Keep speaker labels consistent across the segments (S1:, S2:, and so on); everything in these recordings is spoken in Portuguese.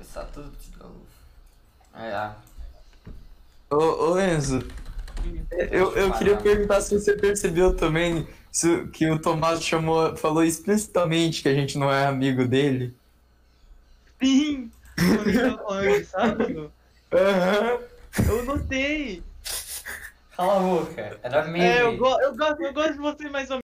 S1: está tudo de novo. Ah, é.
S2: Ô, ô Enzo, eu, eu queria perguntar se você percebeu também se- que o Tomás chamou, falou explicitamente que a gente não é amigo dele.
S3: Sim! Quando ele tava falando de sábado,
S2: Aham.
S3: eu notei!
S1: Cala a boca. Era meme.
S3: É, eu, go- eu gosto, eu gosto de você mais ou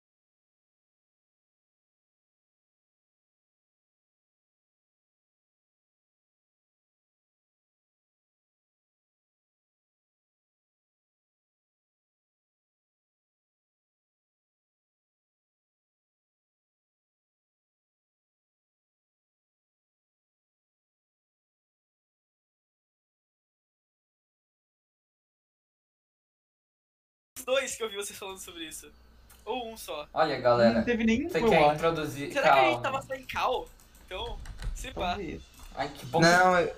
S4: Os dois que eu vi vocês falando sobre isso. Ou um só.
S1: Olha,
S3: menos. Não
S1: galera.
S3: teve nenhum
S1: Você
S3: eu
S1: quer
S3: acho.
S1: introduzir.
S4: Será que a gente tava
S1: Calma.
S4: sem cal? Então, se pá.
S3: Talvez.
S1: Ai, que bom.
S2: Não, eu-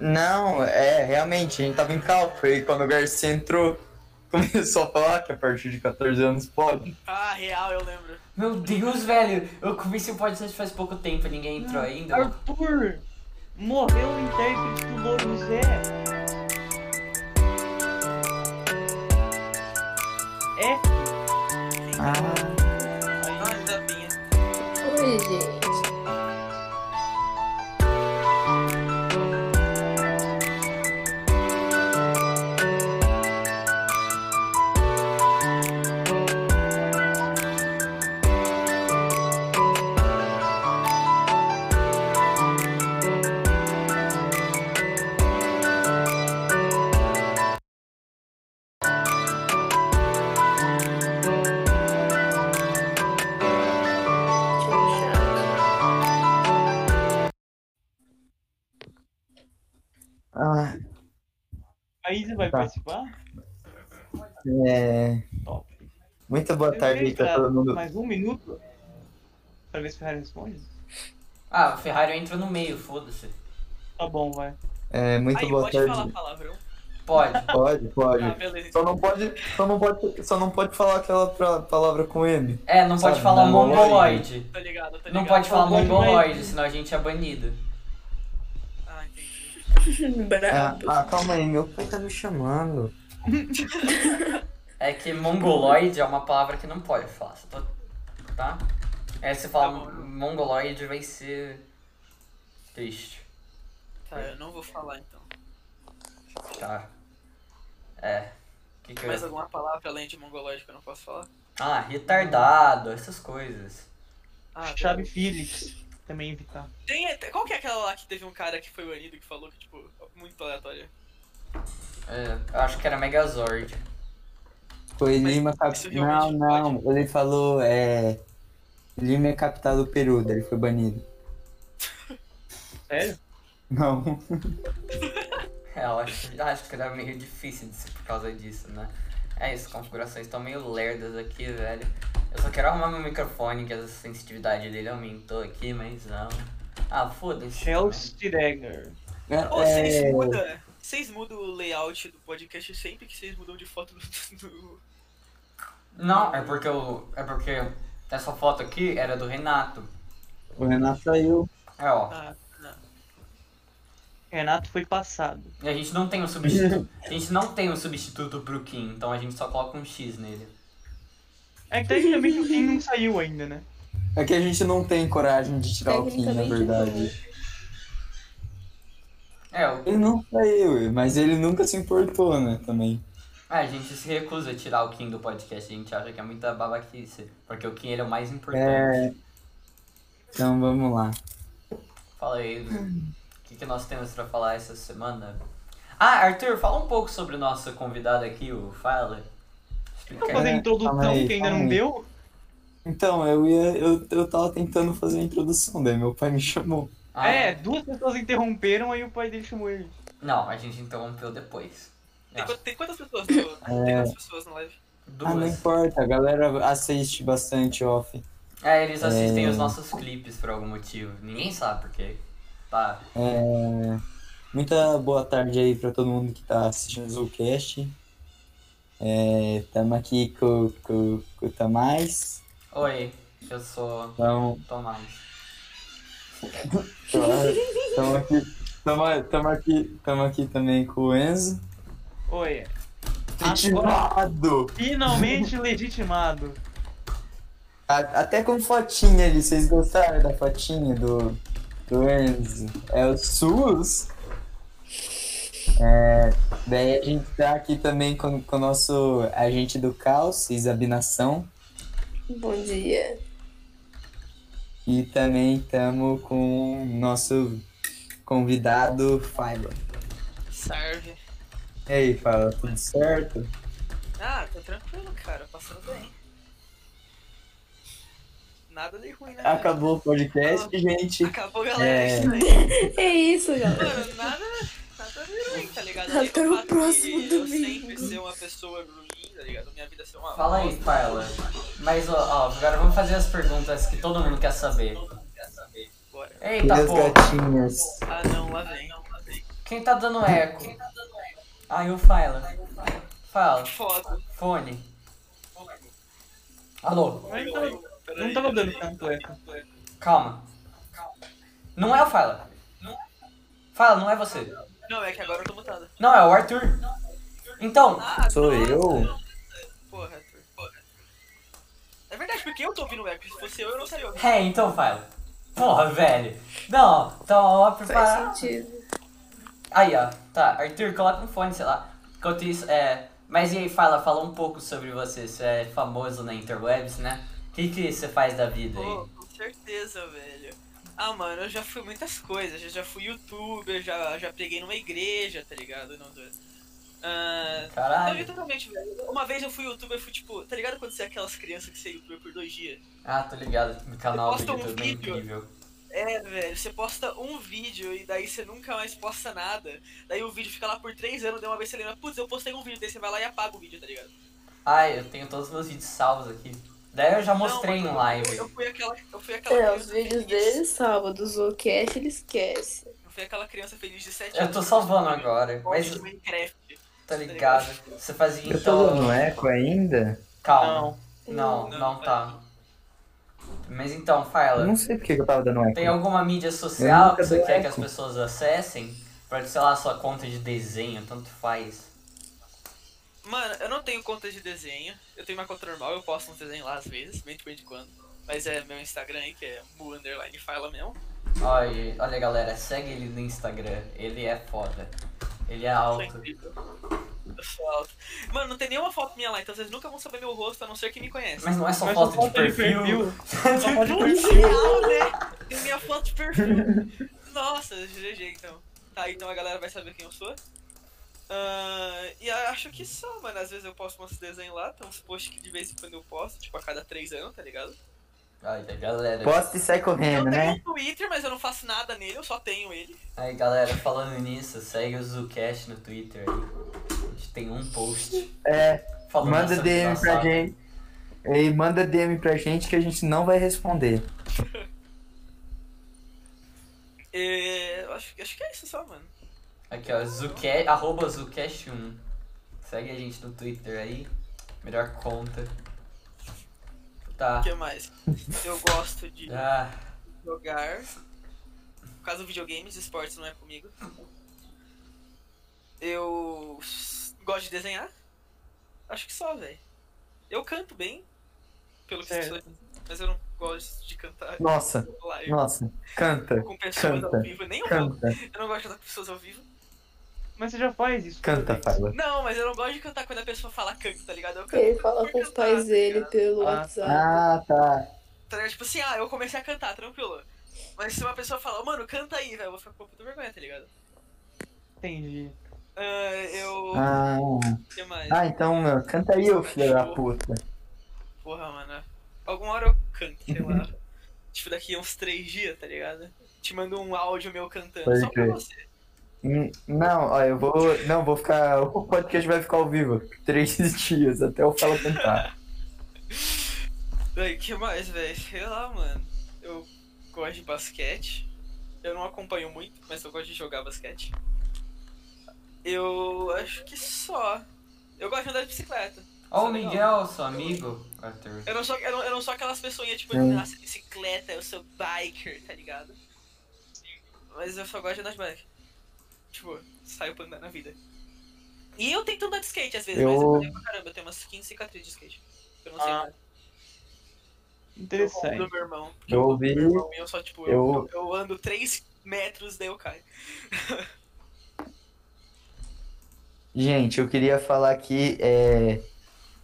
S2: não, é, realmente, a gente tava em Calpa e quando o Garcia entrou, começou a falar que a partir de 14 anos pode.
S4: Ah, real, eu lembro.
S1: Meu Deus, velho. Eu comecei o podcast faz pouco tempo e ninguém entrou ainda.
S3: Arthur! Morreu o intérprete do Lobo Zé! É,
S4: Não, ainda vinha.
S5: Oi, gente.
S2: Ah,
S3: a Isa vai
S2: Tá.
S3: participar?
S2: é.
S3: Top.
S2: Muito boa tarde aí pra todo mundo.
S3: Mais um minuto? Pra ver se o Ferrari responde?
S1: Ah, o Ferrari entrou no meio, foda-se.
S3: Tá bom, vai.
S2: É, muito
S4: Aí,
S2: boa
S4: pode falar
S2: tarde.
S4: palavrão.
S1: Pode.
S2: Pode, pode.
S4: Ah, beleza.
S2: Só não pode, só não pode, só não pode falar aquela pra- palavra com M.
S1: É, não pode
S2: Sabe,
S1: falar
S2: não,
S1: mongoloide.
S4: Tô tá ligado, tô ligado.
S1: Não pode falar
S3: Não pode
S1: mongoloide,
S3: mais.
S1: senão a gente é banido.
S4: Ah, entendi.
S2: Ah,
S5: Brabo.
S2: ah, calma aí, meu pai tá me chamando.
S1: É que mongoloide é uma palavra que não pode falar. só tô- Tá? É, se falar
S4: Tá bom.
S1: mongoloide vai ser. triste.
S4: Tá, eu não vou falar então.
S1: Tá. É. Que que eu...
S4: Mais alguma palavra além de mongológico eu não posso falar?
S1: Ah, retardado, essas coisas.
S4: Ah,
S3: Chave Phillips. Também tá. evitar.
S4: Tem, até- qual que é aquela lá que teve um cara que foi banido que falou que, tipo, muito aleatório?
S1: É, eu acho que era Megazord.
S2: Foi
S4: Mas
S2: Lima cap...
S4: isso
S2: Não,
S4: realmente
S2: não, ele falou é. Lima é capital do Peru, daí ele foi banido.
S3: Sério?
S2: Não.
S1: É, eu acho, eu acho que era meio difícil de ser por causa disso, né? É isso, configurações estão meio lerdas aqui, velho. Eu só quero arrumar meu microfone, que a sensitividade dele aumentou aqui, mas não. Ah, foda-se. né?
S3: Chelsea Dagger.
S2: É,
S4: Pô, vocês
S2: é,
S4: mudam. Vocês mudam o layout do podcast sempre que vocês mudam de foto do. do-
S1: Não, é porque eu. É porque essa foto aqui era do Renato.
S2: o Renato saiu.
S1: É, ó.
S4: Ah, não.
S3: Renato foi passado.
S1: E a gente não tem um substituto. A gente não tem um substituto pro Kim, então a gente só coloca um X nele.
S3: É que tecnicamente o Kim não saiu ainda, né?
S2: É que a gente não tem coragem de tirar o Kim, na
S5: Tecnicamente,
S2: verdade.
S1: É, o
S2: Ele não saiu, mas ele nunca se importou, né, também.
S1: Ah, a gente se recusa a tirar o Kim do podcast, a gente acha que é muita babaquice, porque o Kim ele é o mais importante.
S2: É. Então vamos lá.
S1: Fala aí, o que, que nós temos pra falar essa semana? Ah, Arthur, fala um pouco sobre o nosso convidado aqui, o Fowler. Explica
S3: Vamos fazer
S1: aí.
S3: a Tá introdução
S2: calma aí,
S3: que ainda
S2: calma
S3: não
S2: aí.
S3: deu?
S2: Então, eu ia. Eu, eu tava tentando fazer a introdução, daí meu pai me chamou.
S1: Ah,
S3: É, duas pessoas interromperam, aí o pai dele chamou ele.
S1: Não, a gente interrompeu depois.
S4: Tem,
S1: Ah.
S4: quant- tem quantas pessoas no. Tem quantas pessoas no live?
S2: Ah, não
S1: Duas.
S2: importa, a galera assiste bastante off.
S1: é, eles assistem
S2: É.
S1: os nossos clipes por algum motivo. Ninguém sabe por quê. Tá.
S2: É, Muita boa tarde aí pra todo mundo que tá assistindo o Zulcast. É, tamo aqui com, com, com o Tamás.
S1: Oi, eu sou
S2: Então,
S1: o Tomás.
S2: tamo aqui, Tamo, tamo aqui, tamo aqui também com o Enzo.
S3: Oi.
S2: Ativado!
S3: Finalmente legitimado.
S2: A- até com fotinha ali, vocês gostaram da fotinha do, do Enzo? É o SUS? É, daí a gente tá aqui também com, com o nosso agente do caos, Isabinação.
S5: Bom dia.
S2: E também tamo com o nosso convidado, Fábio.
S4: Serve.
S2: E aí, Fábio, tudo certo?
S4: Ah, tá tranquilo, cara. Passando bem. Nada de ruim, né? cara?
S2: Acabou o podcast, gente.
S4: Acabou, galera.
S2: É.
S4: É... Isso aí.
S5: É isso, galera.
S4: Mano, nada, nada de ruim, tá ligado?
S5: Até
S4: Além do
S5: o
S4: fato
S5: próximo
S4: de eu
S5: domingo.
S4: sempre ser uma pessoa ruim, tá ligado? Minha vida ser uma
S1: Fala aí,
S4: bosta.
S1: Paula. Mas, ó, ó, agora vamos fazer as perguntas que todo mundo quer saber.
S4: Bora.
S1: Eita,
S2: Minhas
S1: pô,
S2: gatinhas.
S4: Ah, não, lá vem.
S1: quem tá dando eco? Aí o Fala. Fala,
S4: Foda.
S1: fone. Alô,
S3: Mas não tava- não tava dando tanto é. eco.
S1: calma. Não é o Fala. Fala, não é você.
S4: Não, é que agora eu tô mutado.
S1: Não, é o Arthur. Então,
S4: Ah,
S2: Sou
S4: nossa.
S2: eu?
S4: Porra, Arthur. Porra. É verdade, porque eu tô ouvindo o eco. Se fosse eu, eu não estaria ouvindo.
S1: é, então Fala. Porra, velho. Não, então, ó, preparar.
S5: Faz sentido.
S1: Aí, ó. Tá, Arthur, coloca um fone, sei lá. Enquanto isso, é. Mas e aí, fala, fala um pouco sobre você. Você é famoso na Interwebs, né? O que, que você faz da vida
S4: Pô,
S1: aí?
S4: com certeza, velho. Ah, mano, eu já fui muitas coisas. Eu já fui youtuber, já, já peguei numa igreja, tá ligado? Não, tô... Ah, não,
S1: Caralho.
S4: literalmente, velho. Uma vez eu fui youtuber, fui tipo, tá ligado quando você é aquelas crianças que você é youtuber por dois dias?
S1: Ah, tô ligado. No canal do
S4: Você posta um
S1: YouTube é
S4: vídeo?
S1: incrível.
S4: É, velho, você posta um vídeo e daí você nunca mais posta nada. Daí o vídeo fica lá por três anos, daí uma vez você lembra, putz, eu postei um vídeo, daí você vai lá e apaga o vídeo, tá ligado?
S1: Ai, eu tenho todos os meus vídeos salvos aqui. Daí eu já mostrei
S4: Não,
S1: em
S4: eu-
S1: live.
S4: Eu fui aquela, eu fui aquela
S5: É, os
S4: criança
S5: vídeos
S4: feliz-
S5: dele sábado, o cast, ele esquece.
S4: Eu fui aquela criança feliz de 7
S1: Eu tô salvando agora, mas
S4: Minecraft.
S1: tá ligado. Você fazia
S2: Eu tô dando
S1: então.
S2: eco ainda?
S1: Calma. Não,
S4: Não.
S1: não tá. Mas então, Fala.
S2: Eu não sei porque que eu tava dando eco.
S1: Tem alguma mídia
S2: Eu
S1: social
S2: nunca
S1: que você
S2: dou
S1: quer
S2: eco.
S1: que as pessoas acessem? Pra, sei lá, sua conta de desenho, tanto faz.
S4: Mano, eu não tenho conta de desenho. Eu tenho uma conta normal, eu posto uns desenhos lá às vezes, bem de vez em quando. Mas é meu Instagram aí, que é mu underline fala mesmo. Tá
S1: Olha, olha galera, segue ele no Instagram. Ele é foda. Ele é
S4: Eu sou
S1: alto.
S4: incrível. Eu sou alto. Mano, não tem nenhuma foto minha lá, então vocês nunca vão saber meu rosto, a não ser que me conhecem.
S1: Mas não é só
S3: Mas
S1: foto
S3: só
S1: de perfil.
S3: Só pode perfil.
S4: Real, né? Tem minha foto de perfil. Nossa, GG então. Tá, então a galera vai saber quem eu sou. Ah, e eu acho que só, mano. Às vezes eu posto uns desenhos lá, tem uns posts que de vez em quando eu posto, tipo a cada três anos, tá ligado?
S1: Olha, galera.
S2: Posta e sai
S4: Eu
S2: correndo,
S4: tenho
S2: né?
S4: um Twitter, mas eu não faço nada nele, eu só tenho ele.
S1: Aí galera, falando nisso, segue o Zucast no Twitter. aí. A gente tem um post.
S2: É,
S1: Falando
S2: manda
S1: sobre
S2: DM
S1: nossa
S2: pra
S1: saga.
S2: gente. E manda DM pra gente que a gente não vai responder.
S4: E eu acho, acho que é isso só, mano.
S1: Aqui ó, Zucast, arroba Zucast1. Segue a gente no Twitter aí. Melhor conta. Tá.
S4: O que mais? Eu gosto de
S1: Ah.
S4: jogar. No caso, videogames, esportes não é comigo. Eu s- gosto de desenhar. Acho que só, velho. Eu canto bem, pelo que eu
S3: Certo.
S4: sei, mas eu não gosto de cantar
S2: Nossa,
S4: live
S2: nossa. Canta,
S4: com pessoas
S2: canta,
S4: ao vivo. Nem um pouco.
S2: canta,
S4: Eu não gosto de cantar com pessoas ao vivo.
S3: Mas você já faz isso.
S2: canta, Fábio.
S4: Não, mas eu não gosto de cantar quando a pessoa fala canto, tá ligado? Eu canto
S5: Ele
S4: por-
S5: fala
S4: por
S5: com os
S4: cantar,
S5: pais
S4: tá
S5: dele
S4: ligado?
S5: pelo
S3: Ah,
S5: WhatsApp.
S2: Ah, tá.
S4: Tá ligado? Tipo assim, ah, eu comecei a cantar, tranquilo. Mas se uma pessoa falar, mano, canta aí, velho, eu vou ficar com um pouco de vergonha, tá ligado?
S3: Entendi.
S4: Ah, eu.
S2: Ah,
S4: O que mais?
S2: ah então, meu, canta aí, ô filho da puta.
S4: Porra, mano. Alguma hora eu canto, sei lá. tipo, daqui a uns três dias, tá ligado? Te mando um áudio meu cantando,
S2: Pode
S4: só pra
S2: crer.
S4: você.
S2: Hum, Não, ó, eu vou. Não, vou ficar. O podcast vai ficar ao vivo. Três dias até eu falar cantar.
S4: Daí, que mais, velho? Sei lá, mano. Eu gosto de basquete. Eu não acompanho muito, mas eu gosto de jogar basquete. Eu acho que só. Eu gosto de andar de bicicleta.
S1: Ó
S4: Isso
S1: o
S4: é legal.
S1: Miguel, seu amigo, Arthur.
S4: Eu não sou, eu não, eu não sou aquelas pessoinhas tipo,
S2: Hum.
S4: nossa, bicicleta, eu sou biker, tá ligado? Mas eu só gosto de andar de bike. tipo, saiu pra andar na vida. E eu tento andar de skate às vezes,
S2: Eu-
S4: mas eu falei pra caramba, eu tenho umas 15 cicatrizes de skate. Eu não sei
S1: Ah,
S4: nada. Eu roubo do
S3: Interessante.
S4: meu irmão.
S2: Eu
S4: roubo do
S2: ouvi-
S4: meu irmão e eu só, tipo, eu...
S2: eu-
S4: eu ando 3 metros, daí eu caio.
S2: Gente, eu queria falar aqui, é,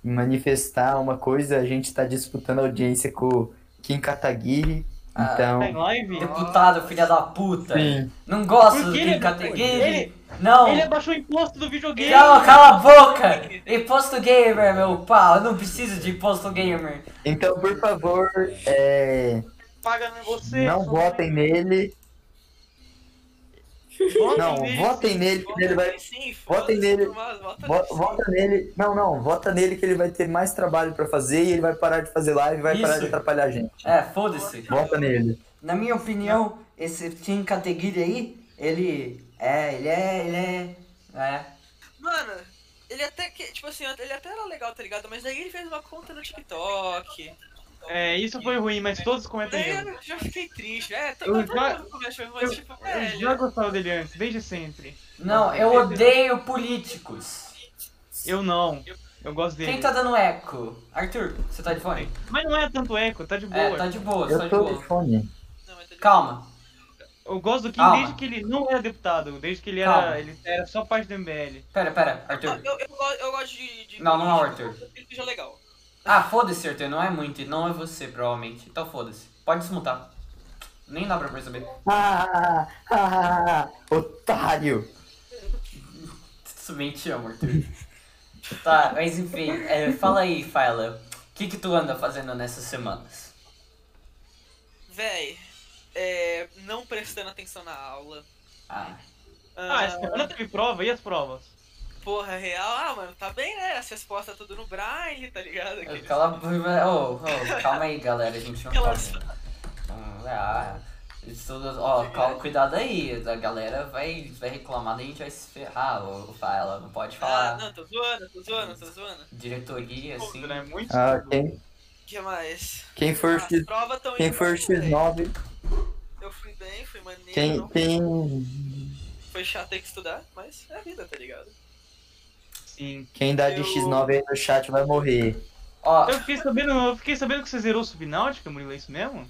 S2: manifestar uma coisa, a gente tá disputando audiência com o Kim Kataguiri,
S1: Ah.
S2: então...
S3: Tá em live?
S1: Deputado, filha da puta.
S2: Sim.
S1: Não gosto
S3: Por
S1: do
S3: que
S1: Kim
S3: ele- é
S1: Kataguiri.
S3: ele-
S1: Não.
S3: Ele abaixou o imposto do videogame.
S1: Não, cala a boca! Imposto gamer, meu pau. Eu não preciso de imposto gamer.
S2: Então, por favor, é,
S3: Paga em você.
S2: não
S3: só-
S2: votem nele.
S3: Votem
S2: Não,
S3: nele.
S2: votem nele, que ele vai...
S4: Sim,
S2: votem nele.
S4: Vota
S2: vo- Vota nele. Não, não, vota nele que ele vai ter mais trabalho pra fazer e ele vai parar de fazer live e vai parar
S1: Isso.
S2: de atrapalhar a gente.
S1: É, foda-se.
S2: Vota nele.
S1: Na minha opinião, esse Tim Kataguiri aí, ele é, ele é, ele é. É.
S4: Mano, ele até que, tipo assim, ele até era legal, tá ligado? Mas daí ele fez uma conta no TikTok.
S3: É, isso foi ruim, mas todos cometem
S4: Daí
S3: erro.
S4: eu já fiquei triste. É, todo
S3: Eu
S4: todo
S3: já-
S4: mundo começa, mas
S3: Eu,
S4: tipo,
S3: eu
S4: velho.
S3: já gostava dele antes, desde sempre.
S1: Não, eu odeio políticos.
S3: Eu não. Eu gosto
S1: Quem
S3: dele.
S1: tá dando eco? Arthur, você tá de fone?
S3: Mas não é tanto eco, tá de boa.
S1: É, tá de boa, você tá
S2: Eu
S1: de
S2: tô de
S1: boa.
S2: fone.
S4: Não, mas tá de-
S1: Calma.
S3: Eu gosto do Kim
S1: Calma.
S3: desde que ele não era deputado, desde que ele
S1: Calma.
S3: era, ele era só parte do MBL.
S1: Pera, pera, Arthur.
S4: Eu, eu, go- eu gosto de, de.
S1: Não, não é o Arthur.
S4: Ele já é legal.
S1: Ah, foda-se, Arthur, não é muito, não é você, provavelmente. Então foda-se. Pode desmutar. Nem dá pra perceber.
S2: Ah, ah, ah, ah, otário.
S1: Também te amo, Arthur. tá, mas enfim, é, fala aí, Phyla. O que, que tu anda fazendo nessas semanas?
S4: Véi, é, não prestando atenção na aula.
S1: Ah,
S3: Ah,
S4: Ah,
S3: essa semana teve prova, e as provas?
S4: porra, real. Ah, mano, tá bem, né? As respostas tudo no braille, tá ligado? Aqueles-
S1: cala, oh, oh, calma aí, galera, a gente não tá
S4: Aquela-
S1: vendo. Hum, Ah, isso, ó, calma, cuidado aí, a galera vai, vai reclamar, daí a gente vai se ferrar, ô, Phyla, não pode
S4: Ah,
S1: falar.
S4: não, tô zoando, tô zoando, tô zoando.
S1: Diretoria,
S4: É,
S1: assim,
S3: Né? Muito
S2: Ah,
S3: estudo.
S2: quem,
S4: O que mais?
S2: quem for
S4: As
S2: X,
S4: provas tão
S2: quem
S4: indo
S2: for
S4: bem, véi.
S2: X9,
S4: Eu fui bem, fui maneiro.
S2: quem,
S4: não
S2: quem,
S4: Foi chato ter que estudar, mas é a vida, tá ligado?
S3: Sim.
S2: quem dá de
S4: Eu-
S2: X9 aí no chat vai morrer.
S1: Ó,
S3: Eu fiquei sabendo, eu fiquei sabendo que você zerou Subnáutica, Murilo, é isso mesmo?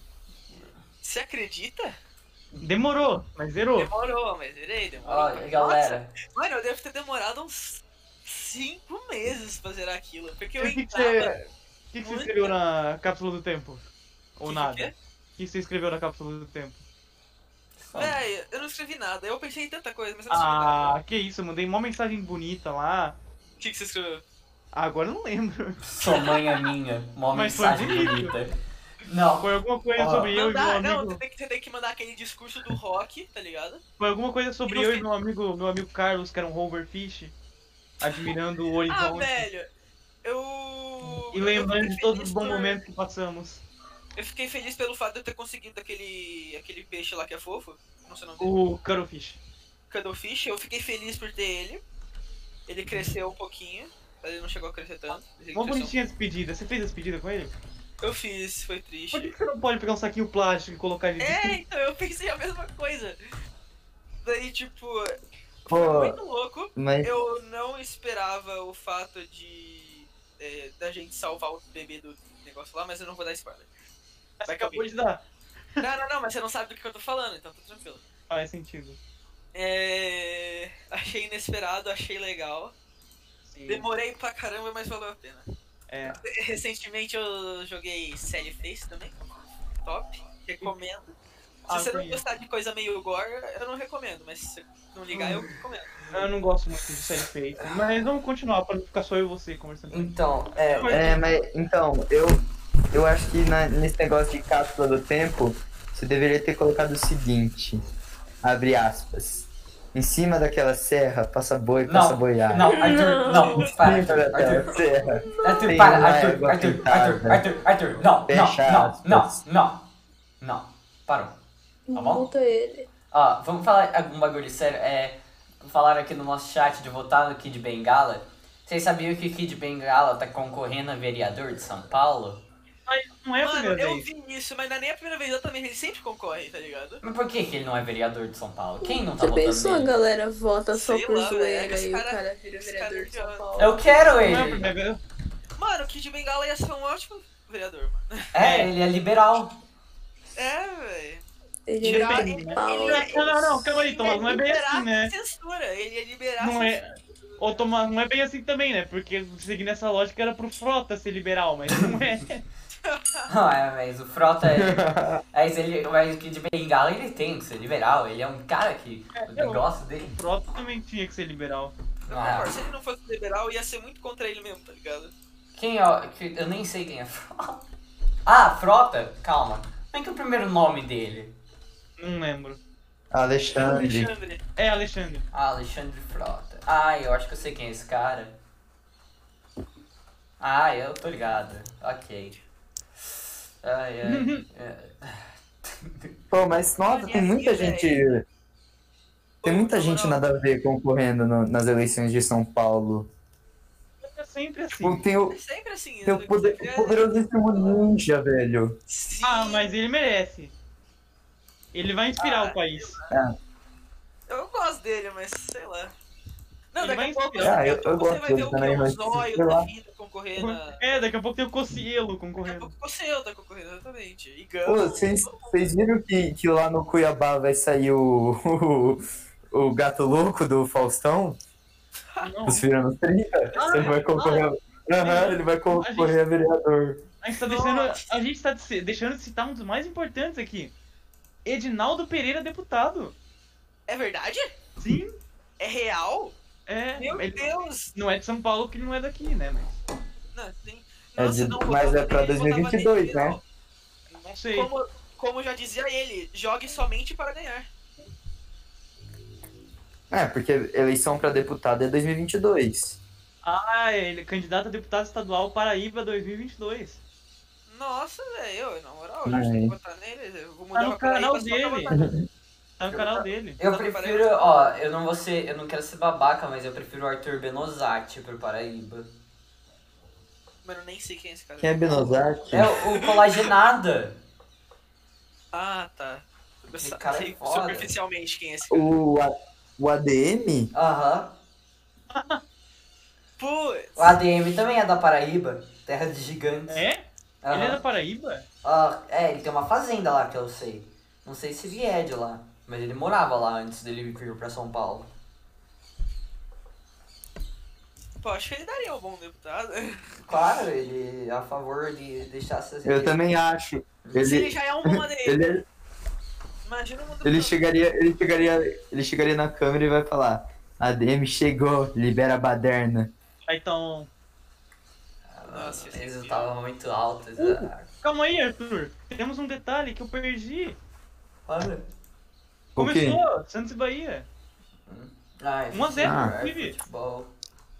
S4: Você acredita?
S3: Demorou, mas zerou.
S4: Demorou, mas irei, demorou.
S1: ó,
S4: mas-
S1: galera,
S4: Nossa, Mano, eu devo ter demorado uns 5 meses pra zerar aquilo. Porque eu
S3: E O que, que
S4: entrava.
S3: você, o que, que você escreveu na cápsula do tempo? Ou
S4: Que-
S3: nada?
S4: que- é?
S3: O que você escreveu na cápsula do tempo?
S4: Véi, eu não escrevi nada. Eu pensei em tanta coisa, mas eu não escrevi nada.
S3: Ah, que isso, eu mandei uma mensagem bonita lá.
S4: O que, que você escreveu?
S3: Ah, agora eu não lembro.
S1: sua mãe é minha, uma
S3: Mas foi
S1: mensagem
S3: bonito.
S1: bonita. Não,
S3: Foi alguma coisa
S1: Ó.
S3: sobre eu e meu
S4: Mandar,
S3: amigo.
S4: não, você tem, que, você tem que mandar aquele discurso do rock, tá ligado?
S3: Foi alguma coisa sobre
S4: E
S3: eu
S4: você?
S3: e meu amigo, meu amigo Carlos, que era um hoverfish, admirando o
S4: Ah,
S3: horizonte
S4: velho. Eu.
S3: e
S4: eu
S3: lembrando
S4: fiquei
S3: de todos
S4: feliz
S3: os bons
S4: por-
S3: momentos que passamos.
S4: Eu fiquei feliz pelo fato de eu ter conseguido aquele, aquele peixe lá que é fofo. Não sei o nome dele.
S3: O Cuttlefish.
S4: Cuddlefish, eu fiquei feliz por ter ele. Ele cresceu um pouquinho, mas ele não chegou a crescer tanto. Ele
S3: Uma
S4: cresceu um-
S3: bonitinha despedida. Você fez a despedida com ele?
S4: Eu fiz, foi
S3: Por que
S4: triste.
S3: que você não pode pegar um saquinho plástico e colocar ele
S4: É, então eu pensei a mesma coisa. Daí, tipo,
S2: Pô,
S4: muito louco.
S2: mas
S4: Eu não esperava o fato de. é, da gente salvar o bebê do negócio lá, mas eu não vou dar spoiler.
S3: Você acabou de dar.
S4: Não, não, não, mas você não sabe do que eu tô falando, então tá tranquilo.
S3: Faz Ah, sentido.
S4: É, Achei inesperado, achei legal. Demorei pra caramba, mas valeu a pena.
S3: É.
S4: Recentemente eu joguei Sally Face também. Top. Recomendo. Se
S3: Ah,
S4: você não
S3: conheço.
S4: gostar de coisa meio gore, eu não recomendo, mas se você não ligar, eu recomendo.
S3: Eu não gosto muito de série feita. Mas vamos continuar pra não ficar só eu e você conversando.
S1: então, é,
S2: É, mas então, eu, eu acho que na- nesse negócio de cápsula do tempo, você deveria ter colocado o seguinte, abre aspas. Em cima daquela serra, passa boi, passa
S1: Não,
S2: boiada.
S1: não, Arthur, não, para,
S2: Em cima
S1: Arthur, Arthur,
S2: daquela serra.
S1: Arthur,
S2: Tem
S1: para,
S2: uma
S1: Arthur,
S2: égua
S1: Arthur,
S2: pintada.
S1: Arthur, Arthur, Arthur, não,
S2: Fecha
S1: não, não,
S2: aspas.
S1: não, não, não, parou. bom?
S5: Multa ele.
S1: Ó, vamos falar algum bagulho sério, é, falaram aqui no nosso chat de votar no Kid Bengala, vocês sabiam que o Kid Bengala tá concorrendo a vereador de São Paulo?
S3: Mas não é a
S4: Mano,
S3: primeira
S4: eu
S3: vez.
S4: vi isso, mas não é nem a primeira vez exatamente, ele sempre concorre, tá ligado?
S1: Mas por que, que ele não é vereador de São Paulo? Quem não tá
S5: Você pensou a
S1: votando nele?
S5: galera vota só
S4: Sei
S5: por
S4: lá, velho,
S5: zoeira
S4: esse
S5: e
S4: cara-
S5: o cara vira
S4: esse
S5: vereador
S4: cara
S5: de
S4: é
S5: São
S4: idiota.
S5: Paulo?
S1: Eu quero
S3: Não é a
S1: ele!
S3: primeira vez.
S4: Mano, o Kid Bengala ia ser um ótimo vereador, mano.
S1: É, ele é liberal.
S4: É, velho.
S3: Depende,
S5: Ele vira
S3: né?
S5: São Paulo.
S4: Ele é-
S3: Não, não, não, calma aí,
S4: Ele
S3: Tomás,
S4: ia
S3: não é bem
S4: liberar
S3: assim, né?
S4: censura, ele ia liberar
S3: Não
S4: censura.
S3: é. Ô, Tomás, não é bem assim também, né? Porque seguindo essa lógica era pro Frota ser liberal, mas não é.
S1: Não, é, mas o Frota é. Mas ele. Mas o Kid Bengala ele tem que ser liberal. Ele é um cara que.
S3: É,
S1: O negócio dele.
S3: Frota também tinha que ser liberal.
S4: Eu
S1: Não é.
S2: Ah.
S4: concordo, se ele não fosse liberal, ia ser muito contra ele mesmo, tá ligado?
S1: Quem é. o- que- Eu nem sei quem é Frota. Ah, Frota? Calma. Como é que é o primeiro nome dele?
S3: Não lembro.
S2: Alexandre.
S4: Alexandre.
S3: É, Alexandre.
S1: Ah, Alexandre Frota. Ah, eu acho que eu sei quem é esse cara. Ah, eu tô ligado. Ok. Ai, ai. É.
S2: Pô, mas nossa, tem muita gente. Tem muita gente nada a ver concorrendo no- nas eleições de São Paulo.
S3: É sempre assim.
S2: Tipo, tem o,
S4: É sempre assim.
S2: tem
S4: né?
S2: o poder, o poderosíssimo ninja, velho.
S4: Sim.
S3: Ah, mas ele merece. Ele vai inspirar
S4: Ah,
S3: o país.
S4: Eu gosto dele, mas sei lá. Não,
S3: Ele vai
S4: daqui a pouco
S3: inspirar.
S4: você,
S2: Ah, eu- eu
S4: você
S2: gosto
S4: vai ver
S2: dele
S4: o
S2: também,
S4: que? O
S2: mas
S4: zóio
S2: sei
S4: da
S2: lá.
S4: vida concorrer na.
S3: É, daqui a pouco tem o Cocielo
S4: Daqui a
S3: concorrendo.
S4: pouco você eu tá concorrendo, exatamente. E
S2: Pô,
S4: Gama.
S2: vocês vocês viram que, que lá no Cuiabá vai sair o, o, o gato louco do Faustão?
S3: Não,
S2: Os Viranos 30?
S3: Ah,
S2: Ele vai concorrer. ao- Aham, ele vai concorrer a vereador.
S3: a gente tá deixando, a gente tá de- deixando de citar um dos mais importantes aqui. Edinaldo Pereira, deputado.
S4: É verdade?
S3: Sim,
S4: É real?
S3: é.
S4: Meu
S3: ele
S4: Deus!
S3: não é de São Paulo que ele não é daqui, né? Mas
S4: Não, sim.
S2: É
S4: Nossa,
S2: de-
S4: não,
S2: mas
S4: votava
S2: é pra
S4: nele, votava
S2: 2022,
S4: nele, não.
S2: né?
S3: não sei.
S4: Como, como já dizia ele, jogue somente para ganhar.
S2: É, porque eleição pra deputado é 2022.
S3: Ah, ele é candidato a deputado estadual Paraíba 2022.
S4: Nossa, velho, eu, na moral,
S2: Ai.
S4: eu tenho que votar nele. Eu
S3: Tá
S4: vou mudar
S3: no
S4: pra Paraíba
S3: canal
S4: só pra
S3: dele.
S4: votar nele.
S3: Tá no canal dele.
S1: Eu prefiro, ó, eu não vou ser, eu não quero ser babaca, mas eu prefiro o Arthur Benozati pro Paraíba.
S4: Mano, eu nem sei quem é esse cara.
S2: Quem é Benozati?
S1: É o, o Colagenada.
S4: Ah, tá. Eu sa-
S1: cara é
S4: sei
S1: foda.
S4: superficialmente quem é esse cara.
S2: O, A- o ADM?
S1: Aham.
S4: Putz,
S1: O ADM também é da Paraíba, terra de gigantes.
S3: É? Ele é da
S1: Aham.
S3: Paraíba?
S1: Ah, é, ele tem uma fazenda lá que eu sei. Não sei se ele é de lá, mas ele morava lá antes dele vir pra São Paulo.
S4: pô, acho que ele daria um bom deputado.
S1: Claro, ele é a favor de deixar essas
S2: Eu também acho.
S4: Se ele
S2: Ele,
S4: já é um bom ADM,
S2: ele,
S4: imagina um o mundo
S2: Ele
S4: todo.
S2: chegaria, ele chegaria, ele chegaria na câmera e vai falar: ADM chegou, libera a baderna.
S3: Ah, então. Ah,
S4: Nossa,
S1: Eles
S2: tá-
S4: esse-
S1: estavam muito altos.
S2: Uh.
S1: ah.
S3: Calma aí, Arthur. Temos um detalhe que eu perdi.
S1: Olha.
S2: O quê?
S3: Começou, Santos e Bahia.
S1: Ai,
S3: 1 a
S1: futebol,
S3: 0,
S2: Ah.
S1: é futebol.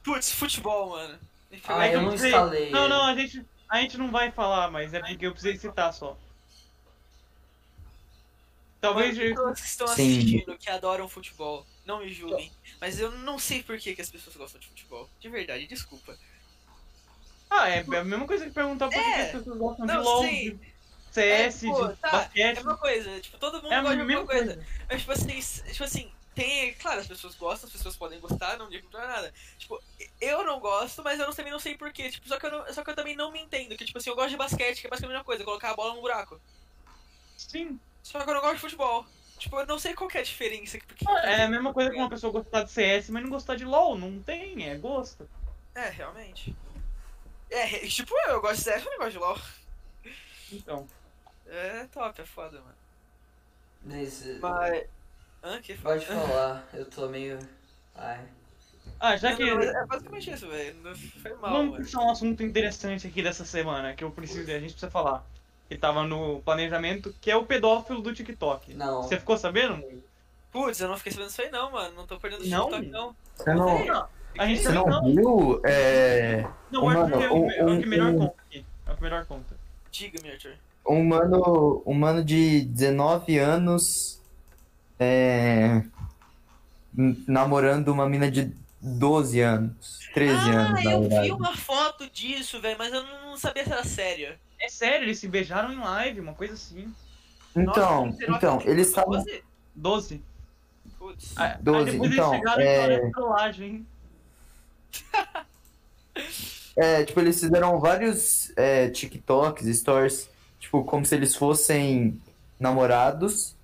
S4: Putz, futebol, mano. Enfim,
S1: Ah, eu
S3: que
S1: não
S3: precisei-
S1: instalei.
S3: Não, não, a gente, a gente não vai falar, mas é porque eu precisei citar só. Talvez.
S4: As pessoas que estão
S2: Sim.
S4: assistindo, que adoram futebol, não me julguem. Mas eu não sei por que, que as pessoas gostam de futebol. De verdade, desculpa.
S3: Ah, é a mesma coisa que perguntar por que
S4: É.
S3: as pessoas gostam de
S4: Não,
S3: LOL,
S4: sim.
S3: de CS,
S4: É, pô,
S3: de
S4: tá, É a
S3: basquete.
S4: mesma coisa, tipo, todo mundo
S3: É a
S4: gosta de
S3: mesma
S4: alguma coisa.
S3: coisa.
S4: Mas, tipo assim, s- tipo assim, tem. Claro, as pessoas gostam, as pessoas podem gostar, não digo pra nada. Tipo, eu não gosto, mas eu não- também não sei porquê. Tipo, só que, eu não- só que eu também não me entendo. Que, tipo assim, eu gosto de basquete, que é basicamente a mesma coisa, colocar a bola no buraco.
S3: Sim.
S4: Só que eu não gosto de futebol. Tipo, eu não sei qual que é a diferença. Porque...
S3: É a mesma coisa que uma pessoa gostar de CS, mas não gostar de LOL. Não tem, é gosto.
S4: É, realmente. É, re- tipo, eu, eu gosto de CS, eu não gosto de LOL.
S3: Então.
S4: É top, é foda, mano.
S1: Mas, eh,
S4: Mas. Hã? Que foda?
S1: Pode falar, eu tô meio. Ai.
S3: Ah, já
S4: Não,
S3: que.
S4: não, mas é basicamente isso, velho. Não- Foi mal,
S3: Vamos
S4: mano.
S3: puxar um assunto interessante aqui dessa semana que eu preciso, a gente precisa falar. Que tava no planejamento, que é o pedófilo do TikTok.
S1: Não.
S3: Você ficou sabendo?
S4: Putz, eu não fiquei sabendo isso aí não, mano. Não tô perdendo
S3: Não?
S4: TikTok, não.
S2: Você não,
S3: A gente
S2: você
S3: também
S2: não
S3: não.
S2: viu? É,
S3: Não, o Arthur
S2: Mano,
S3: é o,
S2: um-
S3: é o que
S2: um-
S3: melhor
S2: um-
S3: conta aqui. É o que melhor conta.
S4: Diga-me, Arthur.
S2: um mano, um mano de 19 anos é, n- namorando uma mina de 12 anos, 13
S4: ah,
S2: anos, na
S4: eu vi
S2: verdade.
S4: uma foto foto disso, velho, mas eu não sabia se era séria.
S3: É sério, eles se beijaram em live, uma coisa assim.
S2: Então,
S4: Nossa, será
S2: então,
S4: que-
S2: eles estavam.
S4: Doze?
S3: 12.
S4: Putz.
S3: Ah, Aí- aí
S2: Doze,
S3: depois
S2: então,
S3: eles chegaram
S2: é-
S3: e falaram trollagem, hein?
S2: É, tipo, eles fizeram vários é, TikToks, stories, tipo, como se eles fossem namorados.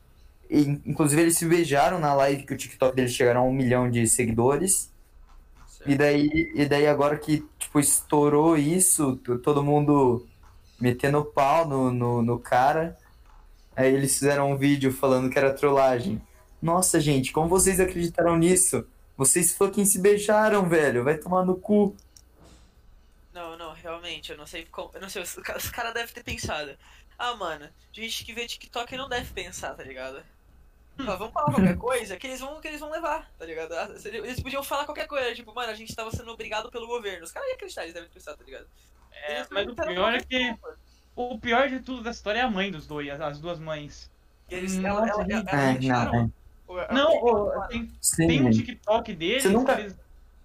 S2: E, inclusive, eles se beijaram na live que o TikTok deles chegaram a um milhão de seguidores. E daí, e daí agora que, tipo, estourou isso, t- todo mundo metendo pau no, no, no cara. Aí eles fizeram um vídeo falando que era trollagem. Nossa, gente, como vocês acreditaram nisso? Vocês fucking se beijaram, velho. Vai tomar no cu.
S4: Não, não, realmente, eu não sei como. Eu não sei, os, ca- os caras devem ter pensado. Ah, mano, gente que vê TikTok não deve pensar, tá ligado?
S3: Hum.
S4: Fala, vamos falar qualquer coisa que eles vão, que eles vão levar, tá ligado? Ah, se- Eles podiam falar qualquer coisa, tipo, mano, a gente tava sendo obrigado pelo governo. Os caras iam acreditar, eles devem pensar, tá ligado?
S3: mas
S4: Eles
S3: o
S4: perguntaram
S3: pior é
S4: qualquer
S3: que-
S4: coisa.
S3: O pior de tudo da história é a mãe dos dois, as- as duas mães.
S4: E É, eles,
S3: Nossa,
S4: ela,
S2: É,
S4: ela, ela,
S3: gente.
S4: ela
S2: não, é.
S3: Não, ô, tem,
S2: Sim.
S3: tem um TikTok deles.
S2: Você nunca-
S3: que Eles,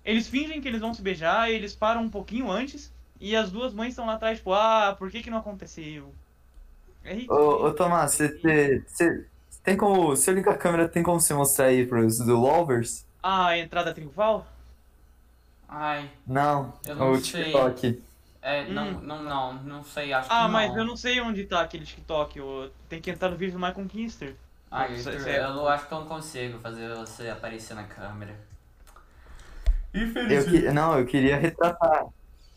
S3: eles fingem que eles vão se beijar, eles param um pouquinho antes e as duas mães estão lá atrás, tipo, ah, por que que não aconteceu? É
S2: Ô,
S3: ridículo.
S2: ô Tomás, você você- você- tem como. Se eu ligar a câmera, tem como você mostrar aí pros do Lovers?
S3: Ah, A entrada triunfal?
S1: Ai,
S2: Não,
S1: Eu não
S2: o
S1: sei.
S2: TikTok.
S1: é,
S3: Hum.
S1: não, não, não, não sei, acho que
S3: Ah,
S1: não.
S3: mas eu não sei onde tá aquele TikTok. ô. Tem que entrar no vídeo do Michael Kister.
S1: Ai,
S3: Isso-
S1: Arthur,
S3: isso é-
S1: Ah, eu não acho que eu não consigo fazer você aparecer na câmera.
S2: Eu que- não, eu queria retratar.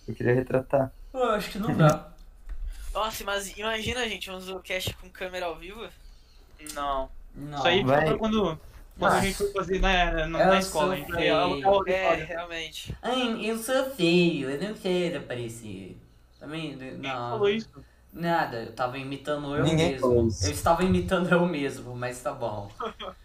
S2: Eu queria retratar.
S1: Eu acho que não dá.
S4: Nossa, mas imagina, gente, um Zoocast com câmera ao vivo.
S3: Não.
S1: Não.
S3: Isso aí fica
S2: vai.
S3: pra quando, quando a gente for fazer na, na,
S1: Eu
S3: na escola. hein?
S1: sofri.
S3: É, o- é,
S4: É,
S3: o-
S4: realmente.
S1: Ai, Ah, eu sou feio, eu não quero aparecer. Também,
S3: Quem
S1: não.
S3: falou isso?
S1: Nada, eu tava imitando eu
S2: Ninguém falou
S1: mesmo.
S2: isso.
S1: Eu estava imitando eu mesmo, mas tá bom.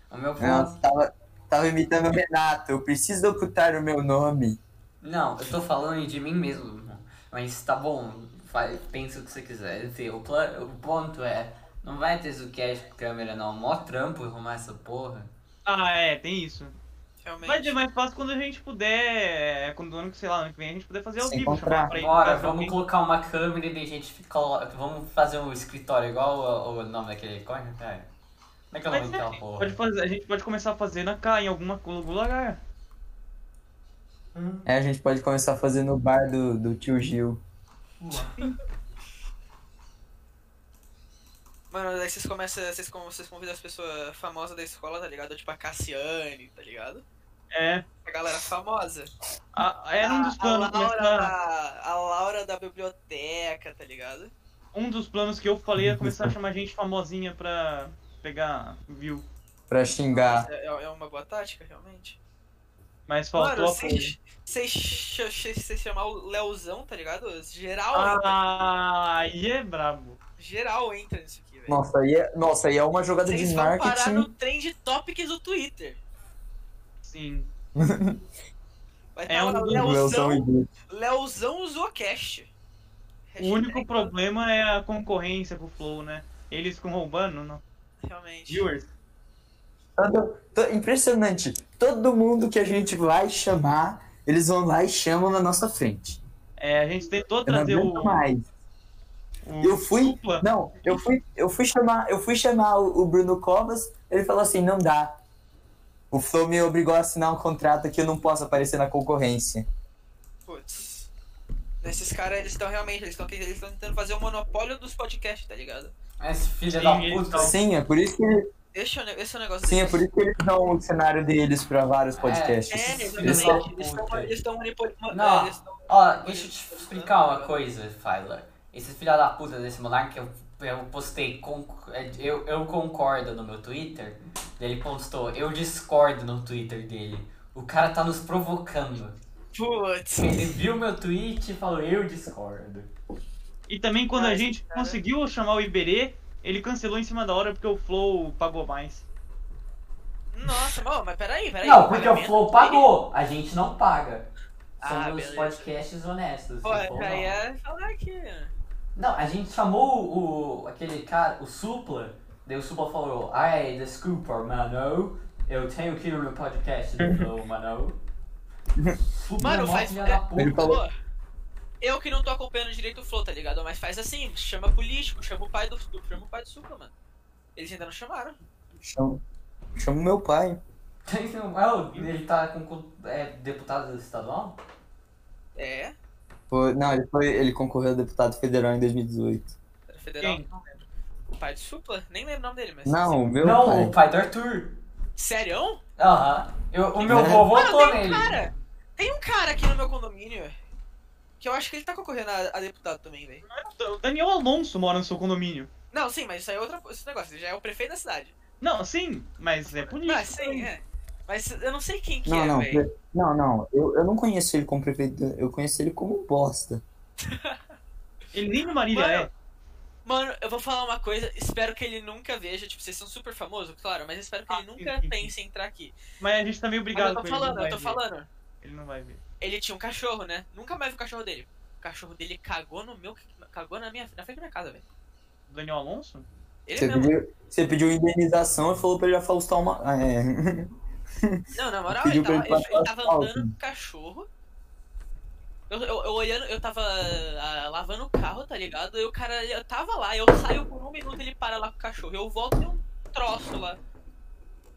S1: O meu
S2: Não,
S1: ponto...
S2: Ah, tava, tava imitando o Renato. Eu preciso ocultar o meu nome.
S1: Não, eu tô falando de mim mesmo, mas tá bom, faz, pensa o que você quiser. Enfim, o, pla- o ponto é, não vai ter Zucast com câmera não, mó trampo arrumar essa porra.
S3: Ah, é, tem isso.
S4: Realmente.
S3: Vai ser mais fácil quando a gente puder. é, Quando ano que sei lá, ano que vem a gente puder fazer ao
S2: Se
S3: vivo,
S2: encontrar.
S3: chamar pra ir
S1: Bora,
S3: pra
S1: vamos
S3: alguém.
S1: colocar uma câmera e daí a gente fica. Vamos fazer um escritório igual o, o nome daquele corner, cara. Como é que é o nome
S3: Mas,
S1: daquela
S3: é, pode
S1: porra?
S3: fazer, a gente pode começar a fazer na cá, em alguma co- algum lugar.
S1: Hum,
S2: É, a gente pode começar a fazer no bar do, do tio Gil.
S1: ué.
S4: Mano, daí vocês começam, vocês, con- vocês convidam as pessoas famosas da escola, tá ligado? Tipo a Cassiane, tá ligado?
S3: É.
S4: A galera famosa.
S3: A, era um dos
S4: a, a
S3: planos.
S4: Ah, Laura,
S3: começar-
S4: da, a Laura da biblioteca, tá ligado?
S3: um dos planos que eu falei é começar a chamar gente famosinha pra pegar view.
S2: Pra xingar.
S4: É, é uma boa tática, realmente.
S3: Mas
S4: Mano,
S3: faltou a
S4: vocês vocês ch- ch- vocês chamar o Leozão, tá ligado? Geral,
S3: Ah, e é brabo.
S4: geral entra nisso aqui, velho.
S2: Nossa, aí é, nossa, aí é uma jogada
S4: Vocês
S2: de
S4: vão parar
S2: marketing.
S4: no trend topics do Twitter.
S3: Sim.
S4: Vai
S3: É
S4: estar lá,
S3: um dos
S2: Wilson
S4: Leozão,
S2: e Bill.
S4: Leozão Zoocast.
S3: O único
S4: Hashtag,
S3: problema é a concorrência com o Flow, né? Eles ficam roubando, não.
S4: Realmente.
S3: Viewers.
S2: Todo- to- Então, impressionante. Todo mundo que a gente vai chamar, eles vão lá e chamam na nossa frente.
S3: É, a gente tentou
S2: Eu não
S3: trazer o,
S2: aguento mais.
S3: o
S2: Eu fui-
S3: Supla.
S2: Não, eu fui, eu fui chamar, eu fui chamar o, o Bruno Covas, ele falou assim, não dá. O Flow me obrigou a assinar um contrato que eu não posso aparecer na concorrência.
S4: Putz. Esses caras, eles estão realmente, eles estão eles tão tentando fazer o monopólio dos podcasts, tá ligado?
S1: Esse filho
S3: Sim,
S1: da
S3: eles
S1: puta.
S2: Sim, é por isso que,
S4: Deixa eu ne- esse é o negócio
S2: sim, é
S4: deles.
S2: por isso que eles dão o cenário deles pra vários podcasts.
S4: É,
S1: Eles
S2: são-
S4: exatamente. Eles estão-
S1: puta.
S4: Eles estão manipulando.
S1: Não.
S4: eles tão-
S1: Ó, deixa eu te explicar uma coisa, Filer. Esse filho da puta desse monarca, eu, eu postei, con- eu, eu concordo no meu Twitter, ele postou, eu discordo no Twitter dele. O cara tá nos provocando.
S4: Putz.
S1: Ele viu meu tweet e falou, eu discordo.
S3: E também quando
S4: Ah,
S3: a
S4: esse
S3: gente
S4: cara-
S3: conseguiu chamar o Iberê, ele cancelou em cima da hora porque o Flow pagou mais.
S4: Nossa, mano, mas peraí, peraí.
S1: Não, porque o
S4: pagamento
S1: Flow
S4: dele-
S1: pagou, a gente não paga. São
S4: Ah,
S1: os
S4: beleza.
S1: podcasts honestos.
S4: Pô,
S1: o Flow
S4: aí
S1: não.
S4: é falar aqui.
S1: Não, a gente chamou o, o- aquele cara, o Supla, daí o Supla falou, ai, desculpa, mano, eu tenho que ir no podcast do Flow, mano. Supla
S4: Mano,
S1: é mó
S4: faz-
S1: filha da puta.
S2: Ele falou-
S4: Pô, eu que não tô acompanhando direito o flow, tá ligado? Mas faz assim, chama político, chama o pai do, do chama o pai do Supla, mano. Eles ainda não chamaram.
S2: Chamo, chamo meu pai.
S1: É, o- ele tá com cu- é, deputado estadual?
S4: É,
S2: Foi- não, ele, foi, ele concorreu a deputado federal em 2018.
S4: era federal.
S3: Quem?
S4: O pai do Supla? Nem lembro o nome dele, mas.
S2: Não, meu
S1: não, o pai
S2: pai.
S1: do Arthur.
S4: Sério?
S1: Aham. Eu- O meu avô votou
S4: Mano, tem um
S1: nele.
S4: cara. Tem um cara aqui no meu condomínio que eu acho que ele tá concorrendo a, a deputado também, velho.
S3: O Daniel Alonso mora no seu condomínio.
S4: Não, sim, mas isso aí é outro esse negócio. Ele já é o prefeito da cidade.
S3: Não, sim, mas é político.
S4: Ah, sim, é. Mas eu não sei quem que
S2: Não,
S4: é,
S2: não,
S4: velho.
S2: pre- não, não. Eu, eu não conheço ele como prefeito, eu conheço ele como bosta.
S3: Ele nem no Marília
S4: Mano,
S3: é.
S4: Mano, eu vou falar uma coisa, espero que ele nunca veja. Tipo, vocês são super famosos, claro, mas espero que
S3: Ah,
S4: ele
S3: sim,
S4: nunca
S3: sim, sim.
S4: pense em entrar aqui.
S3: Mas a gente tá meio
S4: Mas
S3: brigado
S4: eu tô
S3: com ele. ele não
S4: falando, eu
S3: vai
S4: tô
S3: ver.
S4: falando.
S3: Ele não vai ver.
S4: Ele tinha um cachorro, né? Nunca mais vi o cachorro dele. O cachorro dele cagou no meu. cagou na minha. na frente da minha casa, velho.
S3: O Daniel Alonso?
S4: Ele
S2: Você
S4: mesmo.
S2: pediu, você pediu indenização e falou pra ele afastar uma. ah, É.
S4: Não, na moral,
S2: Pediu
S4: ele tava,
S2: pra ele
S4: ele- ele
S2: passar
S4: tava
S2: asfalto.
S4: andando com o cachorro. Eu, eu, eu olhando, eu tava ah, lavando o carro, tá ligado? E o cara, eu tava lá, eu saio por um minuto, ele para lá com o cachorro. Eu volto e tem um troço lá.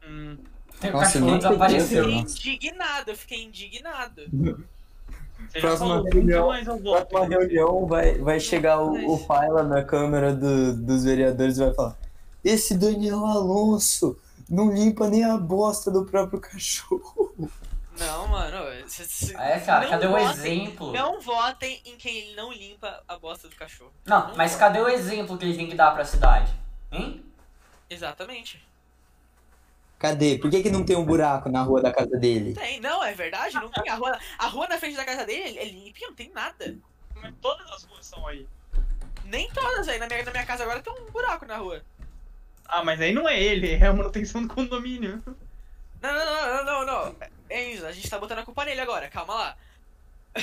S3: Hum,
S1: Tem um
S2: Nossa,
S1: cachorro
S2: nem
S1: desapareceu.
S4: Eu fiquei
S2: Nossa.
S4: indignado, eu fiquei indignado.
S3: você já
S2: Próxima
S3: falou muito,
S2: reunião.
S3: mas eu
S2: Na
S3: volto.
S2: próxima reunião vai, vai chegar o, o pai lá na câmera do- dos vereadores e vai falar: Esse Daniel Alonso não limpa nem a bosta do próprio cachorro.
S4: Não, mano. c- c-
S1: É, cara,
S4: não
S1: cadê o
S4: votem-
S1: exemplo?
S4: Não votem em quem ele não limpa a bosta do cachorro.
S1: Não, mas cadê o exemplo que ele tem que dar pra cidade? Hein?
S4: Exatamente.
S2: Cadê? Por que, que não tem um buraco na rua da casa dele?
S4: Tem, não, é verdade, não tem. A rua, a rua na frente da casa dele é limpa, não tem nada.
S3: Mas Todas as ruas são aí.
S4: Nem todas aí. Na minha, na minha casa agora tem um buraco na rua.
S3: Ah, mas aí não é ele, é a manutenção do condomínio.
S4: Não, não, não, não, não, não. Enzo, a gente tá botando a culpa nele agora, calma lá.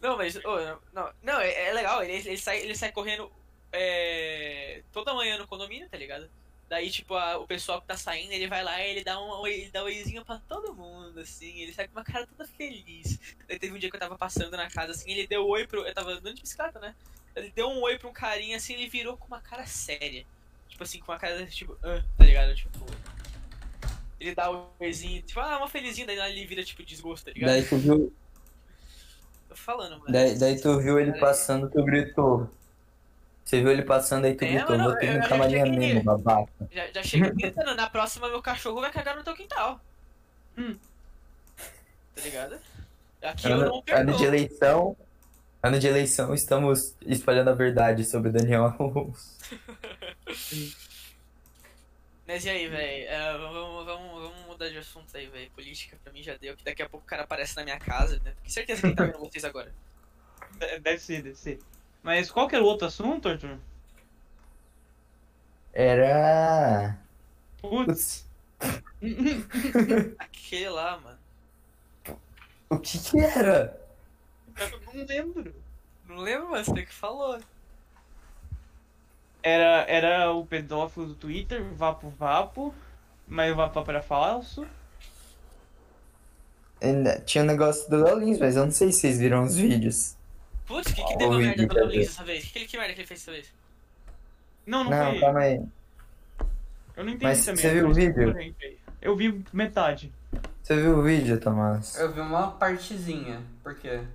S4: não, mas. ô, não, não, não, é, é legal, ele, ele, sai, ele sai correndo é, toda manhã no condomínio, tá ligado? Daí, tipo, a- o pessoal que tá saindo, ele vai lá e ele dá um ele dá um oizinho pra todo mundo, assim. Ele sai com uma cara toda feliz. Daí teve um dia que eu tava passando na casa, assim, ele deu oi pro. Eu tava andando de bicicleta, né? Ele deu um oi pra um carinha, assim, ele virou com uma cara séria. Tipo assim, com uma cara, tipo, "Ah", tá ligado? Tipo. Ele dá um oizinho, tipo, ah, uma felizinha, daí ele vira, tipo, desgosto, tá ligado?
S2: Daí tu viu,
S4: Tô falando, mano.
S2: daí, daí tu viu ele passando, tu gritou. Você viu ele passando aí, tu
S4: É,
S2: gritou.
S4: mano,
S2: Vou ter no
S4: eu- eu
S2: camarinha
S4: cheguei.
S2: tá mesmo, babaca.
S4: Já, já chega gritando, na próxima meu cachorro vai cagar no teu quintal.
S3: Hum.
S4: Tá ligado? Aqui eu
S2: Ano,
S4: não
S2: ano de
S4: perdoo.
S2: eleição. Ano de eleição, estamos espalhando a verdade sobre o Daniel Alonso.
S4: Mas e aí, velho? vamos, vamos, vamos mudar de assunto aí, velho. Política pra mim já deu, que daqui a pouco o cara aparece na minha casa, né? Tenho certeza que ele tá vendo vocês agora.
S3: De- Deve ser, deve ser. Mas qual que era o outro assunto, Arthur?
S2: Era.
S3: Putz,
S2: Putz,
S4: Aquele lá, mano.
S2: o que que era?
S3: eu não lembro.
S4: Não lembro, mas você que falou.
S3: Era, era o pedófilo do Twitter, o Vapo Vapo, mas o Vapo Vapo era falso.
S2: Ainda Tinha um negócio do Léo Lins, mas eu não sei se vocês viram os vídeos.
S4: Putz, o que, que
S2: Ah,
S4: deu uma
S2: ouvi,
S4: merda do
S2: quer
S4: Luiz
S2: ver.
S4: dessa vez? Que, que merda que ele fez dessa vez?
S3: Não, não,
S2: Não,
S3: foi
S2: calma aí.
S3: ele. Eu não entendi
S2: Mas
S3: também.
S2: você viu o vídeo?
S3: Eu vi metade.
S2: Você viu o vídeo, Tomás?
S1: Eu vi uma partezinha. Por quê?
S4: O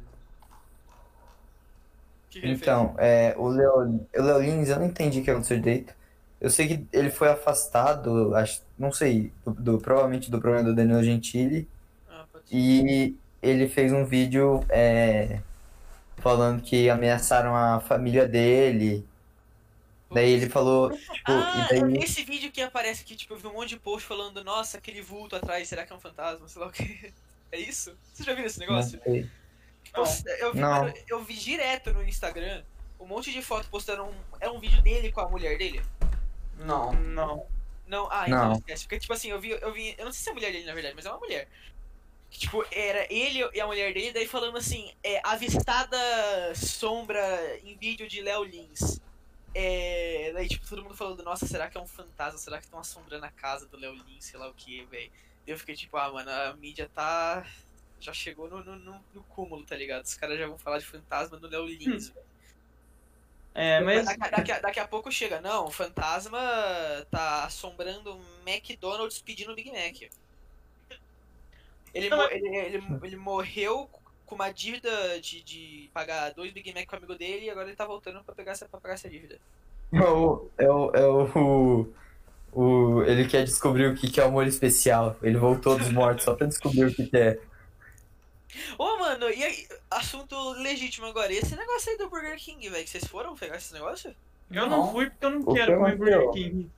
S4: que, que ele
S2: Então, é, o Léo o Léo Lins, eu não entendi o que aconteceu direito. Eu sei que ele foi afastado, acho, não sei, do, do- provavelmente do programa do Danilo Gentili.
S4: fez? Ah, pode ser.
S2: E ele fez um vídeo é, falando que ameaçaram a família dele. Daí ele falou, tipo,
S4: Ah,
S2: e daí-
S4: esse vídeo que aparece aqui, tipo, eu vi um monte de post falando, nossa, aquele vulto atrás, será que é um fantasma? Sei lá o que. É isso? Vocês já viram esse
S2: não
S4: negócio?
S2: sei.
S4: Tipo, eu, vi,
S2: Não.
S4: eu vi direto no Instagram um monte de foto postando um. Era um vídeo dele com a mulher dele?
S1: Não.
S3: Não.
S4: Não, ah, então
S2: Não.
S4: esquece. Porque, tipo assim, eu vi, eu vi. Eu não sei se é a mulher dele, na verdade, mas é uma mulher. Que, tipo, era ele e a mulher dele, daí falando assim, é, avistada sombra em vídeo de Léo Lins. É, daí, tipo, todo mundo falando, nossa, será que é um fantasma? Será que estão assombrando a casa do Léo Lins? Sei lá o que, velho. Eu fiquei tipo, ah, mano, a mídia tá. já chegou no, no, no- no cúmulo, tá ligado? Os caras já vão falar de fantasma no Léo Lins. velho.
S3: É, mas.
S4: Daqui, daqui a- daqui a pouco chega, não, o fantasma tá assombrando um McDonald's pedindo Big Mac. Ele,
S3: Não,
S4: mo-
S3: mas-
S4: ele, ele- ele morreu com uma dívida de, de pagar dois Big Mac com o amigo dele e agora ele tá voltando pra, pegar essa, pra pagar essa dívida.
S2: É o. É o. É o, o, o- ele quer descobrir o que que é o molho especial. Ele voltou dos mortos só pra descobrir o que que é.
S4: Ô, mano, e aí, assunto legítimo agora. E esse negócio aí do Burger King, velho, que vocês foram pegar esse negócio?
S3: Eu não
S1: Não.
S3: fui porque eu não
S2: O
S3: quero
S2: que
S3: comer Burger
S2: aconteceu?
S3: King.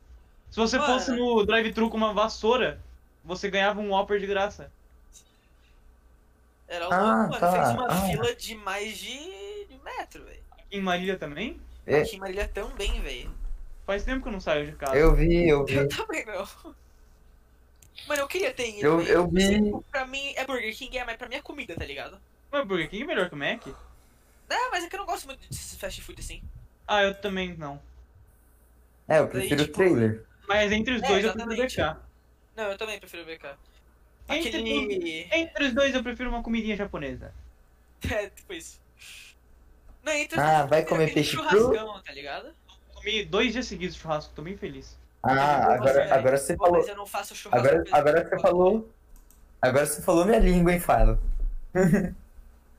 S3: Se você
S4: Mano.
S3: fosse no drive-thru com uma vassoura, você ganhava um Whopper de graça.
S4: Era um
S2: Ah,
S4: mano,
S2: tá.
S4: fez uma
S2: Ah.
S4: fila de mais de, de metro, velho.
S3: Em Marília também?
S2: É.
S4: Aqui em Marília também, velho.
S3: Faz tempo que eu não saio de casa.
S2: Eu vi, eu vi.
S4: Eu também não. Mano, eu queria ter ido.
S2: Eu,
S4: velho.
S2: eu vi.
S4: Tipo, Pra mim é Burger King, é, mas pra mim é comida, tá ligado?
S3: Mas Burger King é melhor que o Mac?
S4: Ah, mas é que eu não gosto muito desses fast food assim.
S3: Ah, eu também não.
S2: É, eu prefiro
S4: tipo,
S2: o trailer.
S3: Mas entre os
S4: É,
S3: dois eu prefiro
S4: exatamente.
S3: BK.
S4: Não, eu também prefiro BK.
S3: Entre
S4: Aquele.
S3: Entre os dois eu prefiro uma comidinha japonesa.
S4: É, tipo isso. Não, entre os
S2: Ah,
S4: dois, eu
S2: vai
S4: prefiro
S2: comer
S4: aquele
S2: peixe cru?
S4: churrascão, tá ligado?
S3: Comi dois dias seguidos de churrasco, tô bem feliz.
S2: Ah, agora, agora você
S4: Pô,
S2: falou.
S4: mas eu não faço churrasco.
S2: Agora,
S4: mesmo,
S2: agora
S4: tá
S2: você falou. Agora você falou minha língua, hein, Fala.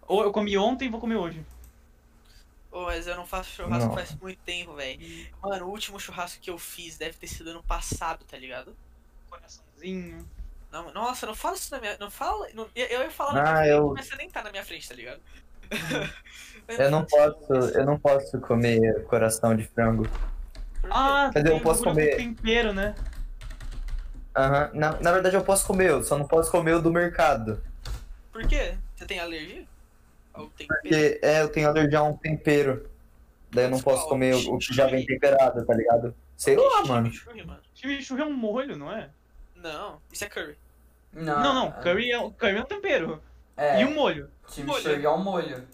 S3: Ou eu comi ontem e vou comer hoje.
S4: Pô, mas eu não faço churrasco
S2: Não.
S4: faz muito tempo, velho. Mano, o último churrasco que eu fiz deve ter sido ano passado, tá ligado?
S3: Coraçãozinho.
S4: Não, nossa, não fala isso na minha. Não fala. não- eu, eu ia falar na
S2: Ah,
S4: minha
S2: eu-
S4: frente, mas você nem tá na minha frente, tá ligado?
S2: Eu não posso, eu não posso comer coração de frango.
S4: Por quê?
S3: Ah,
S2: Quer dizer, eu
S3: tem
S2: posso
S3: bagulho com
S2: comer.
S3: tempero, né?
S2: Aham. Na, na verdade eu posso comer, eu só não posso comer o do mercado.
S4: Por quê? Você tem alergia? Ou tem medo?
S2: Porque é, eu tenho alergia a um tempero. Daí eu não posso comer o, o que já vem temperado, tá ligado? Sei lá, mano.
S4: Chimichurri, mano.
S3: Chimichurri é um molho, não é?
S4: Não, isso é curry.
S1: Não,
S4: Ah,
S3: não, não. Curry é, um- curry é um tempero.
S1: É,
S3: E um molho.
S1: chimichurri é um molho.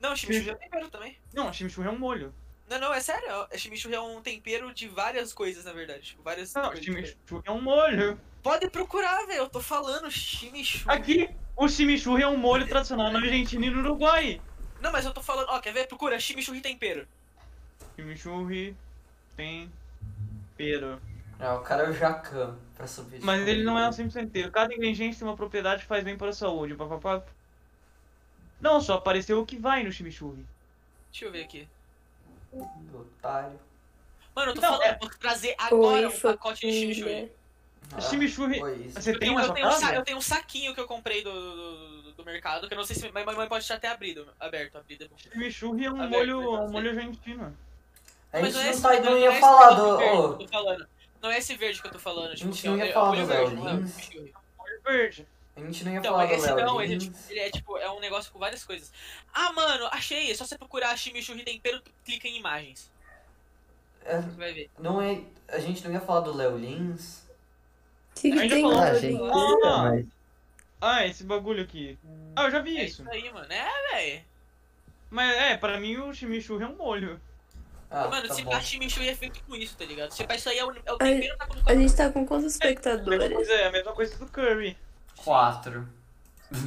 S4: Não, chimichurri é um tempero também.
S3: Não, chimichurri é um molho.
S4: Não, não, é sério. ó, Chimichurri é um tempero de várias coisas, na verdade. Tipo, várias
S3: Não,
S4: coisas.
S3: chimichurri é um molho.
S4: Pode procurar, velho. Eu tô falando chimichurri.
S3: Aqui, o chimichurri é um molho tradicional na Argentina e no Uruguai.
S4: Não, mas eu tô falando... Ó, quer ver? Procura chimichurri tempero.
S3: Chimichurri tem tempero.
S1: É, o cara é o Jacan pra subir.
S3: Mas ele não é um 100% inteiro. Cada ingrediente tem uma propriedade que faz bem para a saúde. Papapá. Não, só apareceu o que vai no chimichurri.
S4: Deixa eu ver aqui.
S1: Otário.
S4: Mano, eu tô
S3: Não,
S4: falando,
S3: é-
S4: eu vou trazer agora um
S5: família.
S4: pacote de chimichurri.
S5: é.
S1: Ah,
S3: Chimichurri-
S1: Foi isso.
S3: Você
S4: Eu
S3: tem
S4: tenho,
S3: na
S4: eu,
S3: sua
S4: tenho um sa-
S3: casa?
S4: eu tenho um saquinho que eu comprei do, do, do- do mercado, que eu não sei se minha minha mãe pode já ter abrido. Aberto, abrido. é bom.
S3: Chimichurri é um
S4: Aberto,
S3: molho,
S4: então,
S3: um molho argentino.
S1: A gente não
S4: esse-
S1: tá indo
S4: não é
S1: ia
S4: esse
S1: falar
S4: negócio
S1: do.
S4: verde que eu
S1: ô,
S4: tô falando. Não é esse verde que eu tô falando, tipo,
S1: Não
S4: assim, é um-
S1: ia
S4: é um
S1: falar
S4: olho
S1: do
S4: verde,
S1: Léo
S4: não é um
S1: Lins.
S4: verde.
S3: Molho verde.
S1: a gente não ia
S4: Então,
S1: falar do
S4: esse
S1: Léo
S4: não, ele, é
S1: Lins.
S4: tipo- ele é tipo, é um negócio com várias coisas. Ah, mano, achei. É só você procurar chimichurri tempero, tu clica em imagens.
S1: É,
S4: Você vai ver.
S1: Não é. A gente não ia falar do Léo Lins.
S5: O que, que
S4: tá
S3: Ainda
S5: tem
S3: falou,
S2: Ah,
S5: lá?
S2: gente,
S5: Eduardo?
S3: Ah.
S2: mas
S3: Ah, esse bagulho aqui. Ah, eu já vi
S4: É
S3: isso.
S4: isso aí, mano. É, velho.
S3: Mas é, pra mim o chimichurri é um molho.
S1: Ah,
S4: mano,
S1: tá
S4: se
S1: bom.
S4: pá, chimichurri é feito com isso, tá ligado? Se pá, isso aí é o, é o
S5: Ai,
S4: tempero tá com
S5: A gente tá com quantos
S3: A mesma
S5: espectadores?
S3: coisa, é a mesma coisa do curry,
S1: Quatro.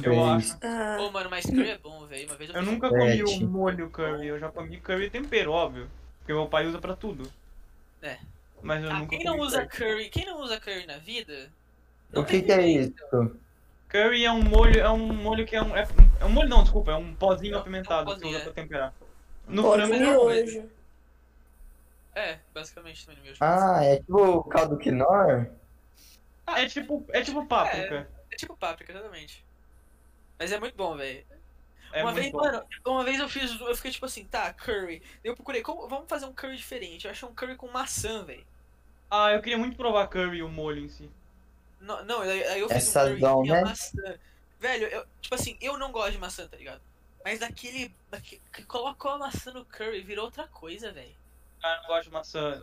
S3: eu
S2: Sim.
S3: acho.
S5: Ah,
S4: Pô, mano, mas curry é bom, velho. Uma vez eu,
S3: Eu
S4: fiz-
S3: nunca comi
S2: Sete.
S3: um molho curry, eu já comi curry e tempero, óbvio. Porque meu pai usa pra tudo.
S4: É.
S3: Mas eu
S4: Ah,
S3: nunca comi
S4: quem não usa
S3: curry.
S4: curry? Quem não usa curry na vida?
S2: o que, que é isso?
S3: Curry é um molho, é um molho que é um. É, é um molho não, desculpa, é um pozinho
S4: É um
S3: apimentado que
S4: pozinho,
S3: usa
S4: é. Um
S3: pra temperar. No
S5: pode
S3: frango é a mesma coisa.
S5: miojo.
S4: É, basicamente também no meu
S2: Ah, é tipo o caldo quinor?
S3: Ah, É tipo, é tipo páprica.
S4: É tipo páprica, exatamente. Mas é muito bom, velho.
S3: É,
S4: uma
S3: muito
S4: vez,
S3: bom.
S4: mano, uma vez eu fiz, eu fiquei tipo assim, tá, curry. Eu procurei, como, vamos fazer um curry diferente. Eu achei um curry com maçã, velho.
S3: Ah, eu queria muito provar curry e o molho em si.
S4: Não, não, aí aí eu fiz
S2: Essa
S4: um curry
S2: dão,
S4: que tinha
S2: né?
S4: maçã. Velho, eu, tipo assim, eu não gosto de maçã, tá ligado? Mas daquele, daque- que colocou a maçã no curry, virou outra coisa, velho.
S3: Ah, eu não gosto de maçã.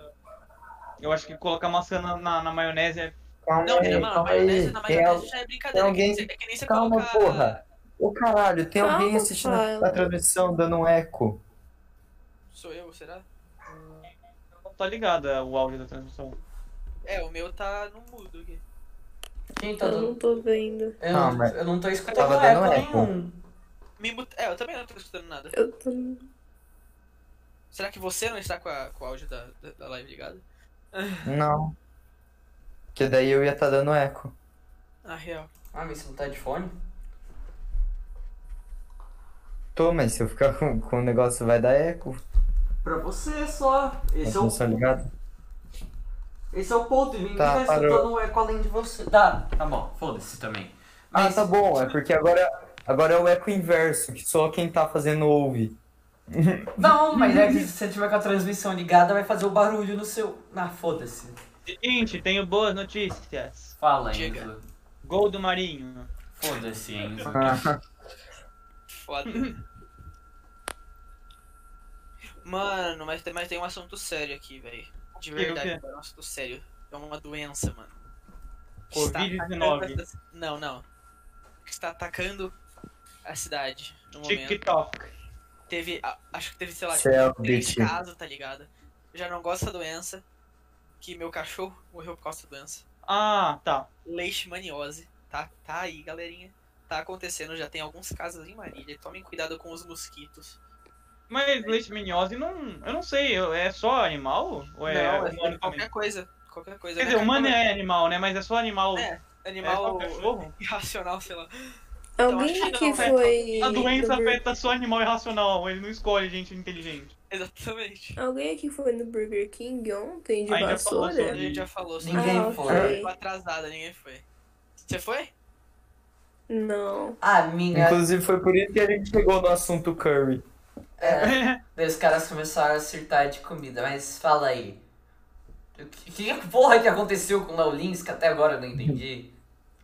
S3: Eu acho que colocar maçã na, na- na maionese é.
S2: Calma
S4: Não,
S2: aí,
S4: mano, a
S2: calma
S4: maionese,
S2: aí.
S4: na
S2: Tem al-
S4: maionese já é brincadeira.
S2: tem alguém-
S4: é que nem- é que nem você
S2: Calma,
S4: colocar...
S2: porra. Ô caralho, tem alguém
S5: Calma,
S2: assistindo
S5: Fala.
S2: a transmissão dando um eco.
S4: Sou eu, será?
S3: Não tá ligado é, o áudio da transmissão.
S4: É, o meu tá no mudo aqui.
S1: Quem tá
S5: Eu não
S1: dando.
S5: tô vendo.
S1: Eu,
S2: Não,
S1: não,
S2: mas-
S1: eu não tô escutando
S2: Tava dando
S1: eco
S2: eco.
S1: nenhum.
S4: Me mute- É, eu também não tô escutando nada.
S5: Eu tô.
S4: Será que você não está com, a- com o áudio da, da, da live ligado?
S2: Não. Porque daí eu ia estar dando eco.
S4: Na real.
S1: Ah, mas você não tá de fone?
S2: Tô, mas se eu ficar com, com o negócio vai dar eco.
S1: Pra você só.
S2: Mas
S1: Esse é
S2: não
S1: o,
S2: tá ligado?
S1: esse é o ponto. Ninguém
S2: Tá,
S1: tá
S2: parou.
S1: escutando o eco além de você. Tá, tá bom. Foda-se também.
S2: Ah,
S1: Mas
S2: tá bom. É porque agora, agora é o eco inverso, que só quem tá fazendo ouve.
S1: Não, mas é que se você tiver com a transmissão ligada, vai fazer o barulho no seu. Ah, foda-se.
S3: Gente, tenho boas notícias.
S1: Fala,
S4: Diga.
S1: Enzo.
S3: Gol do Marinho.
S1: Foda-se, Enzo.
S4: Foda. mano, mas, tem- mas tem um assunto sério aqui, velho. De
S3: O quê?
S4: verdade, é um assunto sério. É uma doença, mano. Que está atacando
S3: Covid-19.
S4: essa- Não, não. Que Está atacando a cidade no momento.
S3: TikTok.
S4: Teve. a- Acho que teve, sei lá,
S2: Céu,
S4: três
S2: bitch.
S4: casos, É, tá ligado? Já não gosto dessa doença. Que meu cachorro morreu por causa da doença.
S3: Ah, tá.
S4: Leishmaniose. Tá, tá aí, galerinha. Tá acontecendo, já tem alguns casos em Marília. Tomem cuidado com os mosquitos.
S3: Mas leishmaniose não. Eu não sei, eu- é só animal? Ou é
S4: não, é
S3: humano também?
S4: qualquer coisa. Qualquer coisa.
S3: Quer
S4: né?
S3: dizer, humano
S4: Cachorro-
S3: é animal, né? Mas é só animal.
S4: É,
S3: é
S4: Animal
S3: só cachorro?
S4: irracional, sei lá.
S5: Alguém
S4: acho que
S5: aqui
S4: não, né?
S5: foi.
S3: A doença
S5: no Bur-
S3: afeta só animal irracional, ele não escolhe gente inteligente.
S4: Exatamente.
S5: Alguém aqui foi no Burger King ontem de
S3: Ai, já falou
S4: A
S5: vassoura?
S3: sobre-
S4: gente já falou. assim, só
S1: Ninguém
S5: Ah,
S1: foi.
S5: ok.
S4: Ficou atrasada, ninguém foi. Você foi?
S5: Não.
S1: A minha.
S2: Inclusive foi por isso que a gente chegou no assunto Curry.
S1: É, Daí os caras começaram a acertar de comida, mas fala aí. O que, que porra que aconteceu com o Léo Lins que até agora eu não entendi?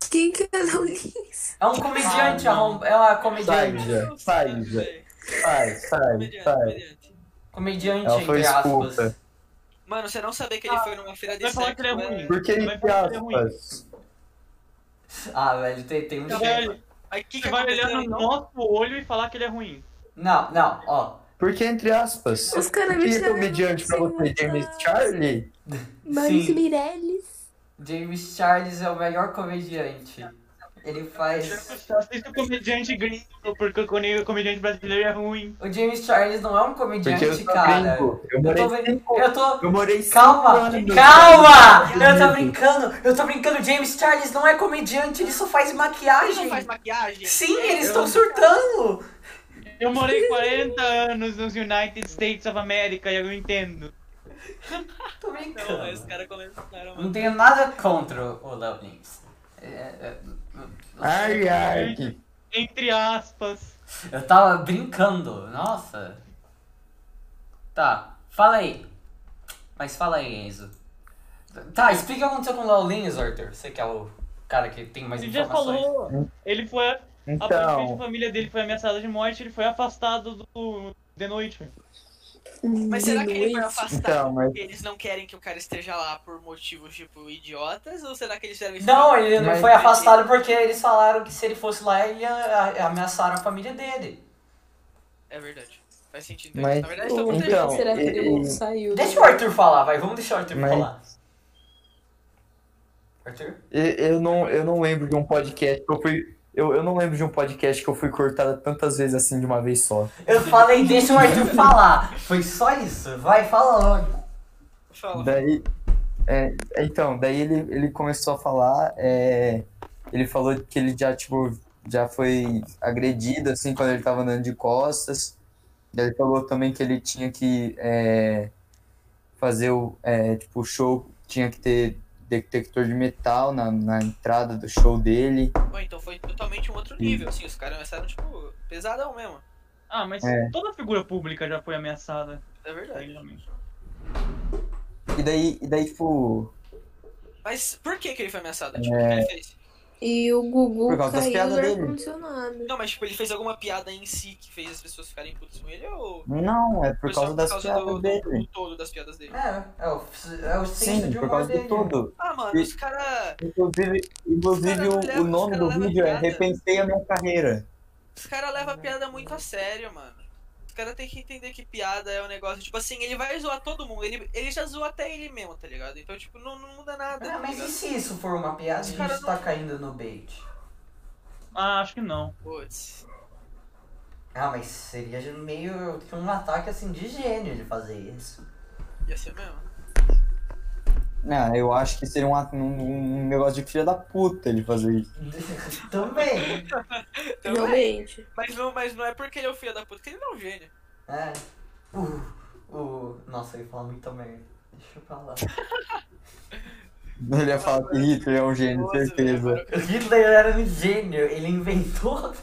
S5: Quem que é o Lins?
S1: É um comediante,
S3: Ah,
S1: arrom- é uma
S2: Sai,
S1: comediante.
S2: já. Sai, já. Sai, sai,
S4: Mediante,
S2: sai.
S4: mediante.
S1: Comediante,
S2: Ela foi
S1: entre aspas.
S2: expulsa.
S4: Mano, você não sabia que ele foi numa feira de
S3: Vai falar
S4: sexo.
S3: Ah, que ele é
S4: né?
S3: ruim.
S2: Por que
S3: Vai
S2: entre
S3: falar que ele é ruim.
S2: aspas?
S1: Ah, velho, tem, tem um
S3: Você
S1: jeito.
S3: vai-
S4: Aí o que, que
S3: Você vai olhar
S4: aconteceu?
S3: no
S4: então?
S3: nosso olho e falar que ele é ruim.
S1: Não, não, ó.
S2: Por que entre aspas?
S5: Os caras
S2: Por
S5: me
S2: que
S5: chamaram
S2: comediante
S5: de
S2: pra você,
S5: idiota.
S2: James Charlie?
S5: Maurício
S1: Sim.
S5: Meirelles.
S1: James Charles é o melhor comediante. Ele faz.
S3: Assista o comediante gringo, porque o come- o comediante brasileiro é ruim.
S1: O James Charles não é um
S2: Porque
S1: comediante,
S2: eu sou
S1: cara.
S2: gringo. Eu
S1: Eu
S2: morei
S1: tô vendo.
S2: cinco
S1: Eu tô.
S2: Eu morei cinco
S1: Calma,
S2: anos.
S1: calma! Eu tô
S2: Amigo.
S1: brincando, eu tô brincando. James Charles não é comediante, ele só faz
S4: Ele
S1: maquiagem.
S4: não faz maquiagem.
S1: Sim,
S4: É,
S1: eles
S4: eu-
S1: estão surtando.
S3: Eu morei 40 anos nos United States of America e eu entendo.
S1: Tô
S4: Não, aí os
S1: brincando.
S4: caras começaram,
S1: Não
S4: mano.
S1: tenho nada contra o Léo Lins. É, é,
S2: Ai, ai. que-
S3: Entre aspas.
S1: Eu tava brincando, nossa. Tá, fala aí. Mas fala aí, Enzo. Tá, explica o que aconteceu com o Léo Lins, Arthur. Você que é o cara que tem mais
S3: Ele já
S1: informações.
S3: falou. Ele foi. Aparentemente a
S2: Então,
S3: família dele foi ameaçada de morte, ele foi afastado do The Noite.
S4: Mas será que ele foi afastado
S2: então, mas,
S4: porque eles não querem que o cara esteja lá por motivos, tipo, idiotas? Ou será que eles fizeram isso?
S1: Não, ele não
S2: Mas-
S1: foi afastado porque eles falaram que se ele fosse lá, ele ia- a- ameaçaram a família dele.
S4: É verdade. Faz sentido. então,
S2: Mas-
S4: Na verdade, todo mundo tem-
S2: Então,
S5: será que ele
S2: e-
S5: saiu?
S1: Deixa o Arthur falar, vai, vamos deixar o Arthur
S2: Mas-
S1: falar. Arthur?
S2: e- eu não, eu não lembro de um podcast que eu fui. Eu, eu não lembro de um podcast que eu fui cortada tantas vezes assim de uma vez só.
S1: Eu falei, deixa o Arthur falar. Foi só isso, vai, fala logo.
S4: Fala.
S2: Daí. é, então, daí ele, ele começou a falar. é, ele falou que ele já, tipo, já foi agredido, assim, quando ele tava andando de costas. Daí ele falou também que ele tinha que é, fazer o é, tipo, o show, tinha que ter detector de metal na, na entrada do show dele.
S4: Bom, então foi totalmente um outro nível, assim. Os caras começaram, tipo, pesadão mesmo.
S3: Ah, mas
S2: É.
S3: toda figura pública já foi ameaçada. tá
S4: É verdade.
S3: realmente.
S2: E daí, e daí tipo,
S4: Mas por que que ele foi ameaçado? Tipo, o que ele fez?
S5: E o Gugu
S2: Por causa das
S5: caiu
S2: piadas
S5: do
S2: dele.
S5: ar-condicionado.
S4: Não, mas tipo, ele fez alguma piada em si que fez as pessoas ficarem putas com ele ou...
S2: não, é por
S4: foi só
S2: causa das
S4: do-
S2: piadas
S4: do-
S2: dele.
S4: do todo das piadas dele.
S1: É, é o, é o senso
S2: Sim,
S1: de
S2: por
S1: humor
S2: causa de
S1: dele.
S2: tudo.
S4: Ah, mano,
S2: E-
S4: os caras.
S2: Inclusive, inclusive
S4: Cara,
S2: o,
S4: leva-
S2: o nome
S4: cara,
S2: do
S4: leva
S2: vídeo é
S4: piada.
S2: Repensei a Minha Carreira.
S4: Os caras levam a piada muito a sério, mano. cara tem que entender que piada é um negócio. Tipo assim, ele vai zoar todo mundo. Ele, ele já zoa até ele mesmo, tá ligado? Então, tipo, não, não muda nada.
S1: Ah,
S4: tá
S1: mas e
S4: ligado?
S1: se isso for uma piada
S4: Os
S1: e a
S4: caras
S1: gente tá caindo no bait?
S3: Ah, acho que não.
S4: Putz.
S1: Ah, mas seria de meio que um ataque assim de gênio de fazer isso.
S4: Ia ser mesmo.
S2: Não, eu acho que seria um, ato- um- um negócio de filha da puta ele fazer isso.
S1: Também.
S4: Então,
S5: Realmente.
S4: mas, não, mas não é porque ele é o filho da puta, que ele não é um gênio.
S1: É. O. o. uh, Nossa, eu ia falar muita merda. Deixa eu falar.
S2: Ele ia falar que Hitler é um gênio,
S4: Nossa,
S2: certeza.
S4: velho, agora eu
S1: O
S4: quero-
S1: Hitler era um gênio, ele inventou.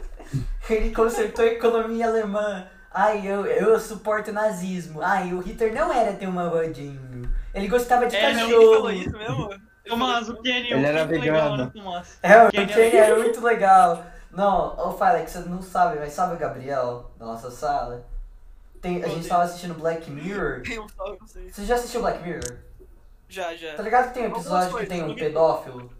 S1: ele consertou a economia alemã. Ai, eu, eu suporto o nazismo. Ai, o Hitler não era ter uma bodinho. Ele gostava de
S4: É, não, ele
S1: cachorro.
S4: falou isso mesmo? Ele
S3: Tomás,
S4: falou
S3: o Kenny
S2: Ele era
S3: muito legal,
S2: vegano.
S3: né, Tomás?
S1: É, o
S3: Kenny
S1: Kenny era muito legal. Não, ô Félix, você não sabe, mas sabe o Gabriel da nossa sala? Tem- a gente tava assistindo Black Mirror.
S4: isso. Tem um salve pra vocês.
S1: Você já assistiu Black Mirror?
S4: Já,
S1: Tá
S4: já.
S1: ligado que tem um episódio que tem um pedófilo?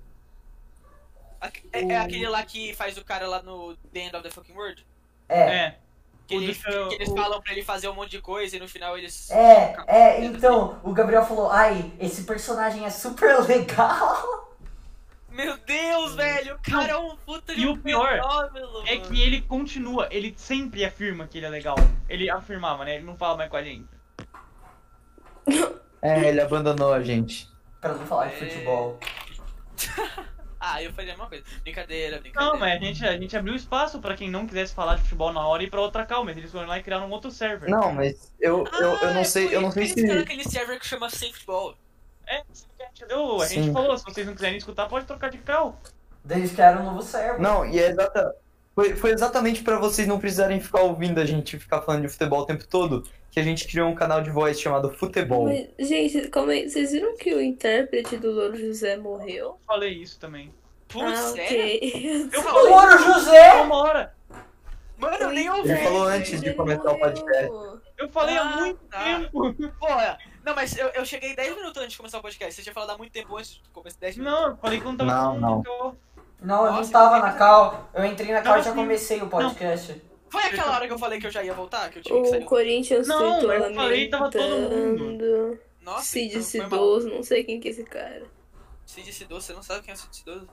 S4: Aque- É, é aquele lá que faz o cara lá no The End of the Fucking World?
S1: É,
S3: É.
S4: Que,
S3: O
S4: ele-
S3: do seu-
S4: que eles
S3: o-
S4: falam pra ele fazer um monte de coisa e no final eles.
S1: é, é, então, o Gabriel falou, ai, esse personagem é super legal.
S4: Meu Deus, velho! O cara é um puta de
S3: E
S4: um
S3: o pior
S4: fenômeno,
S3: É
S4: mano.
S3: que ele continua, ele sempre afirma que ele é legal. Ele afirmava, né? Ele não fala mais com a gente.
S2: É, ele abandonou a gente.
S1: Pra não falar de
S4: É.
S1: futebol.
S4: Ah, eu falei a mesma coisa. Brincadeira, brincadeira.
S3: Não, mas a gente, a gente abriu espaço pra quem não quisesse falar de futebol na hora e ir pra outra calma. Eles foram lá e criaram um outro server.
S2: Não, mas eu,
S4: Ah,
S2: eu, eu não
S4: é
S2: sei, eu
S4: por
S2: não sei
S4: isso que Eles criaram
S2: se.
S4: aquele server que chama SafeBall.
S3: É, sabe o que a gente deu. A gente
S2: Sim.
S3: falou, se vocês não quiserem escutar, pode trocar de carro.
S1: Daí eles criaram um novo server.
S2: Não, e é exata. Foi, foi exatamente pra vocês não precisarem ficar ouvindo a gente ficar falando de futebol o tempo todo que a gente criou um canal de voz chamado Futebol.
S5: Mas, gente, calma aí. Vocês viram que o intérprete do Louro José morreu?
S3: Falei isso também.
S4: Putz,
S5: ah,
S4: assim? sério?
S5: ok.
S3: Eu
S1: O
S3: falei
S1: Louro José!
S3: uma hora.
S4: Mano, eu nem ouvi.
S2: Ele falou antes de
S5: Ele
S2: começar o podcast.
S5: morreu.
S3: Eu falei há
S4: Ah,
S3: muito
S4: tá.
S3: tempo.
S4: Porra. Não, mas eu, eu cheguei 10 minutos antes de começar o podcast. Você tinha falado há muito tempo antes de começar 10 minutos.
S3: Não, eu falei quando tava
S2: Não,
S3: todo
S2: não.
S3: mundo que eu-
S1: Não, eu não
S4: Nossa,
S1: tava
S4: que
S1: na cal. Eu entrei na cal e
S3: Não,
S1: já
S3: sim.
S1: comecei o podcast.
S4: Foi aquela hora que eu falei que eu já ia voltar? Que eu tinha que sair.
S5: O Corinthians
S3: Não,
S5: tweetou
S3: eu falei, tava todo mundo.
S5: lamentando.
S4: Nossa,
S5: Cid
S4: então foi mal.
S5: Cidoso, não sei quem que é esse cara.
S4: Cid Cidoso, você não sabe quem é o Cid Cidoso?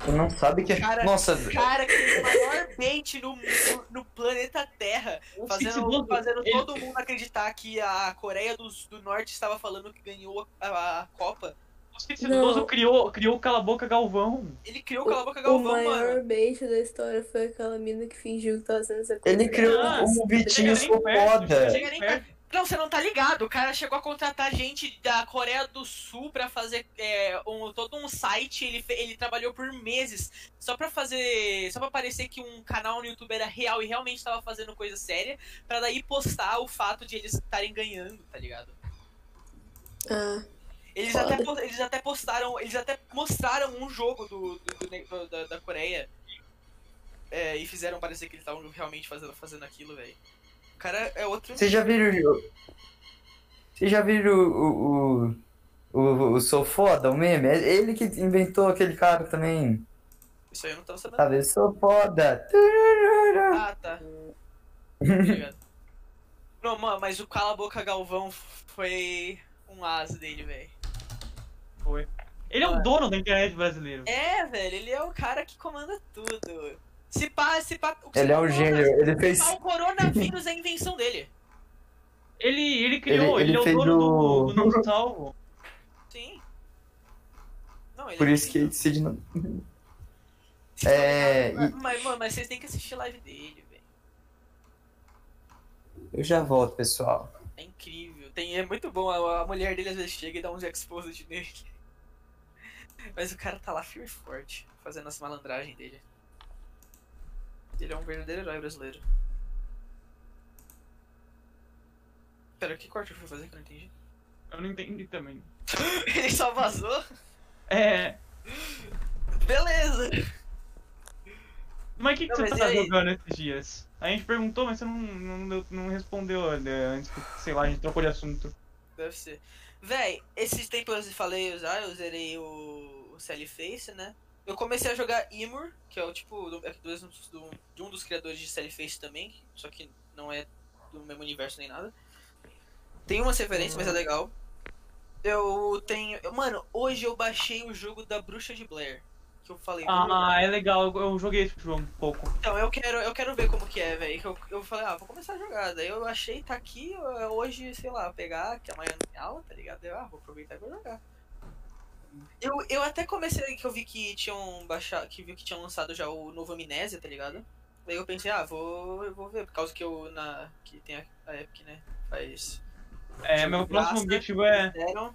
S2: Você não sabe que.
S4: Cara-
S2: Nossa,
S4: Cara, que tem o maior bait no, no, no planeta Terra.
S3: O Cid
S4: Fazendo,
S3: Cidoso,
S4: fazendo
S3: ele-
S4: todo mundo acreditar que a Coreia do, do Norte estava falando que ganhou a, a Copa.
S3: O Cid
S5: Não.
S3: Cidoso criou, criou o Cala a Boca Galvão.
S4: Ele criou o Cala a Boca
S5: O
S4: Galvão, mano.
S5: maior beijo da história foi aquela mina que fingiu que tava sendo sequestrada.
S2: ele criou
S3: Ah,
S2: um
S3: chega
S2: Vitinho
S3: nem
S2: sou
S3: perto,
S2: foda.
S3: chega nem
S4: Chega nem
S3: perto.
S4: Não, você não tá ligado. O cara chegou a contratar gente da Coreia do Sul pra fazer é, um- todo um site. Ele, fe- ele trabalhou por meses só pra fazer. Só pra parecer que um canal no YouTube era real e realmente tava fazendo coisa séria. Pra daí postar o fato de eles estarem ganhando, tá ligado?
S5: Ah,
S4: Eles
S5: Foda.
S4: até, po- eles até postaram. Eles até mostraram um jogo do, do- do ne- do- da, da Coreia. É, e fizeram parecer que eles estavam realmente fazendo, fazendo aquilo, velho. O cara é outro.
S2: Vocês já viram o. Vocês já viram o. o, o, o, o Sou Foda, o meme? É ele que inventou aquele cara também.
S4: Isso aí eu não tava sabendo.
S2: Sabe? Sou foda.
S4: Ah, tá. Obrigado. Não, mano, mas o Cala a Boca Galvão foi um as dele, velho.
S3: Ele é o dono da internet brasileira.
S4: É, velho, ele é o cara que comanda tudo. Se pá, se pá. se
S2: Ele é um
S4: pá,
S2: gênio. Ele fez.
S4: Se pá, o coronavírus é invenção dele.
S3: Ele, ele criou,
S2: Ele-
S3: ele,
S2: ele
S3: é o
S2: fez
S3: dono
S2: o-
S3: do, do Não Salvo.
S4: Sim. Não, ele
S2: Por
S4: é
S2: isso que
S4: incrível.
S2: Sid não. É. e-
S4: Mas, mano, mas vocês têm que assistir live dele, velho.
S2: Eu já volto, pessoal.
S4: É incrível. Tem, é muito bom. A, a mulher dele às vezes chega e dá uns exposed nele. Mas o cara tá lá firme e forte, fazendo as malandragens dele. Ele é um verdadeiro herói brasileiro. Pera, que corte eu fui fazer que eu não entendi?
S3: Eu não entendi também.
S4: Ele só vazou?
S3: É.
S4: Beleza!
S3: Mas o que, que
S4: Não,
S3: você
S4: mas
S3: tá
S4: e aí?
S3: jogando esses dias? A gente perguntou, mas você não, não, deu- não respondeu né, antes que, sei lá, a gente trocou de assunto.
S4: Deve ser. Véi, esses tempos eu falei, eu já, eu zerei o, o Sally Face, né? Eu comecei a jogar Imur, que é o tipo do, é do- do- de um dos criadores de série Face também, só que não é do mesmo universo nem nada. Tem umas referências, mas é legal. Eu tenho. eu- Mano, hoje eu baixei o jogo da Bruxa de Blair. Que eu falei.
S3: Ah, é legal, eu- eu joguei esse jogo um pouco.
S4: Então, eu quero, eu quero ver como que é, velho. que Eu, eu falei, ah, vou começar a jogar. Daí eu achei, tá aqui, eu- hoje, sei lá, pegar, que amanhã não tem aula, tá ligado? Eu, ah, vou aproveitar e vou jogar. Eu, eu até comecei que eu vi que tinham baixado, que viu que tinham lançado já o novo Amnésia, tá ligado? Daí eu pensei, ah, vou, eu vou ver, por causa que eu na. que tem a, a Epic, né? Faz.
S3: É,
S4: Jogo
S3: meu
S4: de
S3: próximo
S4: graça.
S3: objetivo é.
S4: Fizeram